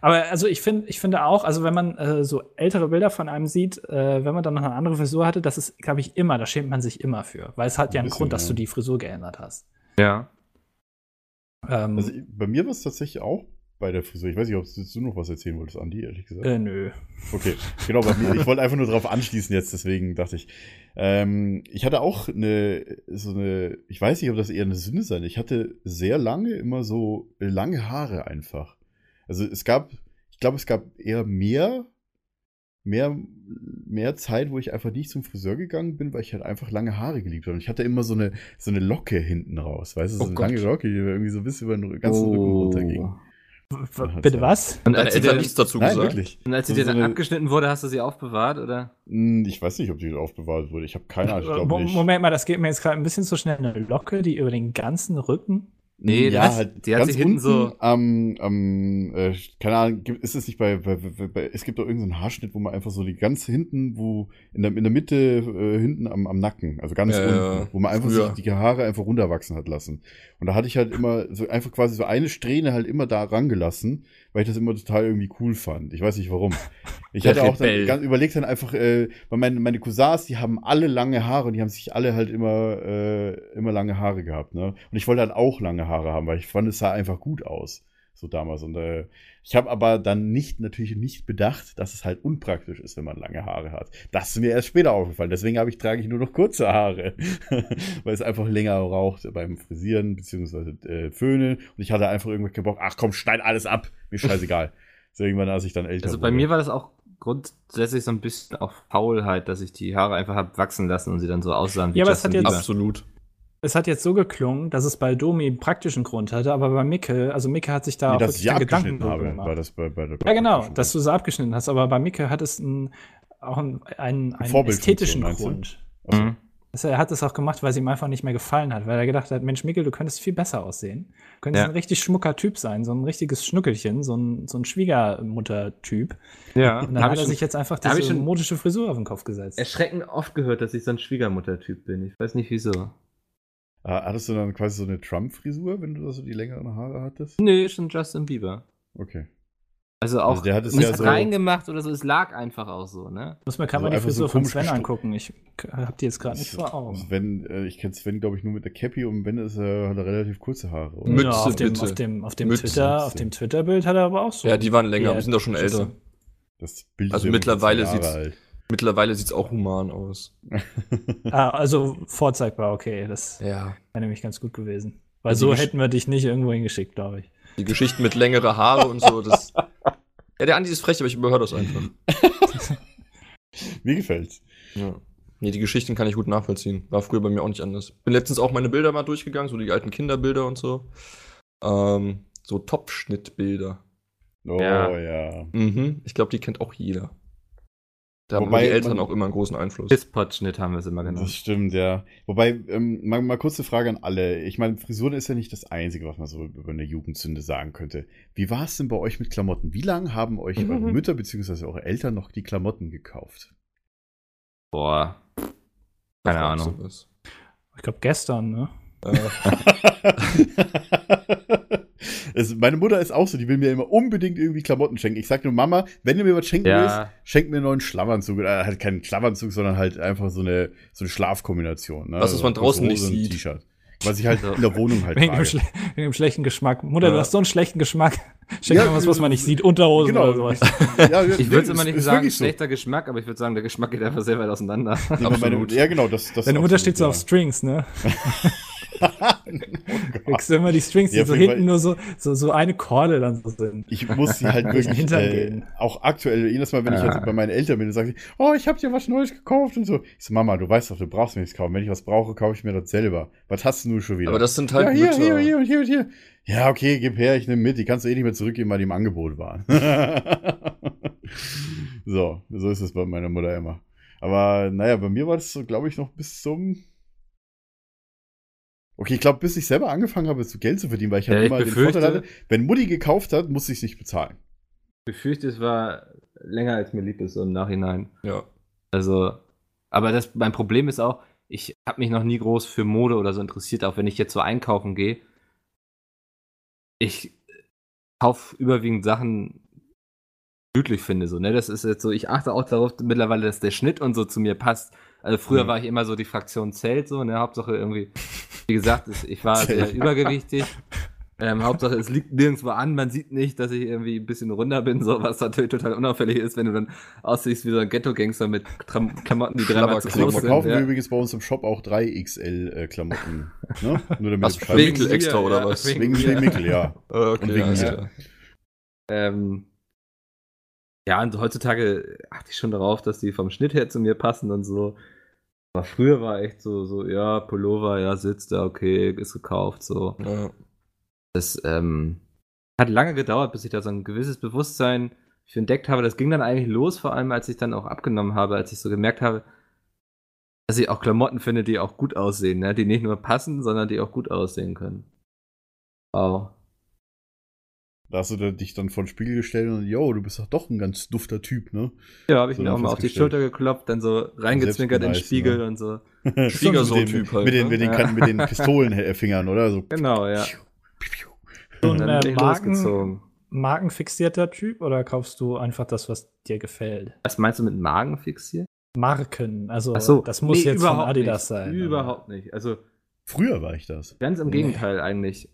Speaker 4: Aber also ich finde, ich finde auch, also wenn man äh, so ältere Bilder von einem sieht, äh, wenn man dann noch eine andere Frisur hatte, das ist, glaube ich, immer, da schämt man sich immer für. Weil es hat ja
Speaker 3: Ein
Speaker 4: einen
Speaker 3: bisschen,
Speaker 4: Grund, dass
Speaker 3: ja.
Speaker 4: du die Frisur geändert hast.
Speaker 2: Ja.
Speaker 4: Ähm,
Speaker 3: Also ich- bei mir war es tatsächlich auch bei der Frisur. Ich weiß nicht, ob du du noch was erzählen wolltest, Andi, ehrlich gesagt.
Speaker 4: äh, nö.
Speaker 3: Okay, genau. Bei mir, ich wollte einfach nur darauf anschließen jetzt, deswegen dachte ich. Ähm, ich hatte auch eine, so eine, ich weiß nicht, ob das eher eine Sünde sein. Ich hatte sehr lange immer so lange Haare einfach. Also es gab, ich glaube, es gab eher mehr mehr, mehr Zeit, wo ich einfach nicht zum Friseur gegangen bin, weil ich halt einfach lange Haare geliebt habe. Und ich hatte immer so eine, so eine Locke hinten raus, weißt du, so
Speaker 5: Oh
Speaker 3: eine
Speaker 5: Gott. Oh.
Speaker 3: lange Locke, die mir irgendwie so ein bisschen über den ganzen Rücken
Speaker 2: Oh.
Speaker 3: runterging.
Speaker 4: W- Bitte was?
Speaker 2: Und
Speaker 5: Deine
Speaker 2: als, sie
Speaker 5: Eltern
Speaker 2: dir,
Speaker 5: haben nichts dazu
Speaker 3: Nein,
Speaker 5: gesagt.
Speaker 3: wirklich.
Speaker 2: und als sie
Speaker 3: Das
Speaker 2: dir
Speaker 3: ist
Speaker 2: dann
Speaker 3: so eine-
Speaker 2: abgeschnitten wurde, hast du sie aufbewahrt, oder?
Speaker 3: Hm, Ich weiß nicht, ob die aufbewahrt wurde. Ich habe keine
Speaker 5: Äh,
Speaker 3: Ahnung, ich glaube
Speaker 4: Mo-
Speaker 3: nicht.
Speaker 4: Moment mal, das geht mir jetzt gerade ein bisschen zu schnell. Eine Locke, die über den ganzen Rücken.
Speaker 2: Nee,
Speaker 3: ja,
Speaker 2: das-
Speaker 3: halt
Speaker 2: die hat
Speaker 3: ganz
Speaker 2: sich hinten
Speaker 3: unten
Speaker 2: so-
Speaker 3: am, am äh, keine Ahnung, gibt- ist es nicht bei, bei, bei, bei es gibt doch irgendeinen Haarschnitt, wo man einfach so die ganz hinten, wo in der, in der Mitte äh, hinten am, am Nacken, also ganz
Speaker 5: Ja,
Speaker 3: unten,
Speaker 5: ja,
Speaker 3: wo man einfach
Speaker 5: früher.
Speaker 3: sich die Haare einfach runterwachsen hat lassen. Und da hatte ich halt immer so einfach quasi so eine Strähne halt immer da rangelassen, weil ich das immer total irgendwie cool fand. Ich weiß nicht warum. Ich
Speaker 5: Der
Speaker 3: hatte auch dann
Speaker 5: Rebell.
Speaker 3: ganz überlegt dann einfach, äh, weil meine, meine Cousins, die haben alle lange Haare und die haben sich alle halt immer, äh, immer lange Haare gehabt, ne? Und ich wollte halt auch lange Haare haben, weil ich fand, es sah einfach gut aus. So damals. Und äh, ich habe aber dann nicht, natürlich nicht bedacht, dass es halt unpraktisch ist, wenn man lange Haare hat. Das ist mir erst später aufgefallen. Deswegen habe ich, trage ich nur noch kurze Haare. weil es einfach länger raucht beim Frisieren, beziehungsweise äh, Föhnen. Und ich hatte einfach irgendwie keinen Bock, ach komm, schneid alles ab. Mir scheißegal. so irgendwann, als ich dann älter
Speaker 2: Also
Speaker 3: wurde.
Speaker 2: bei mir war das auch grundsätzlich so ein bisschen auch Faulheit, dass ich die Haare einfach hab wachsen lassen und sie dann so aussahen wie
Speaker 4: Ja, aber es hat jetzt-
Speaker 2: Bieber.
Speaker 5: Absolut.
Speaker 4: Es hat jetzt so geklungen, dass es bei Domi einen praktischen Grund hatte, aber bei Micke, also Micke hat sich da
Speaker 3: nee,
Speaker 4: auch
Speaker 3: dass
Speaker 4: wirklich
Speaker 3: ich sie
Speaker 4: dann
Speaker 3: abgeschnitten
Speaker 4: Gedanken drüber
Speaker 3: habe. War
Speaker 4: gemacht.
Speaker 3: das bei, bei der
Speaker 4: Ja, genau, dass du sie abgeschnitten hast, aber bei Micke hat es einen, auch einen, einen, einen
Speaker 3: Vorbildfunktion,
Speaker 4: ästhetischen
Speaker 3: meinst du?
Speaker 4: Grund.
Speaker 2: Mhm.
Speaker 4: Also Er hat es auch gemacht, weil es ihm einfach nicht mehr gefallen hat, weil er gedacht hat, Mensch, Mickel, du könntest viel besser aussehen. Du könntest
Speaker 2: Ja.
Speaker 4: ein richtig schmucker Typ sein, so ein richtiges Schnuckelchen, so ein, so ein Schwiegermutter-Typ.
Speaker 2: Ja,
Speaker 4: Und
Speaker 2: da
Speaker 4: dann
Speaker 2: habe
Speaker 4: hat
Speaker 2: ich
Speaker 4: er sich
Speaker 2: schon
Speaker 4: jetzt einfach
Speaker 2: da hab
Speaker 4: diese
Speaker 2: ich schon-
Speaker 4: modische Frisur auf den Kopf gesetzt.
Speaker 2: erschreckend oft gehört, dass ich so ein Schwiegermuttertyp bin. Ich weiß nicht wieso.
Speaker 3: Äh, Hattest du dann quasi so eine Trump-Frisur, wenn du da so die längeren Haare hattest?
Speaker 2: Nö, schon Justin Bieber.
Speaker 3: Okay.
Speaker 2: Also auch
Speaker 3: Also der hat es
Speaker 2: nicht
Speaker 3: ja so-
Speaker 2: reingemacht oder so, es lag einfach auch so, ne?
Speaker 4: Muss mir gerade
Speaker 3: Also
Speaker 4: mal die
Speaker 3: einfach so
Speaker 4: Frisur von
Speaker 3: komisch
Speaker 4: Sven
Speaker 3: gestu-
Speaker 4: angucken. Ich k- hab die jetzt gerade nicht vor Augen.
Speaker 3: Sven, äh, ich kenne Sven, glaube ich, nur mit der Cappy und wenn ist er, hat er relativ kurze Haare. Oder?
Speaker 5: Mütze,
Speaker 4: ja, auf dem,
Speaker 5: bitte.
Speaker 4: auf dem, auf dem
Speaker 5: Mütze.
Speaker 4: Twitter, auf dem Twitter-Bild hat er aber auch so.
Speaker 5: Ja, die waren länger,
Speaker 4: Ja,
Speaker 5: die sind doch schon älter.
Speaker 3: Das Bild
Speaker 5: Also
Speaker 3: ja irgendwie
Speaker 5: mittlerweile
Speaker 3: 14 Jahre
Speaker 5: Mittlerweile sieht's auch human aus.
Speaker 3: alt.
Speaker 4: Ah, also vorzeigbar, okay, das
Speaker 5: Ja.
Speaker 4: wäre nämlich ganz gut gewesen. Weil
Speaker 5: Also
Speaker 4: so
Speaker 5: die Gesch-
Speaker 4: hätten wir dich nicht irgendwo hingeschickt, glaube ich.
Speaker 5: Die Geschichten mit längere Haare und so, das. Ja, der Andi ist frech, aber ich überhöre das einfach.
Speaker 3: Mir gefällt's.
Speaker 5: Ja. Nee, die Geschichten kann ich gut nachvollziehen. War früher bei mir auch nicht anders. Bin letztens auch meine Bilder mal durchgegangen, so die alten Kinderbilder und so. Ähm, so Topfschnittbilder.
Speaker 3: Oh
Speaker 2: Ja.
Speaker 3: ja. ja.
Speaker 5: Mhm. Ich glaube, die kennt auch jeder. Da haben
Speaker 3: Wobei
Speaker 5: die
Speaker 3: man-
Speaker 5: Eltern auch immer einen großen Einfluss.
Speaker 2: Pisspot-Schnitt haben wir es immer
Speaker 5: Genau.
Speaker 3: Das
Speaker 2: genannt.
Speaker 3: stimmt, ja. Wobei, ähm, mal, mal kurze Frage an alle. Ich meine, Frisuren ist ja nicht das Einzige, was man so über eine Jugendsünde sagen könnte. Wie war es denn bei euch mit Klamotten? Wie lange haben euch eure
Speaker 5: Mhm.
Speaker 3: Mütter bzw. eure Eltern noch die Klamotten gekauft?
Speaker 2: Boah.
Speaker 5: Da
Speaker 2: Keine
Speaker 5: fragst du
Speaker 2: Ahnung.
Speaker 5: was.
Speaker 4: Ich glaube gestern, ne?
Speaker 5: Äh,
Speaker 3: es, meine Mutter ist auch so, die will mir immer unbedingt irgendwie Klamotten schenken. Ich sag nur, Mama, wenn du mir was schenken willst,
Speaker 2: Ja,
Speaker 3: schenk mir einen neuen Schlafanzug. Äh, halt keinen Schlafanzug, sondern halt einfach so eine, so eine Schlafkombination. Ne?
Speaker 5: Was, was
Speaker 3: Also
Speaker 5: man
Speaker 3: kurze
Speaker 5: draußen nicht
Speaker 3: Hose und
Speaker 5: sieht. Also,
Speaker 3: T-Shirt. Was ich halt
Speaker 2: So.
Speaker 3: in der Wohnung halt
Speaker 4: Wegen dem,
Speaker 3: trage.
Speaker 4: schle wegen dem schlechten Geschmack. Mutter, du
Speaker 5: Ja.
Speaker 4: hast so einen schlechten Geschmack. Schenk
Speaker 3: Ja,
Speaker 4: mir was, was man nicht sieht.
Speaker 3: Genau.
Speaker 4: Unterhosen oder sowas.
Speaker 3: Ja, ja,
Speaker 2: ich würde es
Speaker 3: nee,
Speaker 2: immer
Speaker 3: ist-
Speaker 2: nicht
Speaker 3: ist
Speaker 2: sagen,
Speaker 3: wirklich so.
Speaker 2: schlechter Geschmack, aber ich würde sagen, der Geschmack geht einfach sehr weit auseinander.
Speaker 3: Nee, aber meine,
Speaker 5: Absolut.
Speaker 3: ja, genau, das, das
Speaker 4: Deine Mutter steht so auf
Speaker 3: absolut,
Speaker 4: Strings, ne?
Speaker 3: ja.
Speaker 4: Kriegst du immer die Strings, die
Speaker 3: Ja, auf
Speaker 4: so
Speaker 3: jeden
Speaker 4: hinten
Speaker 3: Fall.
Speaker 4: nur so, so, so eine Korde dann so sind.
Speaker 3: Ich muss sie halt wirklich
Speaker 4: Hintern
Speaker 3: äh,
Speaker 4: gehen.
Speaker 3: auch aktuell, jedes Mal, wenn ich
Speaker 2: Ah.
Speaker 3: halt bei meinen Eltern bin, dann sagen sie, oh, ich habe dir was Neues gekauft und so. Ich so, Mama, du weißt doch, du brauchst mir nichts kaufen. Wenn ich was brauche, kaufe ich mir das selber. Was hast du nun schon wieder?
Speaker 5: aber das sind halt
Speaker 3: ja, hier,
Speaker 5: Mütter.
Speaker 3: hier, hier und hier und hier. Ja, okay, gib her, ich nehme mit. Die kannst du eh nicht mehr zurückgeben, weil die im Angebot waren. so, so ist es bei meiner Mutter immer. Aber naja, bei mir war das so, glaube ich, noch bis zum. Okay, ich glaube, bis ich selber angefangen habe, so Geld zu verdienen, weil ich halt
Speaker 2: Ja, ich
Speaker 3: immer den
Speaker 2: befürchte-
Speaker 3: Vorteil hatte, wenn Mutti gekauft hat, musste ich es nicht bezahlen.
Speaker 2: Ich befürchte, es war länger als mir lieb ist so im Nachhinein.
Speaker 5: Ja.
Speaker 2: Also, aber das, mein Problem ist auch, ich habe mich noch nie groß für Mode oder so interessiert, auch wenn ich jetzt so einkaufen gehe. Ich kaufe überwiegend Sachen, die ich gütlich finde, so, ne? Das ist jetzt so, ich achte auch darauf mittlerweile, dass der Schnitt und so zu mir passt. Also früher
Speaker 3: Mhm.
Speaker 2: war ich immer so die Fraktion Zelt, so, ne? Hauptsache irgendwie, wie gesagt, es- ich war sehr
Speaker 3: Zelt.
Speaker 2: übergewichtig. Ähm, Hauptsache, es liegt nirgendwo an, man sieht nicht, dass ich irgendwie ein bisschen runder bin, so was natürlich total unauffällig ist, wenn du dann aussiehst wie so ein Ghetto-Gangster mit Tram Klamotten, die dreimal zu
Speaker 5: Schlabberklamotten.
Speaker 3: Deswegen
Speaker 2: groß sind.
Speaker 3: verkaufen wir
Speaker 2: Ja.
Speaker 3: übrigens bei uns im Shop auch 3XL-Klamotten. äh, ne? Nur damit
Speaker 5: Was,
Speaker 3: ihr Bescheid
Speaker 5: wegen Mikkel
Speaker 2: mir,
Speaker 5: extra oder
Speaker 2: ja,
Speaker 5: was?
Speaker 2: wegen-
Speaker 3: Wegen dem Mickel, ja.
Speaker 5: Äh, okay,
Speaker 3: wegen
Speaker 5: alles
Speaker 3: mir.
Speaker 5: klar.
Speaker 2: Ähm, Ja, und heutzutage achte ich schon darauf, dass die vom Schnitt her zu mir passen und so. Aber früher war echt so, so, ja, Pullover, ja, sitzt da, okay, ist gekauft, so.
Speaker 5: Ja.
Speaker 2: Das ähm, hat lange gedauert, bis ich da so ein gewisses Bewusstsein für entdeckt habe. Das ging dann eigentlich los, vor allem als ich dann auch abgenommen habe, als ich so gemerkt habe, dass ich auch Klamotten finde, die auch gut aussehen, ne? die nicht nur passen, sondern die auch gut aussehen können. Wow.
Speaker 3: Da hast du dann dich dann vor den Spiegel gestellt und, yo, du bist doch doch ein ganz dufter Typ, ne?
Speaker 2: Ja, habe ich
Speaker 3: So,
Speaker 2: mir auch mal auf die
Speaker 3: festgestellt.
Speaker 2: Schulter geklopft, dann so reingezwinkert in den
Speaker 3: Selbstbeweis,
Speaker 2: Spiegel
Speaker 3: ne?
Speaker 2: und so.
Speaker 5: Schwiegersohn-Typ halt,
Speaker 3: Mit den,
Speaker 5: ne?
Speaker 3: mit den,
Speaker 2: Ja.
Speaker 3: Kanten- mit den Pistolenfingern, oder? So.
Speaker 2: Genau, ja.
Speaker 4: So
Speaker 2: Und
Speaker 4: ein
Speaker 2: dann
Speaker 4: äh,
Speaker 2: bin ich
Speaker 4: Marken,
Speaker 2: losgezogen.
Speaker 4: markenfixierter Typ oder kaufst du einfach das, was dir gefällt?
Speaker 2: Was meinst du mit Magen fixiert?
Speaker 4: Marken, also
Speaker 2: Ach so,
Speaker 4: das muss
Speaker 2: nee,
Speaker 4: jetzt von
Speaker 2: überhaupt
Speaker 4: Adidas
Speaker 2: nicht.
Speaker 4: sein. oder?
Speaker 2: Überhaupt nicht. Also
Speaker 3: Früher war ich das.
Speaker 2: ganz im
Speaker 3: Nee.
Speaker 2: Gegenteil eigentlich.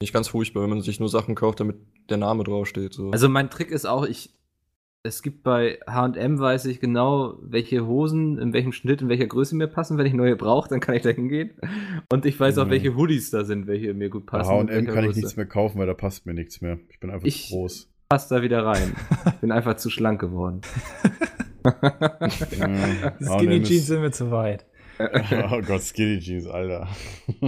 Speaker 5: Nicht ganz furchtbar, wenn man sich nur Sachen kauft, damit der Name draufsteht. So.
Speaker 2: Also mein Trick ist auch, ich es gibt bei H&M weiß ich genau, welche Hosen in welchem Schnitt in welcher Größe mir passen. Wenn ich neue brauche, dann kann ich da hingehen. Und ich weiß auch,
Speaker 3: Mhm.
Speaker 2: welche Hoodies da sind, welche mir gut
Speaker 3: Bei
Speaker 2: passen. in
Speaker 3: H&M
Speaker 2: welcher
Speaker 3: kann ich
Speaker 2: Größe.
Speaker 3: nichts mehr kaufen, weil da passt mir nichts mehr. Ich bin einfach
Speaker 2: Ich-
Speaker 3: zu groß.
Speaker 2: Passt da wieder rein. Bin einfach zu schlank geworden.
Speaker 3: Ja,
Speaker 4: Skinny
Speaker 3: H&M ist-
Speaker 4: Jeans sind mir zu weit.
Speaker 3: Oh Gott, Skinny Jeans, Alter.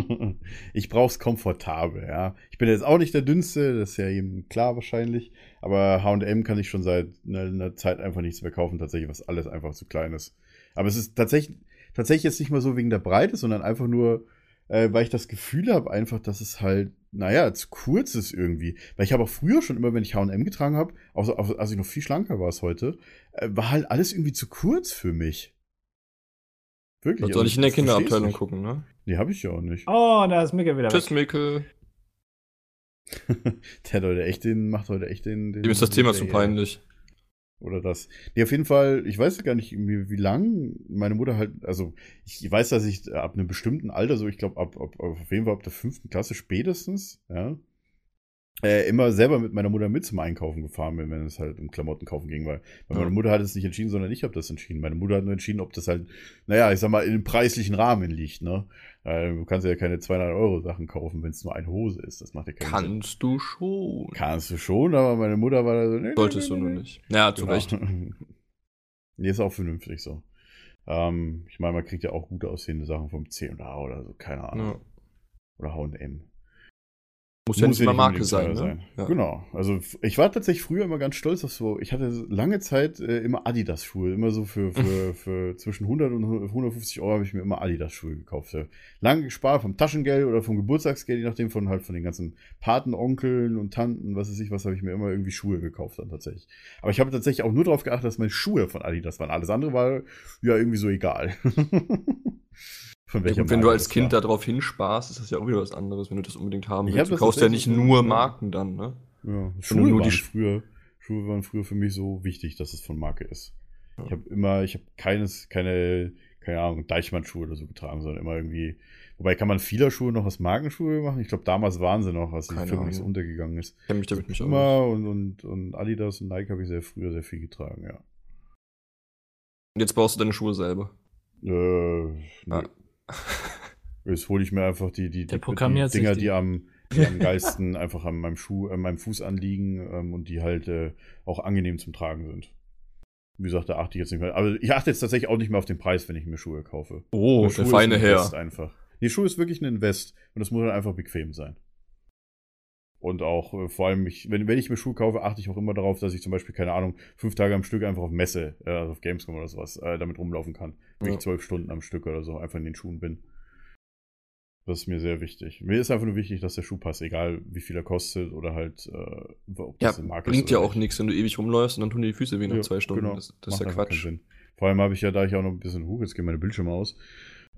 Speaker 3: Ich brauch's komfortabel, ja. Ich bin jetzt auch nicht der Dünnste, das ist ja jedem klar wahrscheinlich. Aber H&M kann ich schon seit einer, einer Zeit einfach nichts mehr kaufen, tatsächlich, was alles einfach zu klein ist. Aber es ist tatsächlich, tatsächlich jetzt nicht mal so wegen der Breite, sondern einfach nur, äh, weil ich das Gefühl habe, einfach, dass es halt, naja, zu kurz ist irgendwie. Weil ich habe auch früher schon immer, wenn ich H&M getragen habe, auch so, auch, als ich noch viel schlanker war als heute, äh, war halt alles irgendwie zu kurz für mich. Wirklich.
Speaker 5: das
Speaker 3: also
Speaker 5: soll ich in der
Speaker 3: das versteh's
Speaker 5: Kinderabteilung
Speaker 3: nicht.
Speaker 5: gucken, ne?
Speaker 3: Nee, habe ich ja auch nicht.
Speaker 4: Oh, da ist Micke wieder
Speaker 5: Tschüss,
Speaker 4: weg.
Speaker 5: Mikkel.
Speaker 3: Der hat heute echt den, macht heute echt den. den
Speaker 5: Dem ist das Thema zu
Speaker 3: Ja,
Speaker 5: peinlich.
Speaker 3: Oder das. Nee, auf jeden Fall, ich weiß gar nicht, wie, wie lang meine Mutter halt, also ich weiß, dass ich ab einem bestimmten Alter, so ich glaube, ab, ab, auf jeden Fall ab der fünften Klasse spätestens, ja, äh, immer selber mit meiner Mutter mit zum Einkaufen gefahren bin, wenn es halt um Klamotten kaufen ging, weil, weil meine
Speaker 5: Ja.
Speaker 3: Mutter hat es nicht entschieden, sondern ich habe das entschieden. Meine Mutter hat nur entschieden, ob das halt, naja, ich sag mal, in einem preislichen Rahmen liegt, ne? Weil du kannst ja keine 200 Euro Sachen kaufen, wenn es nur eine Hose ist. Das macht ja keinen Sinn.
Speaker 5: Kannst du schon.
Speaker 3: Kannst du schon, aber meine Mutter war da so, nee, nee,
Speaker 5: Solltest
Speaker 3: nee,
Speaker 5: du
Speaker 3: nee,
Speaker 5: nur
Speaker 3: nee.
Speaker 5: nicht. Ja, zu
Speaker 3: Genau.
Speaker 5: Recht.
Speaker 3: Nee, ist auch vernünftig so. Ähm, ich meine, man kriegt ja auch gut aussehende Sachen vom C&A oder so, keine Ahnung.
Speaker 5: Ja.
Speaker 3: Oder H&M.
Speaker 5: Muss ja nicht immer Marke
Speaker 3: unbedingt
Speaker 5: sein,
Speaker 3: teuer
Speaker 5: ne? Ja.
Speaker 3: Genau. Also f- ich war tatsächlich früher immer ganz stolz auf so, ich hatte lange Zeit äh, immer Adidas-Schuhe. Immer so für, für, für zwischen 100 und 150 Euro habe ich mir immer Adidas-Schuhe gekauft. Ja. Lange gespart vom Taschengeld oder vom Geburtstagsgeld, je nachdem von halt von den ganzen Paten, Onkeln und Tanten, was weiß ich, was habe ich mir immer irgendwie Schuhe gekauft dann tatsächlich. Aber ich habe tatsächlich auch nur darauf geachtet, dass meine Schuhe von Adidas waren. Alles andere war ja irgendwie so egal. von
Speaker 5: Ja,
Speaker 3: welcher
Speaker 5: gut, wenn du
Speaker 3: Marke
Speaker 5: als
Speaker 3: das
Speaker 5: Kind
Speaker 3: war.
Speaker 5: darauf hinsparst, ist das ja auch wieder was anderes, wenn du das unbedingt haben
Speaker 3: Ich hab
Speaker 5: willst. Du
Speaker 3: das
Speaker 5: kaufst ja
Speaker 3: tatsächlich
Speaker 5: nicht
Speaker 3: so,
Speaker 5: nur
Speaker 3: ja.
Speaker 5: Marken dann, ne?
Speaker 3: Ja,
Speaker 5: du
Speaker 3: Schuhe
Speaker 5: nur die
Speaker 3: waren
Speaker 5: Sch-
Speaker 3: früher, Schuhe waren früher für mich so wichtig, dass es von Marke ist. Ich habe immer, ich habe keines, keine, keine Ahnung, Deichmann-Schuhe oder so getragen, sondern immer irgendwie. Wobei kann man vieler Schuhe noch aus Markenschuhe machen? Ich glaube, damals waren sie noch, als die
Speaker 5: Keine
Speaker 3: Firma nicht so
Speaker 5: Ahnung.
Speaker 3: untergegangen ist.
Speaker 5: Ich kenn mich damit nicht aus.
Speaker 3: Puma und, und, und Adidas und Nike habe ich sehr früher sehr viel getragen, ja.
Speaker 5: Und jetzt baust du deine Schuhe selber.
Speaker 3: Äh, nö.
Speaker 5: Ah.
Speaker 3: Jetzt hole ich mir einfach die,
Speaker 4: Der
Speaker 3: die, die, die
Speaker 4: programmiert sich
Speaker 3: Dinger,
Speaker 4: die.
Speaker 3: die am, die am geilsten einfach an meinem Schuh, an meinem Fuß anliegen ähm, und die halt äh, auch angenehm zum Tragen sind. Wie gesagt, da achte ich jetzt nicht mehr. Aber ich achte jetzt tatsächlich auch nicht mehr auf den Preis, wenn ich mir Schuhe kaufe.
Speaker 5: Oh,
Speaker 3: Schuhe Ah,
Speaker 5: der
Speaker 3: ist
Speaker 5: feine
Speaker 3: ein
Speaker 5: Herr.
Speaker 3: Invest einfach. Die Schuhe ist wirklich ein Invest und das muss halt einfach bequem sein. Und auch äh, vor allem, ich, wenn, wenn ich mir Schuhe kaufe, achte ich auch immer darauf, dass ich zum Beispiel, keine Ahnung, fünf Tage am Stück einfach auf Messe, äh, also auf Gamescom oder sowas, äh, damit rumlaufen kann. Wenn
Speaker 5: Ja.
Speaker 3: ich zwölf Stunden am Stück oder so einfach in den Schuhen bin. Das ist mir sehr wichtig. Mir ist einfach nur wichtig, dass der Schuh passt, egal wie viel er kostet oder halt, äh, ob
Speaker 5: Ja,
Speaker 3: das eine Marke
Speaker 5: bringt
Speaker 3: ist
Speaker 5: ja
Speaker 3: oder
Speaker 5: auch nichts, wenn du ewig rumläufst und dann tun dir die Füße weh nach
Speaker 3: Ja,
Speaker 5: zwei Stunden.
Speaker 3: genau.
Speaker 5: Das, das
Speaker 3: Macht
Speaker 5: ist ja
Speaker 3: einfach
Speaker 5: Quatsch.
Speaker 3: keinen Sinn. Vor allem habe ich ja, da ich auch noch ein bisschen hoch, jetzt gehen meine Bildschirme aus,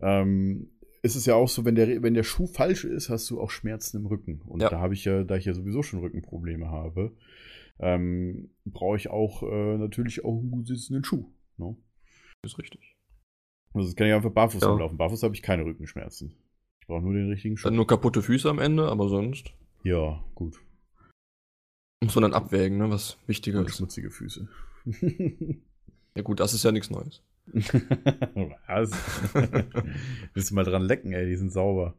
Speaker 3: ähm, ist es ja auch so, wenn der, wenn der Schuh falsch ist, hast du auch Schmerzen im Rücken. Und
Speaker 5: Ja.
Speaker 3: da habe ich ja, da ich ja sowieso schon Rückenprobleme habe, ähm, brauche ich auch äh, natürlich auch einen gut sitzenden Schuh. Ne?
Speaker 5: Das ist richtig.
Speaker 3: Also das kann ich einfach barfuß
Speaker 2: Ja.
Speaker 3: rumlaufen. Barfuß habe ich keine Rückenschmerzen. Ich brauche nur den richtigen Schuh.
Speaker 5: Dann halt nur kaputte Füße am Ende, aber sonst
Speaker 3: ja, gut.
Speaker 5: muss man dann abwägen, ne, was wichtiger
Speaker 3: Und
Speaker 5: ist.
Speaker 3: schmutzige Füße.
Speaker 5: Ja gut, das ist ja nichts Neues.
Speaker 3: Was? Willst du mal dran lecken, ey, die sind sauber.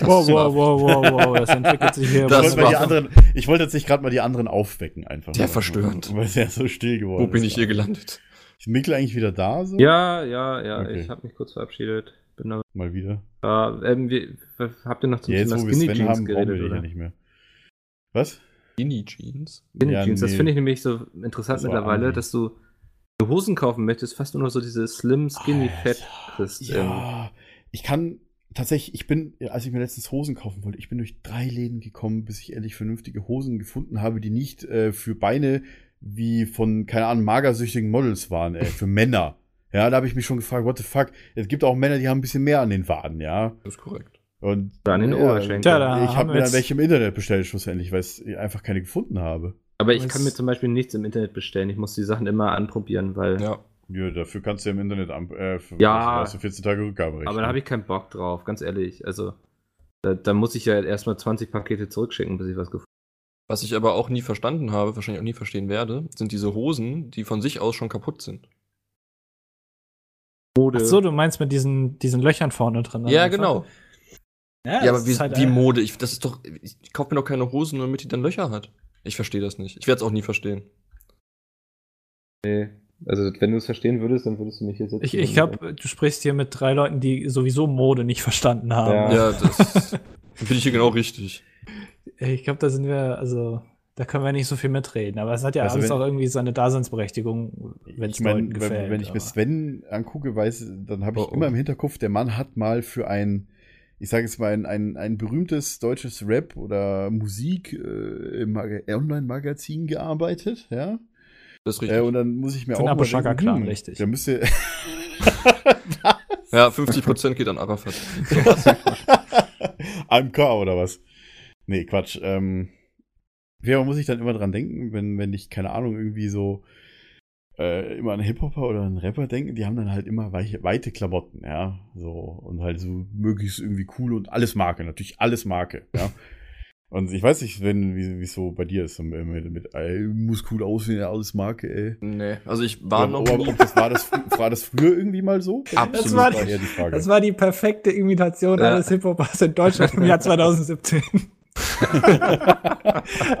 Speaker 4: Wow, wow, wow, wow, wow, das entwickelt sich hier.
Speaker 5: Das
Speaker 3: ich, wollte mal
Speaker 5: war-
Speaker 3: die anderen, ich wollte jetzt nicht gerade mal die anderen aufwecken, einfach.
Speaker 5: Sehr
Speaker 3: mal.
Speaker 5: verstörend.
Speaker 3: Weil es ja so still geworden
Speaker 5: Wo
Speaker 3: ist.
Speaker 5: bin ich hier gelandet?
Speaker 3: Ist Mikkel eigentlich wieder da? So?
Speaker 2: Ja, ja, ja,
Speaker 3: Okay.
Speaker 2: ich habe mich kurz verabschiedet. Bin da.
Speaker 3: Mal wieder.
Speaker 2: da ähm, wir, habt ihr noch zum
Speaker 3: Ja, jetzt,
Speaker 2: Thema
Speaker 3: wo wir
Speaker 2: Skinny
Speaker 3: Sven
Speaker 2: Jeans
Speaker 3: haben, brauchen wir
Speaker 2: geredet?
Speaker 3: den ja
Speaker 2: Oder?
Speaker 3: nicht mehr. Was?
Speaker 5: Skinny Jeans?
Speaker 2: Skinny
Speaker 3: Ja,
Speaker 2: Jeans, das
Speaker 3: nee.
Speaker 2: finde ich nämlich so interessant
Speaker 3: Das war
Speaker 2: mittlerweile,
Speaker 3: Ami.
Speaker 2: dass du dir Hosen kaufen möchtest, fast nur noch so diese Slim Skinny Fat kriegst.
Speaker 3: Ah,
Speaker 2: ähm.
Speaker 3: Ja, ich kann tatsächlich, ich bin, als ich mir letztens Hosen kaufen wollte, ich bin durch drei Läden gekommen, bis ich endlich vernünftige Hosen gefunden habe, die nicht äh, für Beine wie von, keine Ahnung, magersüchtigen Models waren, ey, für Männer. Ja, da habe ich mich schon gefragt, what the fuck? Es gibt auch Männer, die haben ein bisschen mehr an den Waden, ja.
Speaker 5: Das ist korrekt.
Speaker 3: Und
Speaker 2: Oder an den
Speaker 3: ja,
Speaker 2: Oberschenkeln.
Speaker 4: Tja, da
Speaker 3: ich
Speaker 4: haben
Speaker 3: habe
Speaker 4: wir
Speaker 3: mir dann
Speaker 4: jetzt-
Speaker 3: welche im Internet bestellt, schlussendlich, weil ich einfach keine gefunden habe.
Speaker 2: Aber ich
Speaker 5: Weiß-
Speaker 2: kann mir zum Beispiel nichts im Internet bestellen. Ich muss die Sachen immer anprobieren, weil.
Speaker 5: Ja.
Speaker 3: Ja, dafür kannst du ja im Internet am, äh, für,
Speaker 2: Ja.
Speaker 3: hast du 14 Tage Rückgaberecht.
Speaker 2: aber da habe ich keinen Bock drauf, ganz ehrlich. Also, da, da muss ich ja halt erstmal 20 Pakete zurückschicken, bis ich was gefunden
Speaker 5: Was ich aber auch nie verstanden habe, wahrscheinlich auch nie verstehen werde, sind diese Hosen, die von sich aus schon kaputt sind.
Speaker 2: habe. Mode.
Speaker 4: Ach so, du meinst mit diesen, diesen Löchern vorne drin.
Speaker 5: ja,
Speaker 4: einfach.
Speaker 5: genau. Ja,
Speaker 4: das
Speaker 5: aber wie,
Speaker 4: ist halt,
Speaker 5: wie
Speaker 4: äh,
Speaker 5: Mode? Ich, das ist doch. Ich, ich kaufe mir doch keine Hosen, nur damit die dann Löcher hat. Ich verstehe das nicht. Ich werde es auch nie verstehen.
Speaker 2: nee. Also, wenn du es verstehen würdest, dann würdest du mich hier sitzen.
Speaker 4: Ich, ich glaube, du sprichst hier mit drei Leuten, die sowieso Mode nicht verstanden haben.
Speaker 5: Ja, das bin ich hier genau richtig.
Speaker 4: Ich glaube, da sind wir, also, da können wir nicht so viel mitreden. Aber es hat ja
Speaker 3: Also
Speaker 4: alles
Speaker 3: wenn-
Speaker 4: auch irgendwie seine Daseinsberechtigung, wenn es
Speaker 3: ich mein,
Speaker 4: Leuten
Speaker 3: wenn-
Speaker 4: gefällt.
Speaker 3: Wenn ich
Speaker 4: aber-
Speaker 3: mir Sven angucke, weiß, dann habe ich
Speaker 5: Oh, oh.
Speaker 3: immer im Hinterkopf, der Mann hat mal für ein, ich sage jetzt mal, ein, ein, ein berühmtes deutsches Rap oder Musik äh, im Maga- Online-Magazin gearbeitet, ja.
Speaker 5: Das ist richtig.
Speaker 3: Äh, und dann muss ich mir
Speaker 4: Für
Speaker 3: auch.
Speaker 4: den
Speaker 3: mal
Speaker 4: Abu Shaka
Speaker 3: denken, hm,
Speaker 4: Clan, richtig.
Speaker 3: Der müsste.
Speaker 5: ja, 50% geht an Arafat.
Speaker 3: AMK oder was? Nee, Quatsch. Ähm, wer muss ich dann immer dran denken, wenn, wenn ich, keine Ahnung, irgendwie so äh, immer an Hip-Hopper oder an Rapper denke, die haben dann halt immer weiche, weite Klamotten, ja. So, und halt so möglichst irgendwie cool und alles Marke, natürlich alles Marke, ja. Und ich weiß nicht, wenn, wie wie es so bei dir ist, so mit, mit ey, muss cool aussehen, alles Marke, ey.
Speaker 5: nee, also ich war
Speaker 3: Oder-
Speaker 5: noch
Speaker 3: oder
Speaker 5: nie.
Speaker 3: ob das, war, das, fr- war das früher irgendwie mal so?
Speaker 5: Absolut.
Speaker 4: Das war-
Speaker 3: Das war eher die Frage.
Speaker 4: Das war die perfekte Imitation
Speaker 2: Ja.
Speaker 4: eines Hip-Hopers in Deutschland im Jahr 2017.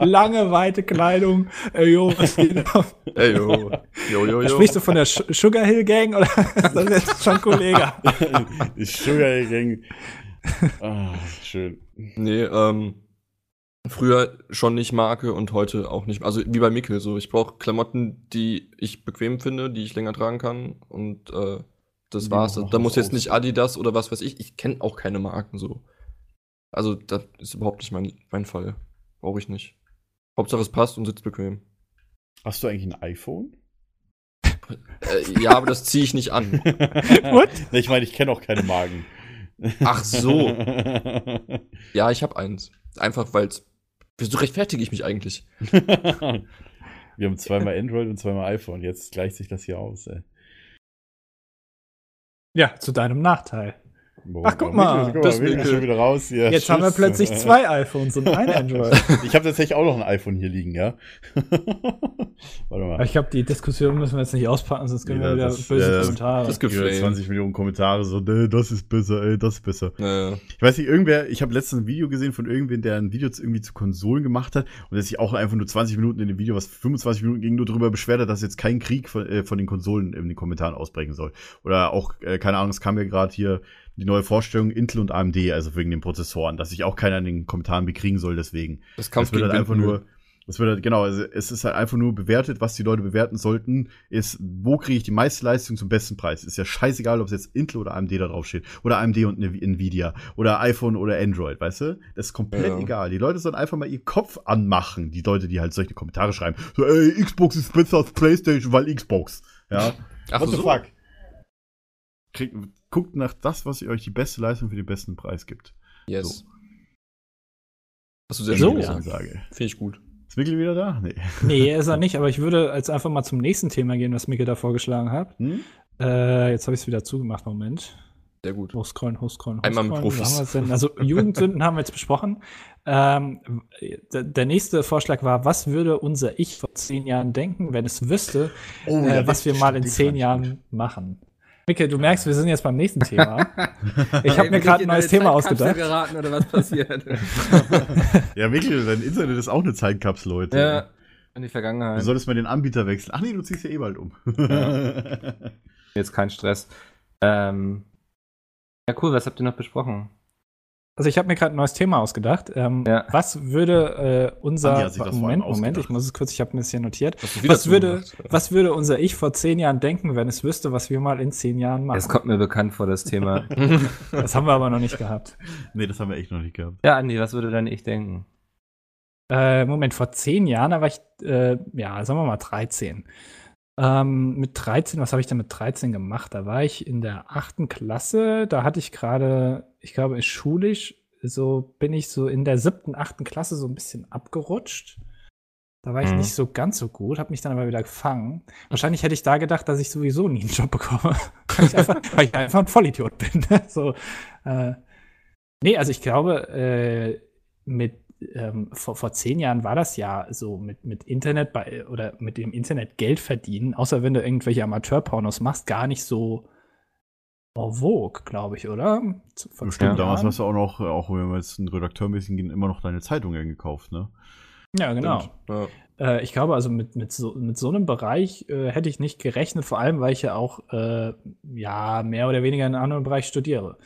Speaker 4: Lange, weite Kleidung. Ey, jo, was geht ab?
Speaker 5: Ey, yo. Yo, yo,
Speaker 4: Da
Speaker 5: yo.
Speaker 4: Sprichst du von der Sch- Sugar Hill Gang oder ist das jetzt schon ein Kollege?
Speaker 3: Die Sugar Gang. Ah, schön.
Speaker 5: Nee, ähm. Früher schon nicht Marke und heute auch nicht. Also wie bei Mikkel, so ich brauche Klamotten, die ich bequem finde, die ich länger tragen kann und äh, das
Speaker 3: Die
Speaker 5: war's.
Speaker 3: machen
Speaker 5: Da
Speaker 3: auch
Speaker 5: muss jetzt
Speaker 3: aus.
Speaker 5: nicht Adidas oder was weiß ich. Ich kenne auch keine Marken so. Also das ist überhaupt nicht mein, mein Fall. Brauche ich nicht. Hauptsache es passt und sitzt bequem.
Speaker 3: Hast du eigentlich ein iPhone?
Speaker 5: Äh, ja, aber das ziehe ich nicht an.
Speaker 3: What? Ich meine, ich kenne auch keine Magen.
Speaker 5: Ach so.
Speaker 3: ja,
Speaker 5: Ja, ich habe eins. Einfach weil's. Wieso rechtfertige ich mich eigentlich?
Speaker 3: Wir haben zweimal Android und zweimal iPhone. Jetzt gleicht sich das hier aus, ey.
Speaker 4: Ja, zu deinem Nachteil.
Speaker 3: Boah,
Speaker 4: Ach, guck
Speaker 3: oh,
Speaker 4: mal,
Speaker 3: Mikkel, guck
Speaker 5: das
Speaker 3: mal, Mikkel ist schon
Speaker 5: Mikkel.
Speaker 3: wieder raus hier.
Speaker 4: jetzt haben wir
Speaker 3: Tschüss.
Speaker 4: plötzlich zwei iPhones und ein Android.
Speaker 3: Ich habe tatsächlich auch noch ein iPhone hier liegen, ja. Warte
Speaker 4: Aber
Speaker 3: mal.
Speaker 4: ich glaube, die Diskussion müssen wir jetzt nicht auspacken, sonst können
Speaker 3: Ja,
Speaker 4: wir wieder
Speaker 3: das-
Speaker 4: böse
Speaker 3: Ah, ja,
Speaker 4: Kommentare.
Speaker 5: das gefällt.
Speaker 3: Über 20 Millionen Kommentare so, "Nee, das ist besser, ey, das ist besser.
Speaker 5: Naja.
Speaker 3: Ich weiß nicht, irgendwer, ich habe letztens ein Video gesehen von irgendwem, der ein Video zu, irgendwie zu Konsolen gemacht hat und der sich auch einfach nur 20 Minuten in dem Video, was 25 Minuten ging, nur darüber beschwert hat, dass jetzt kein Krieg von, äh, von den Konsolen in den Kommentaren ausbrechen soll. Oder auch, äh, keine Ahnung, es kam ja gerade hier die neue Vorstellung Intel und AMD, also wegen den Prozessoren, dass sich auch keiner in den Kommentaren bekriegen soll deswegen.
Speaker 5: Das Kampf
Speaker 3: Das wird
Speaker 5: gegen
Speaker 3: halt einfach
Speaker 5: Windmühlen.
Speaker 3: nur, das wird halt, genau, also es ist halt einfach nur bewertet, was die Leute bewerten sollten, ist, wo kriege ich die meiste Leistung zum besten Preis? Ist ja scheißegal, ob es jetzt Intel oder AMD da drauf steht. Oder AMD und ne- Nvidia. Oder iPhone oder Android, weißt du? Das ist komplett
Speaker 5: Ja.
Speaker 3: egal. Die Leute sollen einfach mal ihren Kopf anmachen, die Leute, die halt solche Kommentare schreiben. So, ey, Xbox ist besser als Playstation, weil Xbox. Ja.
Speaker 5: Ach
Speaker 3: What the
Speaker 5: so.
Speaker 3: fuck? Kriegt, guckt nach das, was ihr euch die beste Leistung für den besten Preis gibt.
Speaker 5: Yes.
Speaker 3: So.
Speaker 5: Hast du sehr
Speaker 4: So.
Speaker 5: schön
Speaker 3: ja.
Speaker 5: gesagt.
Speaker 3: Ansage.
Speaker 5: Finde ich gut.
Speaker 3: Ist Mikkel wieder da? Nee.
Speaker 4: Nee, ist er nicht, aber ich würde jetzt einfach mal zum nächsten Thema gehen, was Micke da vorgeschlagen hat.
Speaker 3: Hm?
Speaker 4: Äh, jetzt habe ich es wieder zugemacht, Moment.
Speaker 5: Sehr gut.
Speaker 4: Hochscrollen, hochscrollen, hochscrollen.
Speaker 5: Einmal mit
Speaker 4: Wo
Speaker 5: Profis.
Speaker 4: haben wir's denn? Also Jugendsünden haben wir jetzt besprochen. Ähm, d- der nächste Vorschlag war, was würde unser Ich vor zehn Jahren denken, wenn es wüsste,
Speaker 3: Oh,
Speaker 4: äh,
Speaker 3: ja,
Speaker 4: was wir
Speaker 3: stimmt,
Speaker 4: mal in
Speaker 3: den
Speaker 4: zehn
Speaker 3: fand ich
Speaker 4: Jahren
Speaker 3: gut.
Speaker 4: machen? Micke, du merkst, wir sind jetzt beim nächsten Thema. Ich habe mir gerade ein neues Thema ausgedacht.
Speaker 2: geraten oder was passiert?
Speaker 3: Ja, Mikkel, dein Internet ist auch eine Zeitkapsel, Leute.
Speaker 2: ja, in die
Speaker 3: Du
Speaker 2: Vergangenheit.
Speaker 3: solltest mal den Anbieter wechseln. Ach nee, du ziehst ja eh bald um.
Speaker 2: Jetzt kein Stress. Ähm, ja, cool, was habt ihr noch besprochen?
Speaker 4: Also ich habe mir gerade ein neues Thema ausgedacht. Ähm,
Speaker 2: Ja.
Speaker 4: Was würde äh, unser
Speaker 3: Andi hat sich das vor allem
Speaker 4: Moment, Moment,
Speaker 3: ausgedacht.
Speaker 4: ich muss es kurz, ich habe mir das hier notiert.
Speaker 5: Hast du wieder
Speaker 4: Was würde,
Speaker 5: zugemacht?
Speaker 4: was würde unser Ich vor zehn Jahren denken, wenn es wüsste, was wir mal in zehn Jahren
Speaker 2: Es
Speaker 4: machen?
Speaker 2: kommt mir bekannt vor, das Thema.
Speaker 4: Das haben wir aber noch nicht gehabt.
Speaker 3: nee, das haben wir echt noch nicht gehabt.
Speaker 2: ja, Andi, was würde dann ich denken?
Speaker 4: Äh, Moment, vor zehn Jahren, da war ich, äh, ja, sagen wir mal 13. Ähm, mit 13, was habe ich denn mit 13 gemacht? Da war ich in der achten Klasse, da hatte ich gerade, ich glaube, schulisch, so bin ich so in der siebten, achten Klasse so ein bisschen abgerutscht. Da war ich
Speaker 5: Mhm.
Speaker 4: nicht so ganz so gut, habe mich dann aber wieder gefangen. Wahrscheinlich hätte ich da gedacht, dass ich sowieso nie einen Job bekomme, weil ich einfach, weil ich einfach ein Vollidiot bin. ne? so, äh, nee, also ich glaube, äh, mit ähm, vor, vor zehn Jahren war das ja so mit, mit Internet bei, oder mit dem Internet Geld verdienen, außer wenn du irgendwelche Amateurpornos machst, gar nicht so en vogue, glaube ich, oder? Zu- Vor
Speaker 3: Bestimmt,
Speaker 4: zehn
Speaker 3: damals
Speaker 4: Jahren.
Speaker 3: hast du auch noch, auch wenn wir jetzt einen Redakteur mäßig gehen, immer noch deine Zeitung gekauft, ne?
Speaker 4: Ja, genau.
Speaker 5: Ja.
Speaker 4: Äh, ich glaube, also mit, mit, so, mit so einem Bereich äh, hätte ich nicht gerechnet, vor allem, weil ich ja auch äh, ja, mehr oder weniger in einem anderen Bereich studiere.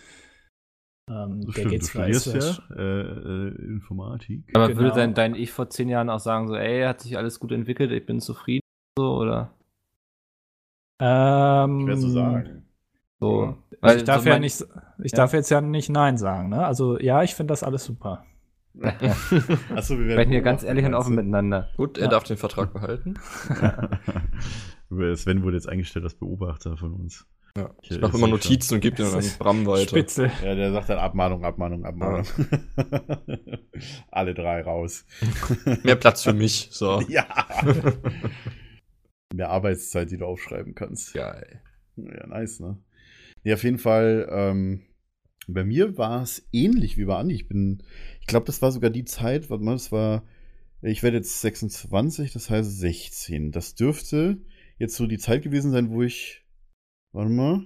Speaker 4: Ähm,
Speaker 3: Das
Speaker 4: der
Speaker 3: stimmt,
Speaker 4: geht's
Speaker 3: du studierst
Speaker 4: vielleicht-
Speaker 3: ja äh, äh, Informatik.
Speaker 2: Aber
Speaker 4: Genau.
Speaker 2: würde dein, dein Ich vor zehn Jahren auch sagen, so, ey, hat sich alles gut entwickelt, ich bin zufrieden, so, oder
Speaker 4: Ähm,
Speaker 3: Schwer zu sagen.
Speaker 2: so?
Speaker 4: Ja.
Speaker 2: Weil
Speaker 4: ich darf
Speaker 2: so
Speaker 4: ja
Speaker 2: mein-
Speaker 4: nicht, ich
Speaker 2: Ja.
Speaker 4: darf jetzt ja nicht Nein sagen, ne? Also ja, ich finde das alles super.
Speaker 3: Achso, wir
Speaker 2: Wir sprechen hier ganz ehrlich und offen miteinander.
Speaker 5: Gut, er
Speaker 4: Ja.
Speaker 5: darf den Vertrag behalten.
Speaker 3: mit. Sven wurde jetzt eingestellt als Beobachter von uns.
Speaker 5: Ja.
Speaker 3: Ich-
Speaker 5: Ich mache
Speaker 3: ich
Speaker 5: immer
Speaker 3: seh
Speaker 5: Notizen und gebe den dann an Bram weiter.
Speaker 4: Spitze.
Speaker 3: Ja, der sagt dann Abmahnung, Abmahnung, Abmahnung. Alle drei raus.
Speaker 5: Mehr Platz für mich. So.
Speaker 3: Ja. Mehr Arbeitszeit, die du aufschreiben kannst.
Speaker 5: Geil.
Speaker 3: Ja, nice, ne? Ja, auf jeden Fall, ähm, bei mir war es ähnlich wie bei Andi. Ich bin, ich glaube, das war sogar die Zeit, warte mal, das war, ich werde jetzt 26, das heißt 16. Das dürfte jetzt so die Zeit gewesen sein, wo ich, warte mal,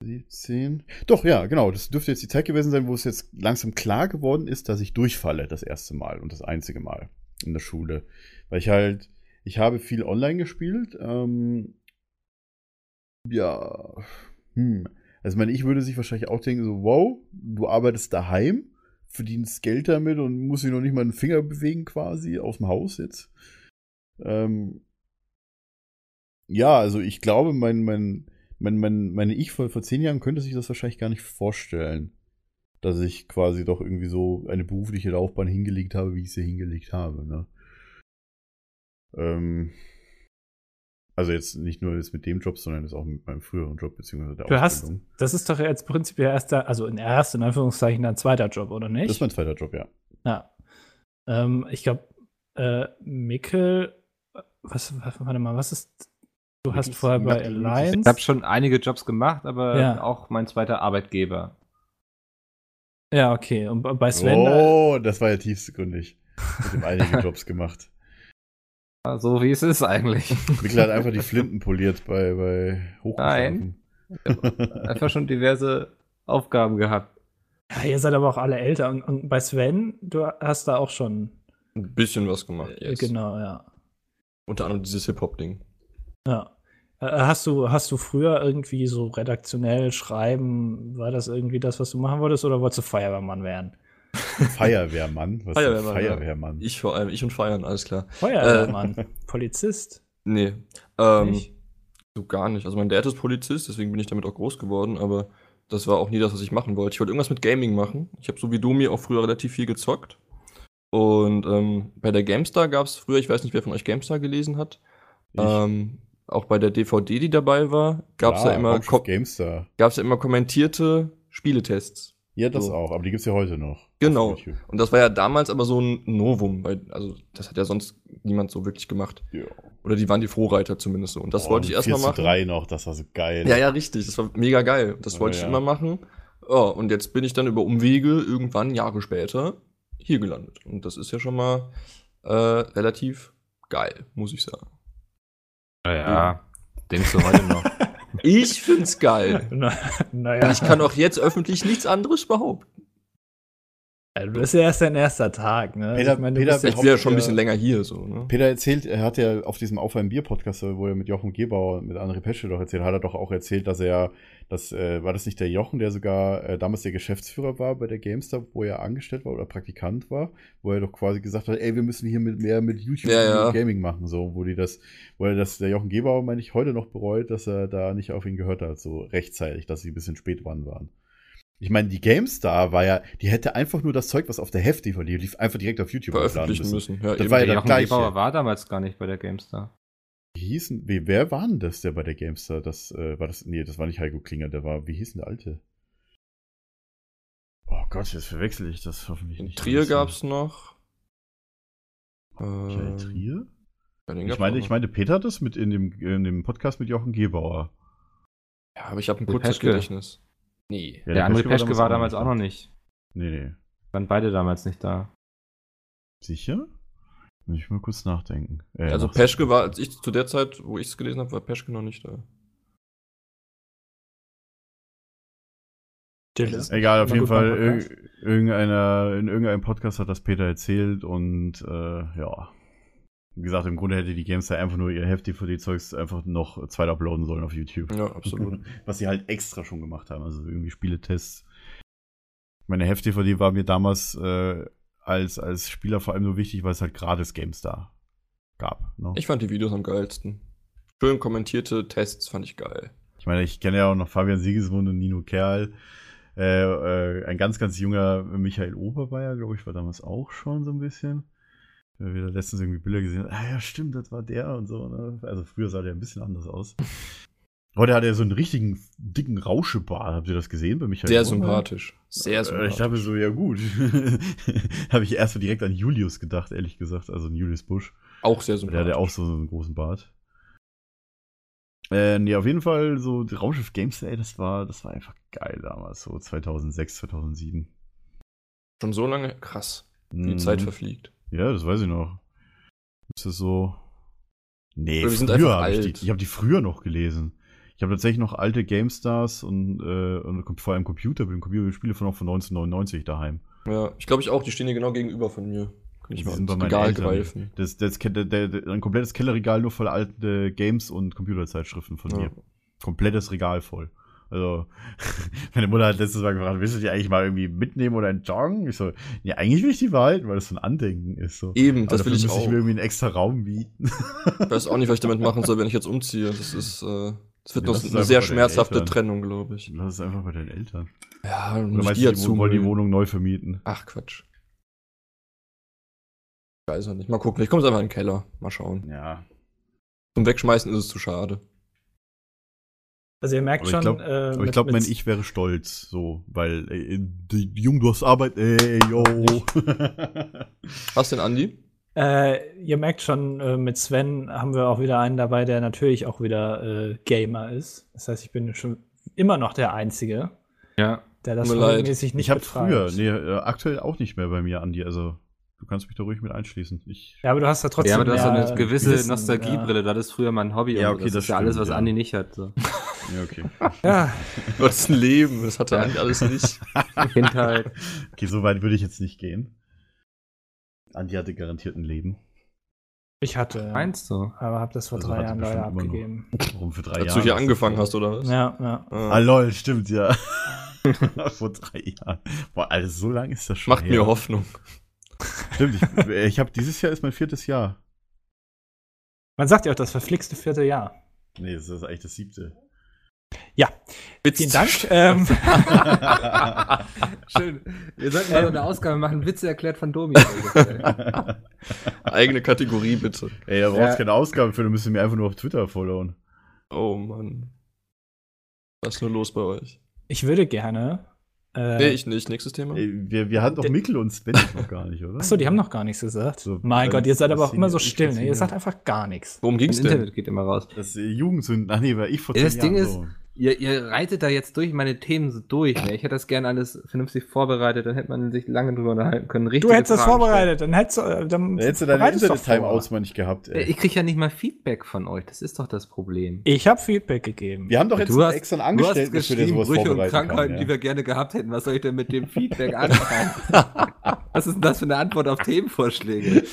Speaker 3: 17. Doch, ja, genau. Das dürfte jetzt die Zeit gewesen sein, wo es jetzt langsam klar geworden ist, dass ich durchfalle das erste Mal und das einzige Mal in der Schule. Weil ich halt, ich habe viel online gespielt. Ähm, ja, hm. Also, ich meine, ich würde sich wahrscheinlich auch denken, so, wow, du arbeitest daheim, verdienst Geld damit und musst dich noch nicht mal einen Finger bewegen quasi aus dem Haus jetzt. Ähm, ja, also ich glaube, mein, mein, mein, mein, meine Ich vor, vor zehn Jahren könnte sich das wahrscheinlich gar nicht vorstellen, dass ich quasi doch irgendwie so eine berufliche Laufbahn hingelegt habe, wie ich sie hingelegt habe. Ne? Ähm, also jetzt nicht nur jetzt mit dem Job, sondern jetzt auch mit meinem früheren Job, beziehungsweise der
Speaker 4: Du hast-
Speaker 3: Ausbildung.
Speaker 4: Das ist doch jetzt prinzipiell erster, also in erst in Anführungszeichen dann zweiter Job, oder nicht?
Speaker 3: Das ist mein zweiter Job, ja.
Speaker 4: Ja. Ähm, ich glaube, äh, Mikkel, äh, was, warte mal, was ist, du hast
Speaker 3: Mikkel ist
Speaker 4: vorher bei
Speaker 3: Mikkel,
Speaker 2: Ich habe
Speaker 4: Alliance.
Speaker 2: schon einige Jobs gemacht, aber
Speaker 4: Ja.
Speaker 2: auch mein zweiter Arbeitgeber.
Speaker 4: Ja, okay. Und bei Sven, oh.
Speaker 3: oh, das war ja tiefstgründig. Ich habe einige Jobs gemacht.
Speaker 2: Ja, So wie es ist eigentlich.
Speaker 3: Mikkel hat einfach die Flinten poliert bei, bei Hochgeschlafen.
Speaker 2: Einfach schon diverse Aufgaben gehabt.
Speaker 4: ja, ihr seid aber auch alle älter. Und, und bei Sven, du hast da auch schon,
Speaker 5: Ein bisschen was
Speaker 3: Oh,
Speaker 5: gemacht
Speaker 4: äh,
Speaker 5: jetzt.
Speaker 4: genau, ja.
Speaker 5: Unter anderem dieses Hip-Hop-Ding.
Speaker 4: Ja. Äh, Hast du, hast du früher irgendwie so redaktionell schreiben, war das irgendwie das, was du machen wolltest, oder wolltest du Feuerwehrmann werden?
Speaker 3: Feuerwehrmann. Was Feuerwehrmann,
Speaker 5: Feuerwehrmann, ja.
Speaker 3: Feuerwehrmann?
Speaker 5: Ich vor allem, ich und Feiern, alles klar.
Speaker 4: Feuerwehrmann, Polizist?
Speaker 5: Nee. Ähm,
Speaker 4: nicht?
Speaker 5: so gar nicht. Also mein Dad ist Polizist, deswegen bin ich damit auch groß geworden, aber das war auch nie das, was ich machen wollte. Ich wollte irgendwas mit Gaming machen. Ich habe so wie Domi auch früher relativ viel gezockt. Und ähm, bei der GameStar gab es früher, ich weiß nicht, wer von euch GameStar gelesen hat,
Speaker 3: Ich-
Speaker 5: ähm, auch bei der DVD, die dabei war, gab es
Speaker 3: Klar,
Speaker 5: ja, immer
Speaker 3: Raumschiff
Speaker 5: ko-
Speaker 3: Gamestar.
Speaker 5: gab's ja immer kommentierte Spieletests.
Speaker 3: Ja, das
Speaker 5: So.
Speaker 3: auch. Aber die gibt's ja heute noch.
Speaker 5: Genau.
Speaker 3: Auf YouTube.
Speaker 5: Und das war ja damals aber so ein Novum, weil, also das hat ja sonst niemand so wirklich gemacht.
Speaker 3: Ja.
Speaker 5: Oder die waren die Vorreiter zumindest so. Und das
Speaker 3: Oh,
Speaker 5: wollte ich erstmal
Speaker 3: 4 zu
Speaker 5: machen.
Speaker 3: 3 noch, das war so geil.
Speaker 5: Ja, ja, richtig. Das war mega geil. Das
Speaker 3: Ja,
Speaker 5: wollte ich
Speaker 3: ja.
Speaker 5: immer machen. Ja, und jetzt bin ich dann über Umwege irgendwann Jahre später hier gelandet. Und das ist ja schon mal äh, relativ geil, muss ich sagen.
Speaker 2: Naja, denkst du heute noch.
Speaker 5: Ich find's geil.
Speaker 4: Na, naja.
Speaker 5: Ich kann auch jetzt öffentlich nichts anderes behaupten.
Speaker 4: Ja, also, Du bist ja erst dein erster Tag, ne?
Speaker 3: Peter-
Speaker 4: du
Speaker 3: Peter-
Speaker 4: bist ja-
Speaker 5: Ich bin ja schon ein
Speaker 3: ja.
Speaker 5: bisschen länger hier, so, ne?
Speaker 3: Peter erzählt, er hat ja auf diesem Auf ein Bier Podcast, wo er mit Jochen Gebauer, mit André Pesche doch erzählt, hat er doch auch erzählt, dass er, das äh, war das nicht der Jochen, der sogar äh, damals der Geschäftsführer war bei der Gamestar, wo er angestellt war oder Praktikant war, wo er doch quasi gesagt hat, ey, wir müssen hier mit mehr mit YouTube und
Speaker 5: Ja, ja.
Speaker 3: Gaming machen, so, wo die das, wo er das, der Jochen Gebauer, meine ich, heute noch bereut, dass er da nicht auf ihn gehört hat, so rechtzeitig, dass sie ein bisschen spät dran waren. Ich meine, die GameStar war ja, die hätte einfach nur das Zeug, was auf der Hefti verlief, lief einfach direkt auf YouTube hochladen
Speaker 5: Veröffentlichen müssen. Ja,
Speaker 3: Das
Speaker 5: eben.
Speaker 3: war ja
Speaker 2: Der
Speaker 3: das
Speaker 2: Jochen
Speaker 3: Gleiche.
Speaker 2: Gebauer war damals gar nicht bei der GameStar.
Speaker 3: Wie hießen, wie, wer war denn das, der bei der Gamestar? Das äh, war das, nee, das war nicht Heiko Klinger, der war, wie hieß denn der Alte? Oh Gott, jetzt verwechsel ich das hoffentlich
Speaker 5: In
Speaker 3: nicht.
Speaker 5: Trier gab's noch.
Speaker 3: Michael
Speaker 5: Ähm,
Speaker 3: Trier?
Speaker 5: ja, den
Speaker 3: Ich
Speaker 5: gab's
Speaker 3: meine,
Speaker 5: auch
Speaker 3: ich
Speaker 5: noch.
Speaker 3: meine, Peter hat das mit in dem, in dem Podcast mit Jochen Gebauer.
Speaker 5: Ja, aber ich habe ein
Speaker 2: Die
Speaker 5: kurzes
Speaker 2: Peschke.
Speaker 5: Gedächtnis. Nee.
Speaker 3: Ja,
Speaker 2: der André
Speaker 3: Peschke
Speaker 2: Peschke war damals auch noch nicht.
Speaker 3: Nee, nee.
Speaker 2: Waren beide damals nicht da.
Speaker 3: Sicher? Muss ich mal kurz nachdenken. Äh,
Speaker 5: also
Speaker 3: nachdenken.
Speaker 5: Peschke war, als ich zu der Zeit, wo ich es gelesen habe, war Peschke noch nicht da.
Speaker 4: Dill-
Speaker 3: Egal, auf
Speaker 4: Na
Speaker 3: jeden
Speaker 4: gut, beim
Speaker 3: Fall,
Speaker 4: Podcast.
Speaker 3: irg irgendeiner, in irgendeinem Podcast hat das Peter erzählt und äh, ja. Wie gesagt, im Grunde hätte die Gamestar einfach nur ihr Heft-DVD-Zeugs einfach noch zweit uploaden sollen auf YouTube.
Speaker 4: Mhm.
Speaker 5: Ja, absolut.
Speaker 3: Was sie halt extra schon gemacht haben, also irgendwie Spieletests. Meine Heft-DVD war mir damals äh, als, als Spieler vor allem nur wichtig, weil es halt gratis GameStar gab. Ne?
Speaker 5: ich fand die Videos am geilsten. Schön kommentierte Tests fand ich geil.
Speaker 3: Ich meine, ich kenne ja auch noch Fabian Siegesmund und Nino Kerl. Äh, äh, ein ganz, ganz junger Michael Obermeier, glaube ich, war damals auch schon so ein bisschen. Weil Wir da letztens irgendwie Bilder gesehen haben. Ah ja, stimmt, das war der und so. Ne? Also früher sah der ein bisschen anders aus. Heute hat er so einen richtigen dicken Rauschebart. Habt ihr das gesehen bei Michael?
Speaker 5: Sehr
Speaker 3: Obermeier?
Speaker 5: sympathisch. Sehr
Speaker 3: Äh, Ich
Speaker 5: sympathisch.
Speaker 3: dachte so, ja gut. Habe ich erst mal direkt an Julius gedacht, ehrlich gesagt. Also an Julius Busch.
Speaker 5: auch sehr
Speaker 3: Der hat
Speaker 5: sympathisch.
Speaker 3: ja auch so einen großen Bart. Äh, nee, auf jeden Fall so die Raumschiff Games Day, das war, das war einfach geil damals, so 2006, 2007.
Speaker 5: Schon so lange, krass. Die
Speaker 3: Mhm.
Speaker 5: Zeit verfliegt.
Speaker 3: Ja, das weiß ich noch. Ist das so? Nee,
Speaker 5: Oder wir sind
Speaker 3: früher
Speaker 5: einfach
Speaker 3: habe ich
Speaker 5: alt.
Speaker 3: die, ich habe die früher noch gelesen. Ich habe tatsächlich noch alte GameStars und, äh, und kom- vor allem Computer, mit dem Computer Spiele von noch von 1999 daheim.
Speaker 5: Ja, ich glaube ich auch, die stehen hier genau gegenüber von mir. Kann ich
Speaker 3: Die
Speaker 5: mal
Speaker 3: sind bei
Speaker 5: ins
Speaker 3: meinen
Speaker 5: Regal
Speaker 3: Eltern.
Speaker 5: greifen.
Speaker 3: Das, das, der, der, der, ein komplettes Kellerregal nur voll alte Games und Computerzeitschriften von mir.
Speaker 5: Ja.
Speaker 3: komplettes Regal voll. Also, meine Mutter hat letztes Mal gefragt, willst du die eigentlich mal irgendwie mitnehmen oder entjoggen? Ich so, ja, eigentlich will ich die behalten, weil das so ein Andenken Also ist. So.
Speaker 5: Eben,
Speaker 3: Aber
Speaker 5: das will
Speaker 3: dafür
Speaker 5: ich
Speaker 3: müsste
Speaker 5: auch.
Speaker 3: ich mir irgendwie einen extra Raum bieten.
Speaker 5: Ich weiß auch nicht, was ich damit machen soll, wenn ich jetzt umziehe. Das ist, äh, das
Speaker 3: Ja,
Speaker 5: wird noch
Speaker 3: das ist
Speaker 5: eine
Speaker 3: einfach bei
Speaker 5: sehr
Speaker 3: den
Speaker 5: schmerzhafte
Speaker 3: Eltern.
Speaker 5: Trennung, glaube ich.
Speaker 3: Lass es einfach bei deinen Eltern.
Speaker 5: Ja, dann
Speaker 3: Oder
Speaker 5: muss ich
Speaker 3: meinst
Speaker 5: die
Speaker 3: du,
Speaker 5: ja
Speaker 3: die wollen die
Speaker 5: zumüllen.
Speaker 3: Wohnung neu vermieten?
Speaker 5: Ach Quatsch. Ich weiß noch nicht. Mal gucken. Ich komme einfach in den Keller. Mal schauen.
Speaker 3: Ja.
Speaker 5: Zum Wegschmeißen ist es zu schade.
Speaker 4: Also ihr merkt
Speaker 3: Aber ich
Speaker 4: schon,
Speaker 3: glaub-
Speaker 4: äh,
Speaker 3: Aber
Speaker 4: mit-
Speaker 3: ich glaube,
Speaker 4: mit-
Speaker 3: mein Ich wäre stolz, so, weil, ey, die, Jung, du hast Arbeit, ey, yo.
Speaker 5: Was denn, Andi?
Speaker 4: Äh, ihr merkt schon, äh, mit Sven haben wir auch wieder einen dabei, der natürlich auch wieder äh, Gamer ist. Das heißt, ich bin schon immer noch der Einzige,
Speaker 2: Ja.
Speaker 4: der das
Speaker 5: Tut mir leid.
Speaker 4: regelmäßig nicht
Speaker 3: ich habe
Speaker 4: betreibt.
Speaker 3: früher, nee, äh, aktuell auch nicht mehr bei mir, Andi, also, du kannst mich da ruhig mit einschließen. Ich
Speaker 4: Ja, aber du hast ja trotzdem
Speaker 2: ja, aber du hast
Speaker 4: mehr
Speaker 2: ja eine gewisse
Speaker 4: Wissen,
Speaker 2: Nostalgiebrille. Du hattest früher mal ein Hobby.
Speaker 3: Ja,
Speaker 2: und
Speaker 3: okay,
Speaker 2: so. das,
Speaker 3: das
Speaker 2: ist ja alles,
Speaker 3: stimmt,
Speaker 2: was
Speaker 3: ja.
Speaker 2: Andi nicht hat. So.
Speaker 3: Ja, okay.
Speaker 4: Ja.
Speaker 5: Du hattest ein Leben. Das hatte
Speaker 2: Ja.
Speaker 5: Andi alles nicht.
Speaker 2: Kindheit.
Speaker 3: Okay, so weit würde ich jetzt nicht gehen. Andi hatte garantiert ein Leben.
Speaker 4: Ich hatte,
Speaker 2: Meinst du?
Speaker 4: aber habe das vor
Speaker 3: Also
Speaker 4: drei
Speaker 3: hat er
Speaker 4: Jahren leider
Speaker 3: bestimmt immer noch.
Speaker 4: abgegeben.
Speaker 3: Warum für drei Jahre?
Speaker 5: Als du hier angefangen hast, oder was?
Speaker 4: Ja, ja.
Speaker 5: Ja.
Speaker 3: Ah, lol, stimmt, ja. Vor drei Jahren. Boah, Alter, so lang ist das schon.
Speaker 5: Macht
Speaker 3: her.
Speaker 5: mir Hoffnung.
Speaker 3: Stimmt, ich, äh, ich habe dieses Jahr ist mein viertes Jahr.
Speaker 4: Man sagt ja auch das verflixte vierte Jahr.
Speaker 3: Nee, das ist eigentlich das siebte.
Speaker 5: Witz
Speaker 4: Vielen Dank.
Speaker 2: äh.
Speaker 4: ähm,
Speaker 2: Schön. Wir sollten mal so eine Ausgabe machen. Witze erklärt von Domi. Alter.
Speaker 5: Eigene Kategorie, bitte.
Speaker 3: Ey, da brauchst
Speaker 2: Ja.
Speaker 3: keine Ausgaben für, du müsst mir einfach nur auf Twitter followen.
Speaker 5: Oh Mann. Was ist nur los bei euch?
Speaker 4: ich würde gerne. Äh,
Speaker 5: Nee, ich nicht. Nächstes Thema?
Speaker 3: Ey, wir, wir hatten doch
Speaker 4: Der-
Speaker 3: Mikkel und Sven noch gar nicht, oder?
Speaker 4: achso, die haben noch gar nichts gesagt.
Speaker 3: So,
Speaker 4: mein
Speaker 3: äh,
Speaker 4: Gott, ihr seid aber auch
Speaker 3: Szene-
Speaker 4: immer so
Speaker 3: ich-
Speaker 4: still. Ne?
Speaker 3: Szene-
Speaker 4: Ihr sagt einfach gar nichts.
Speaker 5: Worum
Speaker 2: Das
Speaker 5: ging's denn?
Speaker 2: Internet geht immer raus.
Speaker 3: Das äh, Jugendsünden. Ach nee, war ich vor
Speaker 2: Ja, das Ding
Speaker 3: so.
Speaker 2: Ihr, ihr reitet da jetzt durch meine Themen so durch. Ne? Ich hätte das gerne alles vernünftig vorbereitet, dann hätte man sich lange drüber unterhalten können.
Speaker 4: Du
Speaker 2: Richtige
Speaker 4: hättest das
Speaker 2: Fragen
Speaker 4: vorbereitet, dann hättest du. äh, Dann
Speaker 3: Dann hättest du deine
Speaker 4: bereitest doch
Speaker 3: Internet-Timeouts
Speaker 4: vor.
Speaker 3: mal nicht gehabt,
Speaker 2: stellen. Äh,
Speaker 3: ey.
Speaker 2: Ich kriege ja nicht mal Feedback von euch, das ist doch das Problem.
Speaker 4: Ich habe Feedback gegeben.
Speaker 3: Wir haben doch jetzt
Speaker 2: Du hast,
Speaker 3: extra einen
Speaker 2: du hast
Speaker 3: Angestellten, für der
Speaker 2: geschrieben,
Speaker 3: sowas
Speaker 2: Brüche und
Speaker 3: vorbereitet
Speaker 2: Krankheiten, die wir gerne gehabt hätten. Was soll ich denn mit dem Feedback anfangen? Was ist denn das für eine Antwort auf Themenvorschläge?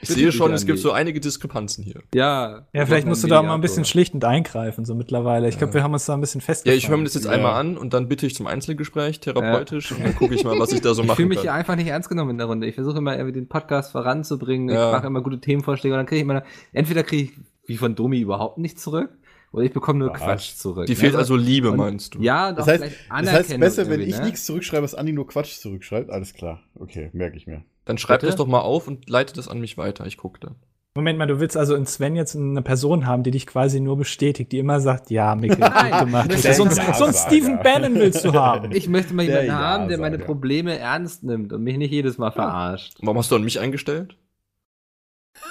Speaker 5: Ich
Speaker 2: Bitte
Speaker 5: sehe
Speaker 2: nicht
Speaker 5: schon,
Speaker 2: an
Speaker 5: es gibt
Speaker 2: die.
Speaker 5: so einige Diskrepanzen hier.
Speaker 2: Ja.
Speaker 4: Ja, vielleicht musst du da auch mal ein bisschen schlichtend eingreifen, so mittlerweile. Ich glaube, wir haben uns da ein bisschen
Speaker 5: Ja,
Speaker 4: festgefahren.
Speaker 5: ich höre mir das jetzt einmal an und dann bitte ich zum Einzelgespräch, therapeutisch, und dann gucke ich mal, was ich da so
Speaker 2: Ich
Speaker 5: machen
Speaker 2: fühle mich hier
Speaker 5: kann.
Speaker 2: einfach nicht ernst genommen in der Runde. Ich versuche immer irgendwie den Podcast voranzubringen.
Speaker 5: Ja.
Speaker 2: Ich mache immer gute Themenvorschläge und dann kriege ich immer, entweder kriege ich wie von Domi überhaupt nichts zurück oder ich bekomme nur
Speaker 3: Was?
Speaker 2: Quatsch zurück.
Speaker 5: Die fehlt
Speaker 2: Ja,
Speaker 5: also Liebe,
Speaker 2: und-
Speaker 5: meinst du?
Speaker 2: Ja, und
Speaker 3: Das
Speaker 2: auch
Speaker 3: heißt,
Speaker 2: vielleicht
Speaker 3: Das heißt, besser, wenn
Speaker 2: irgendwie,
Speaker 3: ich
Speaker 2: ne?
Speaker 3: nichts zurückschreibe, als Andi nur Quatsch zurückschreibt. Alles klar. Okay, merke ich mir.
Speaker 5: Dann schreib
Speaker 2: Bitte?
Speaker 5: das doch mal auf und leite das an mich weiter. Ich gucke dann.
Speaker 4: Moment mal, du willst also in Sven jetzt eine Person haben, die dich quasi nur bestätigt, die immer sagt, ja, Mikkel,
Speaker 2: Nein,
Speaker 4: gut gemacht.
Speaker 2: das
Speaker 4: So ein,
Speaker 2: ist
Speaker 3: ein
Speaker 4: so ein
Speaker 3: Ja-Sager.
Speaker 4: Stephen Bannon willst du haben.
Speaker 2: Ich möchte mal
Speaker 3: Der
Speaker 2: jemanden haben, der meine
Speaker 3: Ja-Sager.
Speaker 2: Probleme ernst nimmt und mich nicht jedes Mal verarscht.
Speaker 5: Warum hast du an mich eingestellt?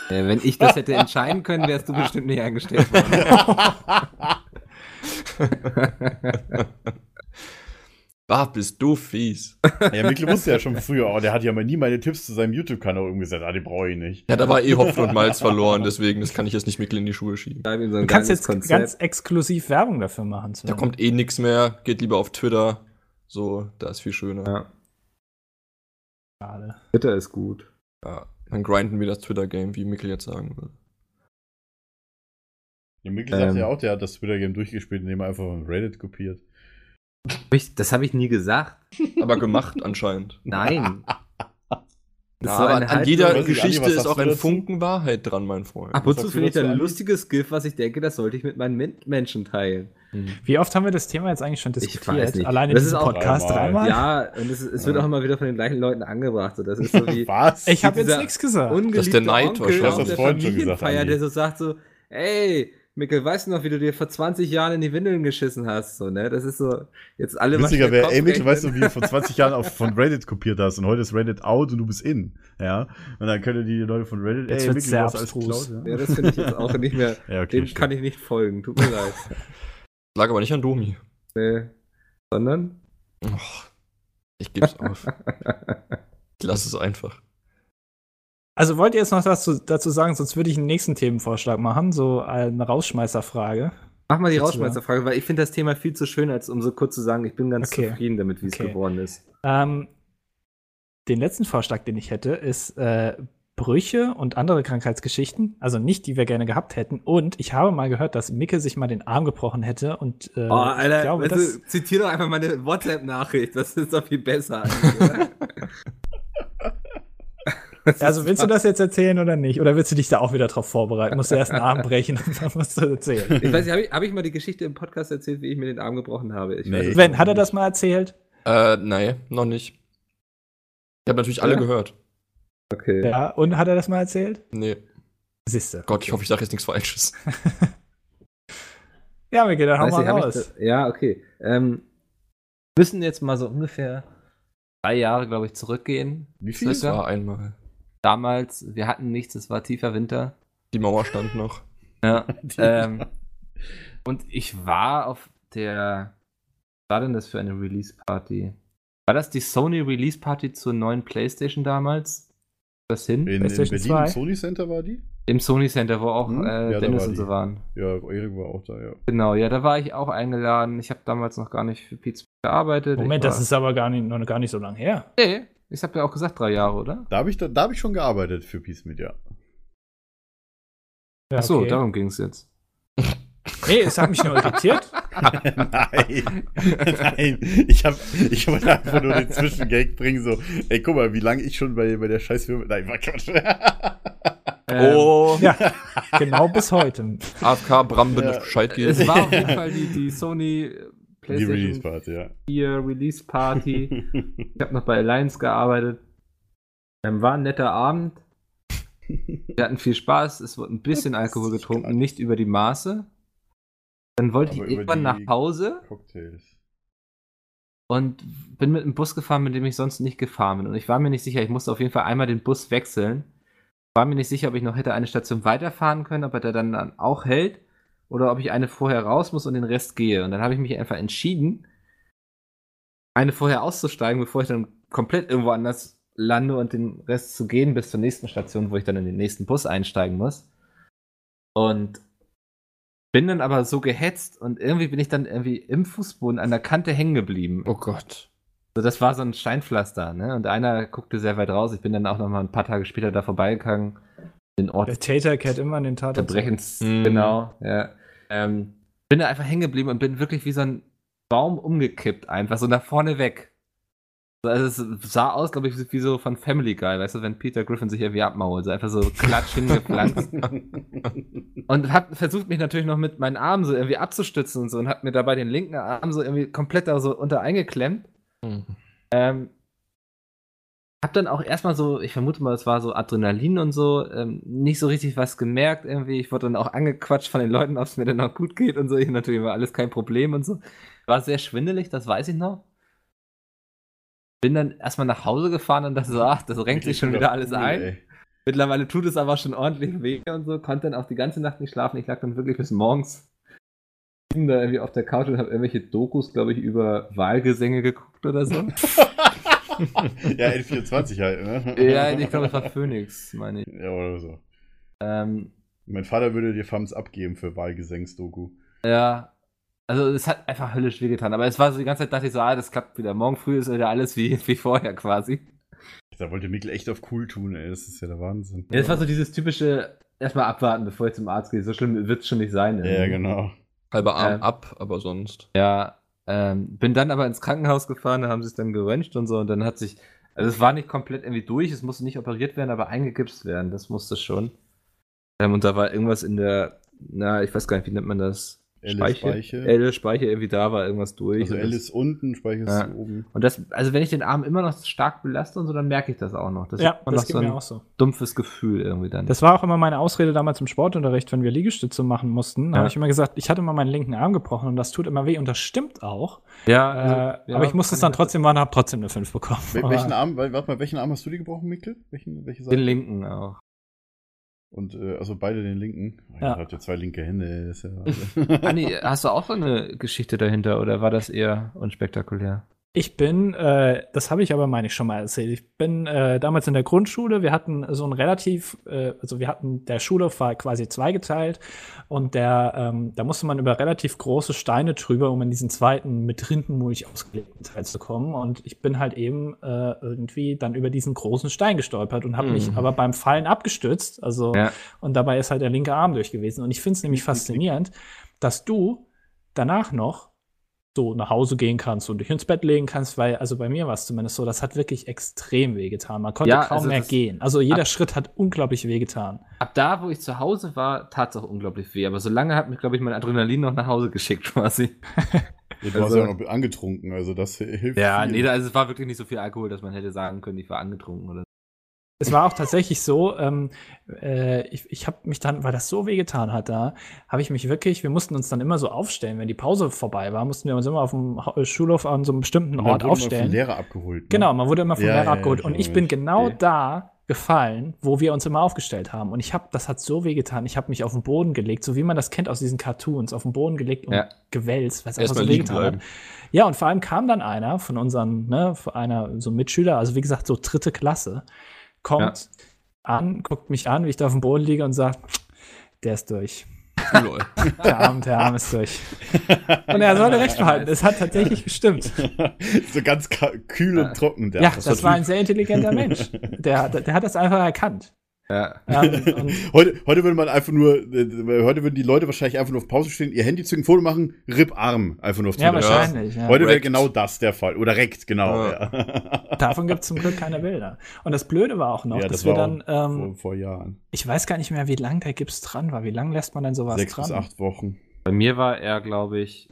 Speaker 2: Äh, wenn ich das hätte entscheiden können, wärst du bestimmt nicht eingestellt worden.
Speaker 5: Ah, bist du fies.
Speaker 3: Ja, Mikkel wusste ja schon früher, oh, der hat ja mal nie meine Tipps zu seinem YouTube-Kanal umgesetzt. Ah, die brauche ich nicht.
Speaker 5: Ja, da war eh Hopfen und Malz verloren, deswegen, das kann ich jetzt nicht Mikkel in die Schuhe schieben.
Speaker 2: Schreib ihm so
Speaker 4: Du
Speaker 2: ein
Speaker 4: kannst
Speaker 2: geiles
Speaker 4: jetzt ganz exklusiv Werbung dafür machen. Sven.
Speaker 5: Da kommt eh nichts mehr, geht lieber auf Twitter. So, da ist viel schöner.
Speaker 2: Ja.
Speaker 4: Schade.
Speaker 2: Twitter ist gut.
Speaker 5: Ja, dann grinden wir das Twitter-Game, wie Mikkel jetzt sagen würde.
Speaker 3: Ja, Mikkel sagt
Speaker 2: Ähm.
Speaker 3: ja auch, der hat das Twitter-Game durchgespielt, indem er einfach von Reddit kopiert.
Speaker 2: Hab ich- Das habe ich nie gesagt.
Speaker 5: Aber gemacht anscheinend.
Speaker 2: Nein. Das
Speaker 5: Ja,
Speaker 2: ist so
Speaker 5: aber
Speaker 2: eine
Speaker 5: an
Speaker 2: Haltung-
Speaker 5: jeder
Speaker 3: Weiß ich, Andi,
Speaker 5: Geschichte
Speaker 3: was
Speaker 5: ist
Speaker 3: sagst
Speaker 5: auch
Speaker 3: du
Speaker 5: ein
Speaker 3: dazu?
Speaker 5: Funken Wahrheit dran, mein Freund.
Speaker 2: Ab und
Speaker 3: Was
Speaker 2: zu
Speaker 3: sagst
Speaker 2: finde
Speaker 3: du
Speaker 2: ich da ein
Speaker 3: dazu, Andi?
Speaker 2: lustiges GIF, was ich denke, das sollte ich mit meinen Mitmenschen teilen.
Speaker 4: Wie oft haben wir das Thema jetzt eigentlich schon
Speaker 2: weiß
Speaker 4: diskutiert?
Speaker 2: nicht.
Speaker 4: Allein in
Speaker 2: Das
Speaker 4: diesem
Speaker 2: ist auch
Speaker 4: Podcast dreimal?
Speaker 3: dreimal.
Speaker 2: Ja, und es, es wird auch immer wieder von den gleichen Leuten angebracht. So, das ist so wie
Speaker 3: Was?
Speaker 4: Ich habe jetzt
Speaker 2: Dieser
Speaker 4: nichts gesagt.
Speaker 5: Das ist der Neid wahrscheinlich.
Speaker 2: auf
Speaker 5: Das hast
Speaker 3: du
Speaker 2: der
Speaker 3: vorhin schon gesagt,
Speaker 2: Familienfeier,
Speaker 3: Andi.
Speaker 2: der so sagt so, ey, Mikkel, weißt du noch, wie du dir vor 20 Jahren in die Windeln geschissen hast? So, ne? Das ist so, jetzt alle mal
Speaker 3: Witziger
Speaker 2: schnell
Speaker 3: wäre, ey, Mikkel,
Speaker 2: Kopfrechnen.
Speaker 3: weißt du, wie du vor 20 Jahren auf, von Reddit kopiert hast und heute ist Reddit out und du bist in. Ja. Und dann können die Leute von Reddit,
Speaker 4: Jetzt
Speaker 3: ey,
Speaker 4: wird's
Speaker 3: Mikkel,
Speaker 4: sehr
Speaker 3: du hast alles
Speaker 4: abstrus.
Speaker 3: geklaut.
Speaker 2: Ja, das finde ich jetzt auch nicht mehr,
Speaker 3: Ja, ja okay.
Speaker 2: dem
Speaker 3: stimmt.
Speaker 2: kann ich nicht folgen, tut mir leid.
Speaker 5: Lag aber nicht an Domi.
Speaker 2: Nee. Sondern?
Speaker 5: Och, ich geb's auf. Ich lass es einfach.
Speaker 4: Also wollt ihr jetzt noch dazu, dazu sagen, sonst würde ich einen nächsten Themenvorschlag machen, so eine Rausschmeißerfrage.
Speaker 2: Mach mal die
Speaker 4: Jetzt
Speaker 2: Rausschmeißerfrage, weil ich finde das Thema viel zu schön, als um so kurz zu sagen, ich bin ganz
Speaker 4: Okay.
Speaker 2: zufrieden damit, wie es
Speaker 4: Okay.
Speaker 2: geworden ist.
Speaker 4: Ähm, den letzten Vorschlag, den ich hätte, ist äh, Brüche und andere Krankheitsgeschichten, also nicht, die wir gerne gehabt hätten. Und ich habe mal gehört, dass Micke sich mal den Arm gebrochen hätte und äh,
Speaker 2: Oh, Alter,
Speaker 4: ich glaube,
Speaker 2: weißt
Speaker 4: das,
Speaker 2: du, zitier doch einfach meine WhatsApp-Nachricht, das ist doch viel besser.
Speaker 4: also willst du das jetzt erzählen oder nicht? Oder willst du dich da auch wieder drauf vorbereiten? Musst du erst einen Arm brechen und dann musst du erzählen.
Speaker 2: Ich weiß nicht, habe ich, hab ich mal die Geschichte im Podcast erzählt, wie ich mir den Arm gebrochen habe? Ich
Speaker 3: Nee.
Speaker 2: weiß es
Speaker 4: Sven,
Speaker 2: nicht.
Speaker 4: hat er das mal erzählt?
Speaker 5: Äh, nein, noch nicht. Ich habe natürlich alle
Speaker 2: Ja.
Speaker 5: gehört.
Speaker 2: Okay.
Speaker 4: Ja, und hat er das mal erzählt?
Speaker 5: Nee.
Speaker 4: Siehste.
Speaker 5: Gott, ich hoffe, ich sage jetzt nichts Falsches.
Speaker 4: Ja, Micke, dann hau
Speaker 2: Weiß
Speaker 4: mal
Speaker 2: nicht, hab ich
Speaker 4: raus.
Speaker 2: das- ja, okay. Ähm, müssen jetzt mal so ungefähr drei Jahre, glaube ich, zurückgehen.
Speaker 3: Wie viel?
Speaker 5: Das war einmal.
Speaker 2: Damals, wir hatten nichts, es war tiefer Winter.
Speaker 5: Die Mauer stand noch.
Speaker 2: Ja. ähm, und ich war auf der. Was war denn das für eine Release Party? War das die Sony Release Party zur neuen PlayStation damals? Das hin?
Speaker 3: In, in
Speaker 4: PlayStation
Speaker 3: Berlin
Speaker 4: 2?
Speaker 3: im Sony Center war die?
Speaker 2: Im Sony Center, wo auch
Speaker 3: Hm? Ja,
Speaker 2: äh,
Speaker 3: da
Speaker 2: Dennis
Speaker 3: war
Speaker 2: und so
Speaker 3: die.
Speaker 2: waren.
Speaker 3: Ja, Erik war auch da, ja.
Speaker 2: Genau, ja, da war ich auch eingeladen. Ich habe damals noch gar nicht für Pizza gearbeitet.
Speaker 4: Moment,
Speaker 2: ich war,
Speaker 4: das ist aber gar nicht, noch gar nicht so lange her.
Speaker 2: Nee, ich habe ja auch gesagt, drei Jahre, oder?
Speaker 3: Da habe ich, da, da hab ich schon gearbeitet für Peace Media.
Speaker 4: Ja,
Speaker 2: Achso,
Speaker 4: okay.
Speaker 2: darum ging es jetzt.
Speaker 4: Nee, es hat mich nur irritiert.
Speaker 3: Nein. Nein. Ich, hab, ich wollte einfach nur den Zwischengag bringen, so, ey, guck mal, wie lange ich schon bei, bei der scheiß Firma. Nein, war Quatsch.
Speaker 2: Ähm.
Speaker 5: oh,
Speaker 4: Ja, genau bis heute.
Speaker 5: AFK Bram bin
Speaker 3: Ja.
Speaker 5: ich Bescheid
Speaker 2: Ähm, es
Speaker 5: geben.
Speaker 2: war auf jeden Fall die, die Sony
Speaker 3: Die Release
Speaker 2: PlayStation
Speaker 3: Party, ja.
Speaker 2: 4 Release Party. Ich habe noch bei Alliance gearbeitet. Ähm, war ein netter Abend. Wir hatten viel Spaß. Es wurde ein bisschen Alkohol getrunken, nicht über die Maße. Dann wollte
Speaker 3: Aber
Speaker 2: ich
Speaker 3: über
Speaker 2: irgendwann
Speaker 3: die-
Speaker 2: nach Hause.
Speaker 3: Cocktails.
Speaker 2: und bin mit einem Bus gefahren, mit dem ich sonst nicht gefahren bin. Und ich war mir nicht sicher, ich musste auf jeden Fall einmal den Bus wechseln. War mir nicht sicher, ob ich noch hätte eine Station weiterfahren können, ob er da dann auch hält. oder ob ich eine vorher raus muss und den Rest gehe. Und dann habe ich mich einfach entschieden, eine vorher auszusteigen, bevor ich dann komplett irgendwo anders lande und den Rest zu gehen bis zur nächsten Station, wo ich dann in den nächsten Bus einsteigen muss. Und bin dann aber so gehetzt und irgendwie bin ich dann irgendwie im Fußboden an der Kante hängen geblieben.
Speaker 5: Oh Gott.
Speaker 2: So, das war so ein Steinpflaster, ne? Und einer guckte sehr weit raus. Ich bin dann auch noch mal ein paar Tage später da vorbeigegangen. Den Ort
Speaker 4: Der
Speaker 2: des
Speaker 4: Täter kehrt immer an den Tatort. zurück.
Speaker 2: Verbrechens,
Speaker 5: Mhm.
Speaker 2: genau. Ja. Ähm, bin da einfach hängen geblieben und bin wirklich wie so ein Baum umgekippt, einfach so nach vorne weg. So, Also es sah aus, glaube ich, wie so von Family Guy, weißt du, wenn Peter Griffin sich irgendwie abmault, so einfach so klatsch hingepflanzt. Und hab versucht mich natürlich noch mit meinen Armen so irgendwie abzustützen und so und hab mir dabei den linken Arm so irgendwie komplett da so unter eingeklemmt. Ähm, hab dann auch erstmal so, ich vermute mal, es war so Adrenalin und so, ähm, nicht so richtig was gemerkt irgendwie. Ich wurde dann auch angequatscht von den Leuten, ob es mir denn noch gut geht und so. Ich natürlich war alles kein Problem und so. War sehr schwindelig, das weiß ich noch. Bin dann erstmal nach Hause gefahren und das so, ach, das renkt sich schon wieder alles ein. Mittlerweile tut es aber schon ordentlich weh und so, konnte dann auch die ganze Nacht nicht schlafen. Ich lag dann wirklich bis morgens liegen da irgendwie auf der Couch und habe irgendwelche Dokus, glaube ich, über Wahlgesänge geguckt oder so.
Speaker 6: ja, N24 halt, ne?
Speaker 2: ja, ich glaube, das war Phoenix, meine ich.
Speaker 6: Ja, oder so.
Speaker 2: Ähm,
Speaker 6: Mein Vater würde dir Thumbs abgeben für Wahlgesängsdoku.
Speaker 2: ja, also es hat einfach höllisch wehgetan. Aber es war so die ganze Zeit, dachte ich so, ah, das klappt wieder. Morgen früh ist wieder alles wie, wie vorher quasi.
Speaker 6: Da wollte Mikkel echt auf cool tun, ey. Das ist ja der Wahnsinn.
Speaker 2: Ja, das war so dieses typische, erstmal abwarten, bevor ich zum Arzt gehe. So schlimm wird es schon nicht sein.
Speaker 6: ja, genau.
Speaker 5: Halber Arm
Speaker 2: Ähm.
Speaker 5: ab, aber sonst.
Speaker 2: Ja, ähm, bin dann aber ins Krankenhaus gefahren, da haben sie es dann geröntgt und so und dann hat sich, also es war nicht komplett irgendwie durch, es musste nicht operiert werden, aber eingegipst werden, das musste schon. Ähm, und da war irgendwas in der, na, ich weiß gar nicht, wie nennt man das?
Speaker 6: Elle Speiche.
Speaker 2: Elle, Speiche, irgendwie da war irgendwas durch.
Speaker 6: Also
Speaker 2: und,
Speaker 6: L
Speaker 2: das,
Speaker 6: ist unten, Speicher ist
Speaker 2: Ja.
Speaker 6: oben.
Speaker 2: und das, also wenn ich den Arm immer noch stark belaste und so, dann merke ich das auch noch. Das
Speaker 4: Ja,
Speaker 2: ist immer
Speaker 4: das
Speaker 2: noch
Speaker 4: geht
Speaker 2: so ein
Speaker 4: mir auch so.
Speaker 2: dumpfes Gefühl irgendwie dann.
Speaker 4: Das war auch immer meine Ausrede damals im Sportunterricht, wenn wir Liegestütze machen mussten. Da
Speaker 2: Ja.
Speaker 4: habe ich immer gesagt, ich hatte mal meinen linken Arm gebrochen und das tut immer weh und das stimmt auch.
Speaker 2: ja,
Speaker 4: Äh,
Speaker 2: also, ja,
Speaker 4: aber ich musste
Speaker 2: kann
Speaker 4: es dann
Speaker 2: mir-
Speaker 4: trotzdem machen und habe trotzdem eine 5 bekommen.
Speaker 6: Wel-
Speaker 4: Aber-
Speaker 6: Welchen Arm, weil- warte mal, welchen Arm hast du dir gebrochen, Mikkel? Welchen, welche Seite?
Speaker 2: Den linken auch.
Speaker 6: Und, äh, also beide den linken. Oh,
Speaker 4: Ja.
Speaker 6: Ihr habt ja zwei linke Hände, ey. Das ist ja
Speaker 2: Anni, hast du auch so eine Geschichte dahinter oder war das eher unspektakulär?
Speaker 4: Ich bin, äh, das habe ich aber, meine ich, schon mal erzählt. Ich bin äh, damals in der Grundschule, wir hatten so ein relativ, äh, also wir hatten, der Schulhof war quasi zweigeteilt und der, ähm, da musste man über relativ große Steine drüber, um in diesen zweiten mit Rindenmulch ausgelegten Teil zu kommen. Und ich bin halt eben äh, irgendwie dann über diesen großen Stein gestolpert und habe mich
Speaker 5: Mhm.
Speaker 4: aber beim Fallen abgestützt. Also,
Speaker 2: Ja.
Speaker 4: und dabei ist halt der linke Arm durch gewesen. Und ich finde es nämlich faszinierend, dass du danach noch so nach Hause gehen kannst und dich ins Bett legen kannst, weil, also bei mir war es zumindest so, das hat wirklich extrem wehgetan. Man konnte
Speaker 2: Ja,
Speaker 4: kaum
Speaker 2: also
Speaker 4: mehr
Speaker 2: das-
Speaker 4: gehen. Also jeder
Speaker 2: Ab-
Speaker 4: Schritt hat unglaublich wehgetan.
Speaker 2: Ab da, wo ich zu Hause war, tat es auch unglaublich weh. Aber so lange hat mich, glaube ich, mein Adrenalin noch nach Hause geschickt quasi.
Speaker 6: Ja, du
Speaker 2: Also-
Speaker 6: hast ja auch noch angetrunken, also das hilft.
Speaker 2: Ja,
Speaker 6: viel.
Speaker 2: nee, da- also es war wirklich nicht so viel Alkohol, dass man hätte sagen können, ich war angetrunken oder so.
Speaker 4: Es war auch tatsächlich so, ähm, äh, ich, ich habe mich dann, weil das so wehgetan hat da, habe ich mich wirklich, wir mussten uns dann immer so aufstellen, wenn die Pause vorbei war, mussten wir uns immer auf dem Ha- Schulhof an so einem bestimmten
Speaker 6: Und dann
Speaker 4: Ort
Speaker 6: wurde man vom
Speaker 4: aufstellen.
Speaker 6: Lehrer abgeholt. Ne?
Speaker 4: Genau, man wurde immer vom
Speaker 6: Ja,
Speaker 4: Lehrer
Speaker 6: ja,
Speaker 4: abgeholt.
Speaker 6: ich
Speaker 4: und ich
Speaker 6: erinnere
Speaker 4: bin
Speaker 6: mich.
Speaker 4: genau
Speaker 2: Okay.
Speaker 4: da gefallen, wo wir uns immer aufgestellt haben. Und ich habe, das hat so wehgetan. Ich habe mich auf den Boden gelegt, so wie man das kennt aus diesen Cartoons, auf den Boden gelegt und
Speaker 2: Ja.
Speaker 4: gewälzt, weil es einfach
Speaker 5: Erstmal
Speaker 4: so
Speaker 5: liegen
Speaker 4: wehgetan hat.
Speaker 5: bleiben.
Speaker 4: Ja, und vor allem kam dann einer von unseren, ne, von einer so Mitschüler, also wie gesagt, so dritte Klasse, kommt an, guckt mich an, wie ich da auf dem Boden liege und sagt, der ist durch.
Speaker 5: Lol.
Speaker 4: Der Arm, der Arm ist durch. Und er sollte recht behalten. Es hat tatsächlich gestimmt.
Speaker 6: so ganz ka- kühl und trocken. Der
Speaker 4: Ja,
Speaker 6: hat
Speaker 4: das,
Speaker 6: versucht.
Speaker 4: war ein sehr intelligenter Mensch. Der, hat- der hat das einfach erkannt.
Speaker 2: Ja.
Speaker 4: Ähm, und
Speaker 6: Heute, heute würde man einfach nur, äh, heute würden die Leute wahrscheinlich einfach nur auf Pause stehen, ihr Handy zücken, Foto machen, Rip Arm, einfach nur auf
Speaker 4: ja,
Speaker 6: Twitter.
Speaker 4: wahrscheinlich. Ja.
Speaker 6: Heute wäre
Speaker 5: Wrecked.
Speaker 6: genau das der Fall. Oder reckt, genau.
Speaker 5: Ja.
Speaker 6: Ja.
Speaker 4: Davon gibt es zum Glück keine Bilder. Und das Blöde war auch noch,
Speaker 6: Ja,
Speaker 4: dass
Speaker 6: das
Speaker 4: wir
Speaker 6: war
Speaker 4: dann, ähm,
Speaker 6: vor, vor Jahren.
Speaker 4: ich weiß gar nicht mehr, wie lang der Gips dran war. Wie lange lässt man denn sowas
Speaker 6: Sechs
Speaker 4: dran?
Speaker 6: bis acht Wochen.
Speaker 2: Bei mir war er, glaube ich,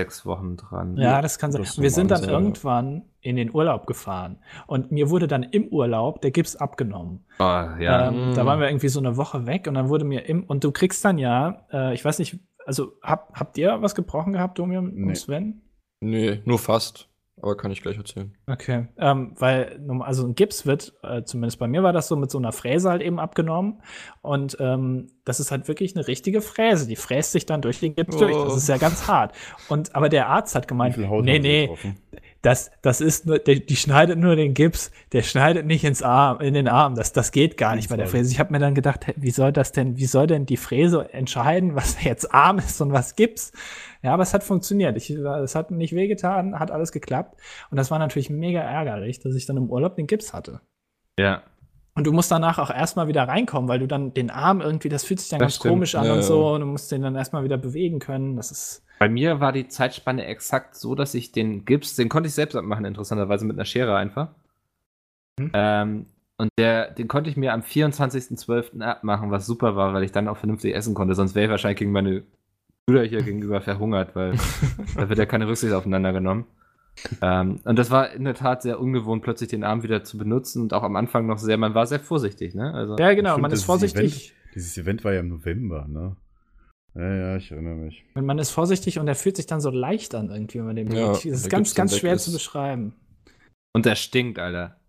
Speaker 2: sechs Wochen dran.
Speaker 4: Ja, das kann sein.
Speaker 6: Das ist
Speaker 4: wir sind dann
Speaker 6: normal, ja.
Speaker 4: irgendwann in den Urlaub gefahren und mir wurde dann im Urlaub der Gips abgenommen.
Speaker 2: Oh, ja.
Speaker 4: Ähm,
Speaker 5: Mm.
Speaker 4: Da waren wir irgendwie so eine Woche weg und dann wurde mir im und du kriegst dann ja, äh, ich weiß nicht, also hab, habt ihr was gebrochen gehabt, Domian
Speaker 6: Nee.
Speaker 4: und Sven?
Speaker 5: Nee, nur fast. aber kann ich gleich erzählen.
Speaker 4: Okay, ähm, weil, nun- also ein Gips wird, äh, zumindest bei mir war das so, mit so einer Fräse halt eben abgenommen. Und ähm, das ist halt wirklich eine richtige Fräse. Die fräst sich dann durch den Gips durch. Das
Speaker 5: Oh.
Speaker 4: ist ja ganz hart. Und, aber der Arzt hat gemeint, nee, nee, das, das ist nur, der, die schneidet nur den Gips, der schneidet nicht ins Arm, in den Arm. Das, das geht gar nicht bei der Fräse. Ich habe mir dann gedacht, hä, wie soll das denn, wie soll denn die Fräse entscheiden, was jetzt Arm ist und was Gips? Ja, aber es hat funktioniert. Ich, es hat nicht wehgetan, hat alles geklappt. Und das war natürlich mega ärgerlich, dass ich dann im Urlaub den Gips hatte.
Speaker 2: Ja.
Speaker 4: Und du musst danach auch erstmal wieder reinkommen, weil du dann den Arm irgendwie, das fühlt sich dann
Speaker 2: Das
Speaker 4: ganz
Speaker 2: stimmt,
Speaker 4: komisch an
Speaker 5: ja,
Speaker 4: und
Speaker 5: ja.
Speaker 4: so. Und du musst den dann erstmal wieder bewegen können. Das ist,
Speaker 2: Bei mir war die Zeitspanne exakt so, dass ich den Gips, den konnte ich selbst abmachen, interessanterweise mit einer Schere einfach.
Speaker 4: Hm.
Speaker 2: Ähm, und der, den konnte ich mir am 24.12. abmachen, was super war, weil ich dann auch vernünftig essen konnte. Sonst wäre ich wahrscheinlich gegen meine Brüder hier gegenüber verhungert, weil da wird ja keine Rücksicht aufeinander genommen. Ähm, und das war in der Tat sehr ungewohnt, plötzlich den Arm wieder zu benutzen und auch am Anfang noch sehr, man war sehr vorsichtig, ne? Also,
Speaker 4: ja, genau,
Speaker 3: stimmt,
Speaker 4: man
Speaker 3: das
Speaker 4: ist
Speaker 3: ist
Speaker 4: vorsichtig.
Speaker 3: Dieses Event war ja im November, ne? Ja, ja, ich erinnere mich.
Speaker 4: Und man ist vorsichtig und er fühlt sich dann so leicht an irgendwie, wenn man den
Speaker 5: Ja,
Speaker 4: bewegt. Das ist
Speaker 5: der
Speaker 4: ganz,
Speaker 5: Gips dann
Speaker 4: ganz
Speaker 5: weg
Speaker 4: schwer
Speaker 5: ist.
Speaker 4: zu beschreiben.
Speaker 2: Und der stinkt, Alter.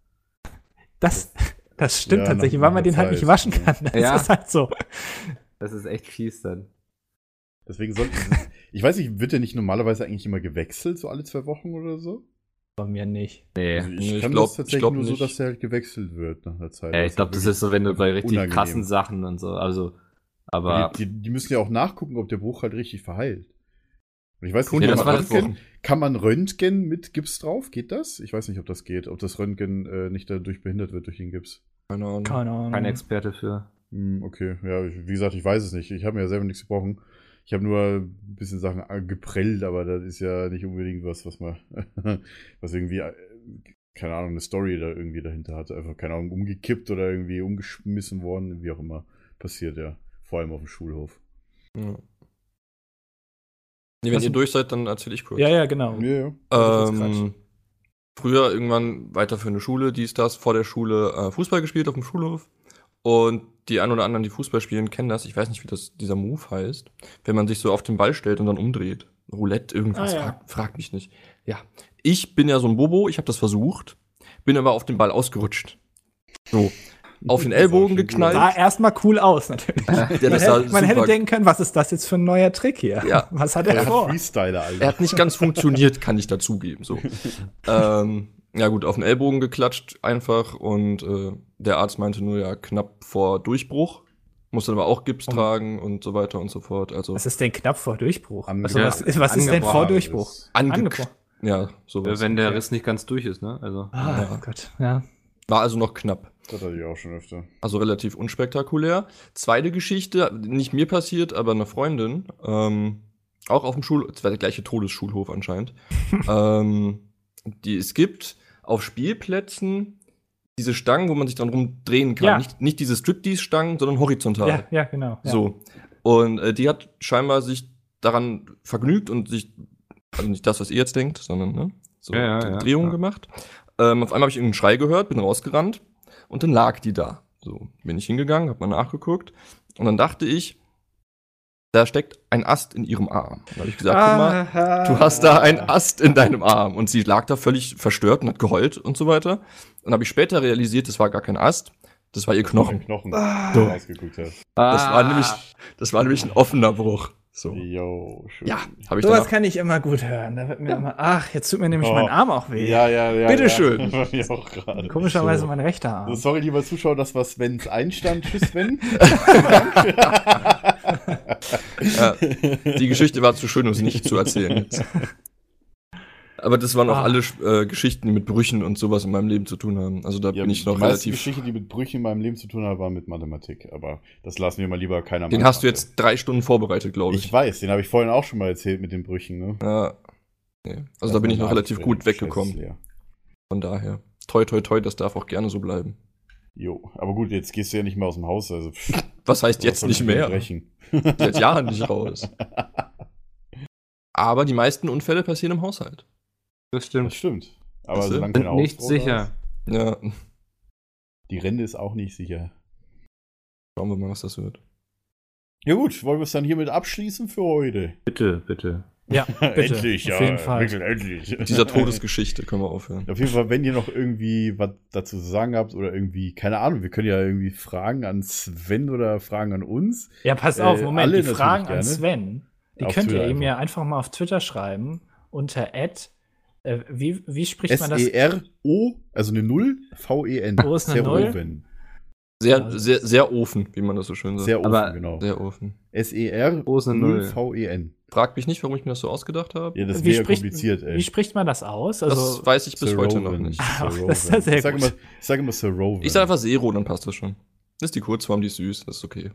Speaker 4: Das, das stimmt
Speaker 3: Ja,
Speaker 4: tatsächlich,
Speaker 3: nach-
Speaker 4: weil man
Speaker 3: nach
Speaker 4: den halt nicht
Speaker 3: Zeit,
Speaker 4: waschen
Speaker 3: ja.
Speaker 4: kann. Das
Speaker 2: Ja.
Speaker 4: ist halt so.
Speaker 2: Das ist echt fies dann.
Speaker 3: Deswegen sollten Ich weiß nicht, wird der nicht normalerweise eigentlich immer gewechselt, so alle zwei Wochen oder so?
Speaker 4: Bei mir nicht.
Speaker 2: Nee.
Speaker 3: Also
Speaker 5: Nee, ich
Speaker 3: kann
Speaker 5: glaub-
Speaker 3: das
Speaker 5: ich
Speaker 3: tatsächlich
Speaker 5: glaub
Speaker 3: nur so,
Speaker 5: nicht.
Speaker 3: dass der halt gewechselt wird nach einer Zeit.
Speaker 2: Ja, ich glaube, das ist so, wenn du bei richtig
Speaker 3: unangenehm.
Speaker 2: krassen Sachen und so, also, aber
Speaker 3: Die, die, die müssen ja auch nachgucken, ob der Bruch halt richtig verheilt. Und ich weiß
Speaker 5: Cool,
Speaker 3: nicht,
Speaker 2: nee,
Speaker 5: ja,
Speaker 3: kann
Speaker 2: das
Speaker 5: man
Speaker 2: war
Speaker 3: man,
Speaker 2: das
Speaker 3: Röntgen,
Speaker 2: Wochen.
Speaker 3: kann man Röntgen mit Gips drauf? Geht das? Ich weiß nicht, ob das geht. Ob das Röntgen äh, nicht dadurch behindert wird durch den Gips.
Speaker 5: Keine Ahnung.
Speaker 4: Keine Ahnung.
Speaker 2: kein Experte für.
Speaker 3: Hm, okay, ja, ich, wie gesagt, ich weiß es nicht. Ich habe mir ja selber nichts gebrochen. Ich habe nur ein bisschen Sachen äh, geprellt, aber das ist ja nicht unbedingt was, was man, was irgendwie, äh, keine Ahnung, eine Story da irgendwie dahinter hatte. Einfach, keine Ahnung, umgekippt oder irgendwie umgeschmissen worden, wie auch immer. Passiert ja. Vor allem auf dem Schulhof.
Speaker 5: Ja. Nee, wenn
Speaker 4: Was-
Speaker 5: ihr durch seid, dann erzähle ich kurz.
Speaker 4: Ja, ja, genau.
Speaker 3: Ja,
Speaker 4: Also kurz
Speaker 5: Ähm, früher irgendwann weiter für eine Schule, dies, das, vor der Schule äh, Fußball gespielt auf dem Schulhof. Und die ein oder anderen, die Fußball spielen, kennen das. Ich weiß nicht, wie das, dieser Move heißt. Wenn man sich so auf den Ball stellt und dann umdreht. Roulette, irgendwas,
Speaker 4: Ah, ja.
Speaker 5: frag, frag mich nicht. Ja. Ich bin ja so ein Bobo, ich habe das versucht, bin aber auf den Ball ausgerutscht. So. Auf den
Speaker 3: Das ist aber schon
Speaker 5: Ellbogen
Speaker 3: gut.
Speaker 5: geknallt.
Speaker 4: Sah erstmal cool aus, natürlich.
Speaker 5: Ja,
Speaker 4: man
Speaker 5: das
Speaker 4: hätte,
Speaker 5: sah
Speaker 4: man hätte
Speaker 5: super-
Speaker 4: denken können, was ist das jetzt für ein neuer Trick hier?
Speaker 5: Ja.
Speaker 4: Was hat er
Speaker 3: ja.
Speaker 4: vor?
Speaker 3: Freestyler, Alter.
Speaker 5: Er hat nicht ganz funktioniert, kann ich dazugeben. So. ähm, ja gut, auf den Ellbogen geklatscht einfach und äh, der Arzt meinte nur ja knapp vor Durchbruch. Muss dann aber auch Gips tragen und so weiter und so fort. Also
Speaker 4: Was Oh. ist denn knapp vor Durchbruch?
Speaker 3: Am-
Speaker 4: Also,
Speaker 2: Ja,
Speaker 4: was, was ist denn
Speaker 2: angebrochen
Speaker 4: vor Durchbruch?
Speaker 5: ange
Speaker 4: Angebrochen. Also
Speaker 5: ja, sowas.
Speaker 2: Wenn der Riss nicht ganz durch ist, ne? Also.
Speaker 4: Ah, oh Gott, ja.
Speaker 5: War also noch knapp.
Speaker 3: Das hatte ich auch schon öfter.
Speaker 5: Also relativ unspektakulär. Zweite Geschichte, nicht mir passiert, aber einer Freundin. Ähm, auch auf dem Schulhof, das war der gleiche Todesschulhof anscheinend. ähm, die, es gibt auf Spielplätzen diese Stangen, wo man sich dran rumdrehen kann.
Speaker 4: Ja.
Speaker 5: Nicht, nicht diese Striptease-Stangen, sondern horizontal.
Speaker 4: Ja, ja, genau. Ja.
Speaker 5: So. Und äh, die hat scheinbar sich daran vergnügt und sich, also nicht das, was ihr jetzt denkt, sondern ne, so
Speaker 2: Ja, ja,
Speaker 5: die
Speaker 2: ja,
Speaker 5: Drehung
Speaker 2: klar.
Speaker 5: gemacht. Ähm, auf einmal habe ich irgendeinen Schrei gehört, bin rausgerannt und dann lag die da. So, bin ich hingegangen, habe mal nachgeguckt und dann dachte ich, da steckt ein Ast in ihrem Arm. Da habe ich gesagt, guck mal, Du hast da einen Ast in deinem Arm. Und sie lag da völlig verstört und hat geheult und so weiter. Dann habe ich später realisiert, das war gar kein Ast, das war ihr
Speaker 3: Den
Speaker 5: Knochen.
Speaker 3: Knochen, den du ausgeguckt hast.
Speaker 5: Das
Speaker 2: Ah,
Speaker 5: war nämlich, das war nämlich ein offener Bruch. So.
Speaker 3: Yo, schön.
Speaker 5: Ja, habe ich
Speaker 4: Sowas
Speaker 5: danach.
Speaker 4: kann ich immer gut hören. Da wird mir immer, ach, jetzt tut mir nämlich
Speaker 3: Oh.
Speaker 4: mein Arm auch weh.
Speaker 3: Ja, ja, ja.
Speaker 5: Bitte
Speaker 3: ja.
Speaker 5: schön.
Speaker 3: War mir auch gerade.
Speaker 4: Komischerweise
Speaker 3: So.
Speaker 4: mein rechter Arm.
Speaker 3: So, Also sorry, lieber Zuschauer, das war Svens Einstand. Tschüss, Sven.
Speaker 5: Ja, die Geschichte war zu schön, um sie nicht zu erzählen. Jetzt. Aber das waren auch
Speaker 4: Ah.
Speaker 5: alle äh, Geschichten, die mit Brüchen und sowas in meinem Leben zu tun haben. Also da bin ich noch
Speaker 3: die meisten
Speaker 5: relativ.
Speaker 3: Geschichten, die mit Brüchen in meinem Leben zu tun haben, waren mit Mathematik. Aber das lassen wir mal lieber keiner
Speaker 5: Den
Speaker 3: machen.
Speaker 5: hast du jetzt drei Stunden vorbereitet, glaube ich.
Speaker 3: Ich weiß, den habe ich vorhin auch schon mal erzählt mit den Brüchen. Ne?
Speaker 5: Ja. Nee. Also da bin ich noch relativ gut weggekommen.
Speaker 3: Ja.
Speaker 5: Von daher. Toi, toi, toi, das darf auch gerne so bleiben.
Speaker 3: Jo, aber gut, jetzt gehst du ja nicht mehr aus dem Haus. Also pff,
Speaker 5: Was heißt jetzt
Speaker 3: soll
Speaker 5: nicht
Speaker 3: ich
Speaker 5: mehr?
Speaker 3: Brechen.
Speaker 5: Seit Jahren nicht raus. Aber die meisten Unfälle passieren im Haushalt.
Speaker 2: Das
Speaker 3: Das
Speaker 2: stimmt.
Speaker 3: stimmt. Aber
Speaker 5: Weißt du?
Speaker 3: solange
Speaker 2: Sind
Speaker 3: keine
Speaker 2: nicht
Speaker 3: Hausfrau da
Speaker 2: sicher.
Speaker 3: Ist,
Speaker 5: Ja,
Speaker 3: die Rente ist auch nicht sicher.
Speaker 5: schauen wir mal, was das wird.
Speaker 3: Ja gut, wollen wir es dann hiermit abschließen für heute?
Speaker 2: Bitte, bitte.
Speaker 4: Ja, bitte.
Speaker 3: endlich, ja.
Speaker 4: Auf jeden Fall.
Speaker 3: Wirklich, endlich.
Speaker 5: Mit dieser Todesgeschichte können wir aufhören.
Speaker 3: Auf jeden Fall, wenn ihr noch irgendwie was dazu zu sagen habt oder irgendwie, keine Ahnung, wir können ja irgendwie Fragen an Sven oder Fragen an uns.
Speaker 4: Ja, pass auf,
Speaker 3: Äh,
Speaker 4: Moment,
Speaker 3: alle
Speaker 4: die
Speaker 3: natürlich
Speaker 4: Fragen an
Speaker 3: gerne.
Speaker 4: Sven, die
Speaker 3: Auf
Speaker 4: könnt ihr
Speaker 3: Twitter
Speaker 4: ihm ja einfach mal auf Twitter schreiben, unter ad, äh, wie, wie spricht man das?
Speaker 3: S-E-R-O, E also eine Null, V-E-N.
Speaker 4: O ist eine
Speaker 3: Sehr
Speaker 4: Null.
Speaker 3: offen.
Speaker 5: Sehr, sehr, sehr offen, wie man das so schön sagt.
Speaker 3: Sehr offen,
Speaker 2: Aber-
Speaker 3: genau.
Speaker 5: sehr offen.
Speaker 2: O
Speaker 3: Hm,
Speaker 2: ist eine Null.
Speaker 3: S-E-R-O-V-E-N.
Speaker 5: Frag mich nicht, warum ich mir das so ausgedacht habe.
Speaker 3: E Ja, das
Speaker 4: wie,
Speaker 3: wäre
Speaker 4: spricht,
Speaker 3: kompliziert, ey.
Speaker 4: wie spricht man das aus? Also,
Speaker 5: das weiß ich bis heute noch
Speaker 3: Seroven.
Speaker 5: nicht.
Speaker 3: Seroven.
Speaker 4: das ist ja sehr
Speaker 3: ich sag
Speaker 4: gut.
Speaker 3: Immer, ich sage immer Seroven.
Speaker 5: Ich sage einfach Zero, dann passt das schon. Das ist die Kurzform, die ist süß, das ist okay.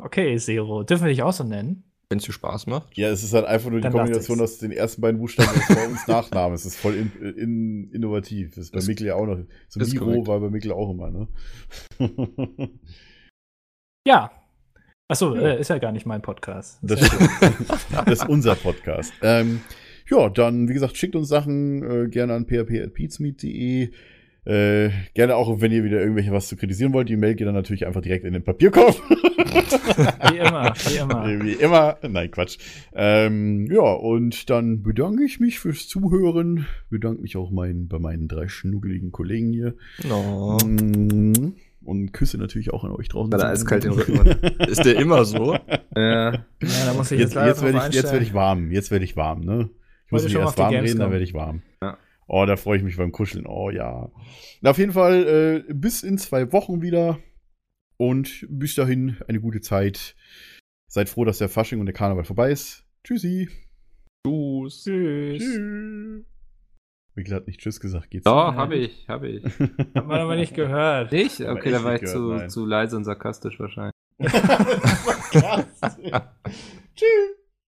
Speaker 4: okay, Zero, dürfen wir dich auch so nennen?
Speaker 5: Wenn es dir Spaß macht.
Speaker 3: Ja, es ist halt einfach nur die
Speaker 4: Dann dachte
Speaker 3: Kombination
Speaker 4: ich's.
Speaker 3: aus den ersten beiden Buchstaben des Vor- und Nachnamen. Es ist voll in, in, innovativ. Das ist bei
Speaker 5: Ist-
Speaker 3: Mikkel ja auch noch. So
Speaker 5: ist
Speaker 3: Miro
Speaker 5: korrekt.
Speaker 3: war bei Mikkel auch immer, ne?
Speaker 4: Ja. Achso, äh, ist ja gar nicht mein Podcast.
Speaker 3: Das, das ist unser Podcast. Ähm, ja, dann, wie gesagt, schickt uns Sachen äh, gerne an php.peatsmeet.de. Äh, gerne auch, wenn ihr wieder irgendwelche was zu kritisieren wollt. Die Mail geht dann natürlich einfach direkt in den Papierkorb.
Speaker 4: Wie immer, wie immer.
Speaker 3: Äh, Wie immer. Nein, Quatsch. Ähm, ja, und dann bedanke ich mich fürs Zuhören. Bedanke mich auch mein, bei meinen drei schnuckeligen Kollegen hier.
Speaker 5: No.
Speaker 3: Mm, Und Küsse natürlich auch an euch draußen.
Speaker 2: Weil er eiskalt den Rücken runter.
Speaker 5: Ist der immer so?
Speaker 2: Ja.
Speaker 4: Ja, da muss ich jetzt,
Speaker 3: Jetzt,
Speaker 4: leider
Speaker 3: jetzt
Speaker 4: drauf
Speaker 3: werde ich, jetzt werd ich
Speaker 4: einstellen.
Speaker 3: warm. Jetzt werde ich warm, ne? Ich muss
Speaker 4: Heute
Speaker 3: nicht
Speaker 4: schon
Speaker 3: erst
Speaker 4: auf
Speaker 3: warm
Speaker 4: die
Speaker 3: reden,
Speaker 4: Gamescom.
Speaker 3: dann werde ich warm.
Speaker 2: Ja.
Speaker 3: Oh, da freue ich mich beim Kuscheln. Oh ja. Na, auf jeden Fall äh, bis in zwei Wochen wieder. Und bis dahin eine gute Zeit. Seid froh, dass der Fasching und der Karneval vorbei ist. Tschüssi.
Speaker 5: Tschüss.
Speaker 4: Tschüss.
Speaker 3: Mikkel hat nicht Tschüss gesagt. Geht's?
Speaker 2: Doch, habe ich, habe ich.
Speaker 4: Hat man aber nicht gehört.
Speaker 2: Nicht?
Speaker 3: Aber
Speaker 2: Okay, da
Speaker 3: echt
Speaker 2: war
Speaker 3: nicht
Speaker 2: ich zu,
Speaker 3: gehört, nein.
Speaker 2: zu leise und sarkastisch wahrscheinlich.
Speaker 3: Tschüss.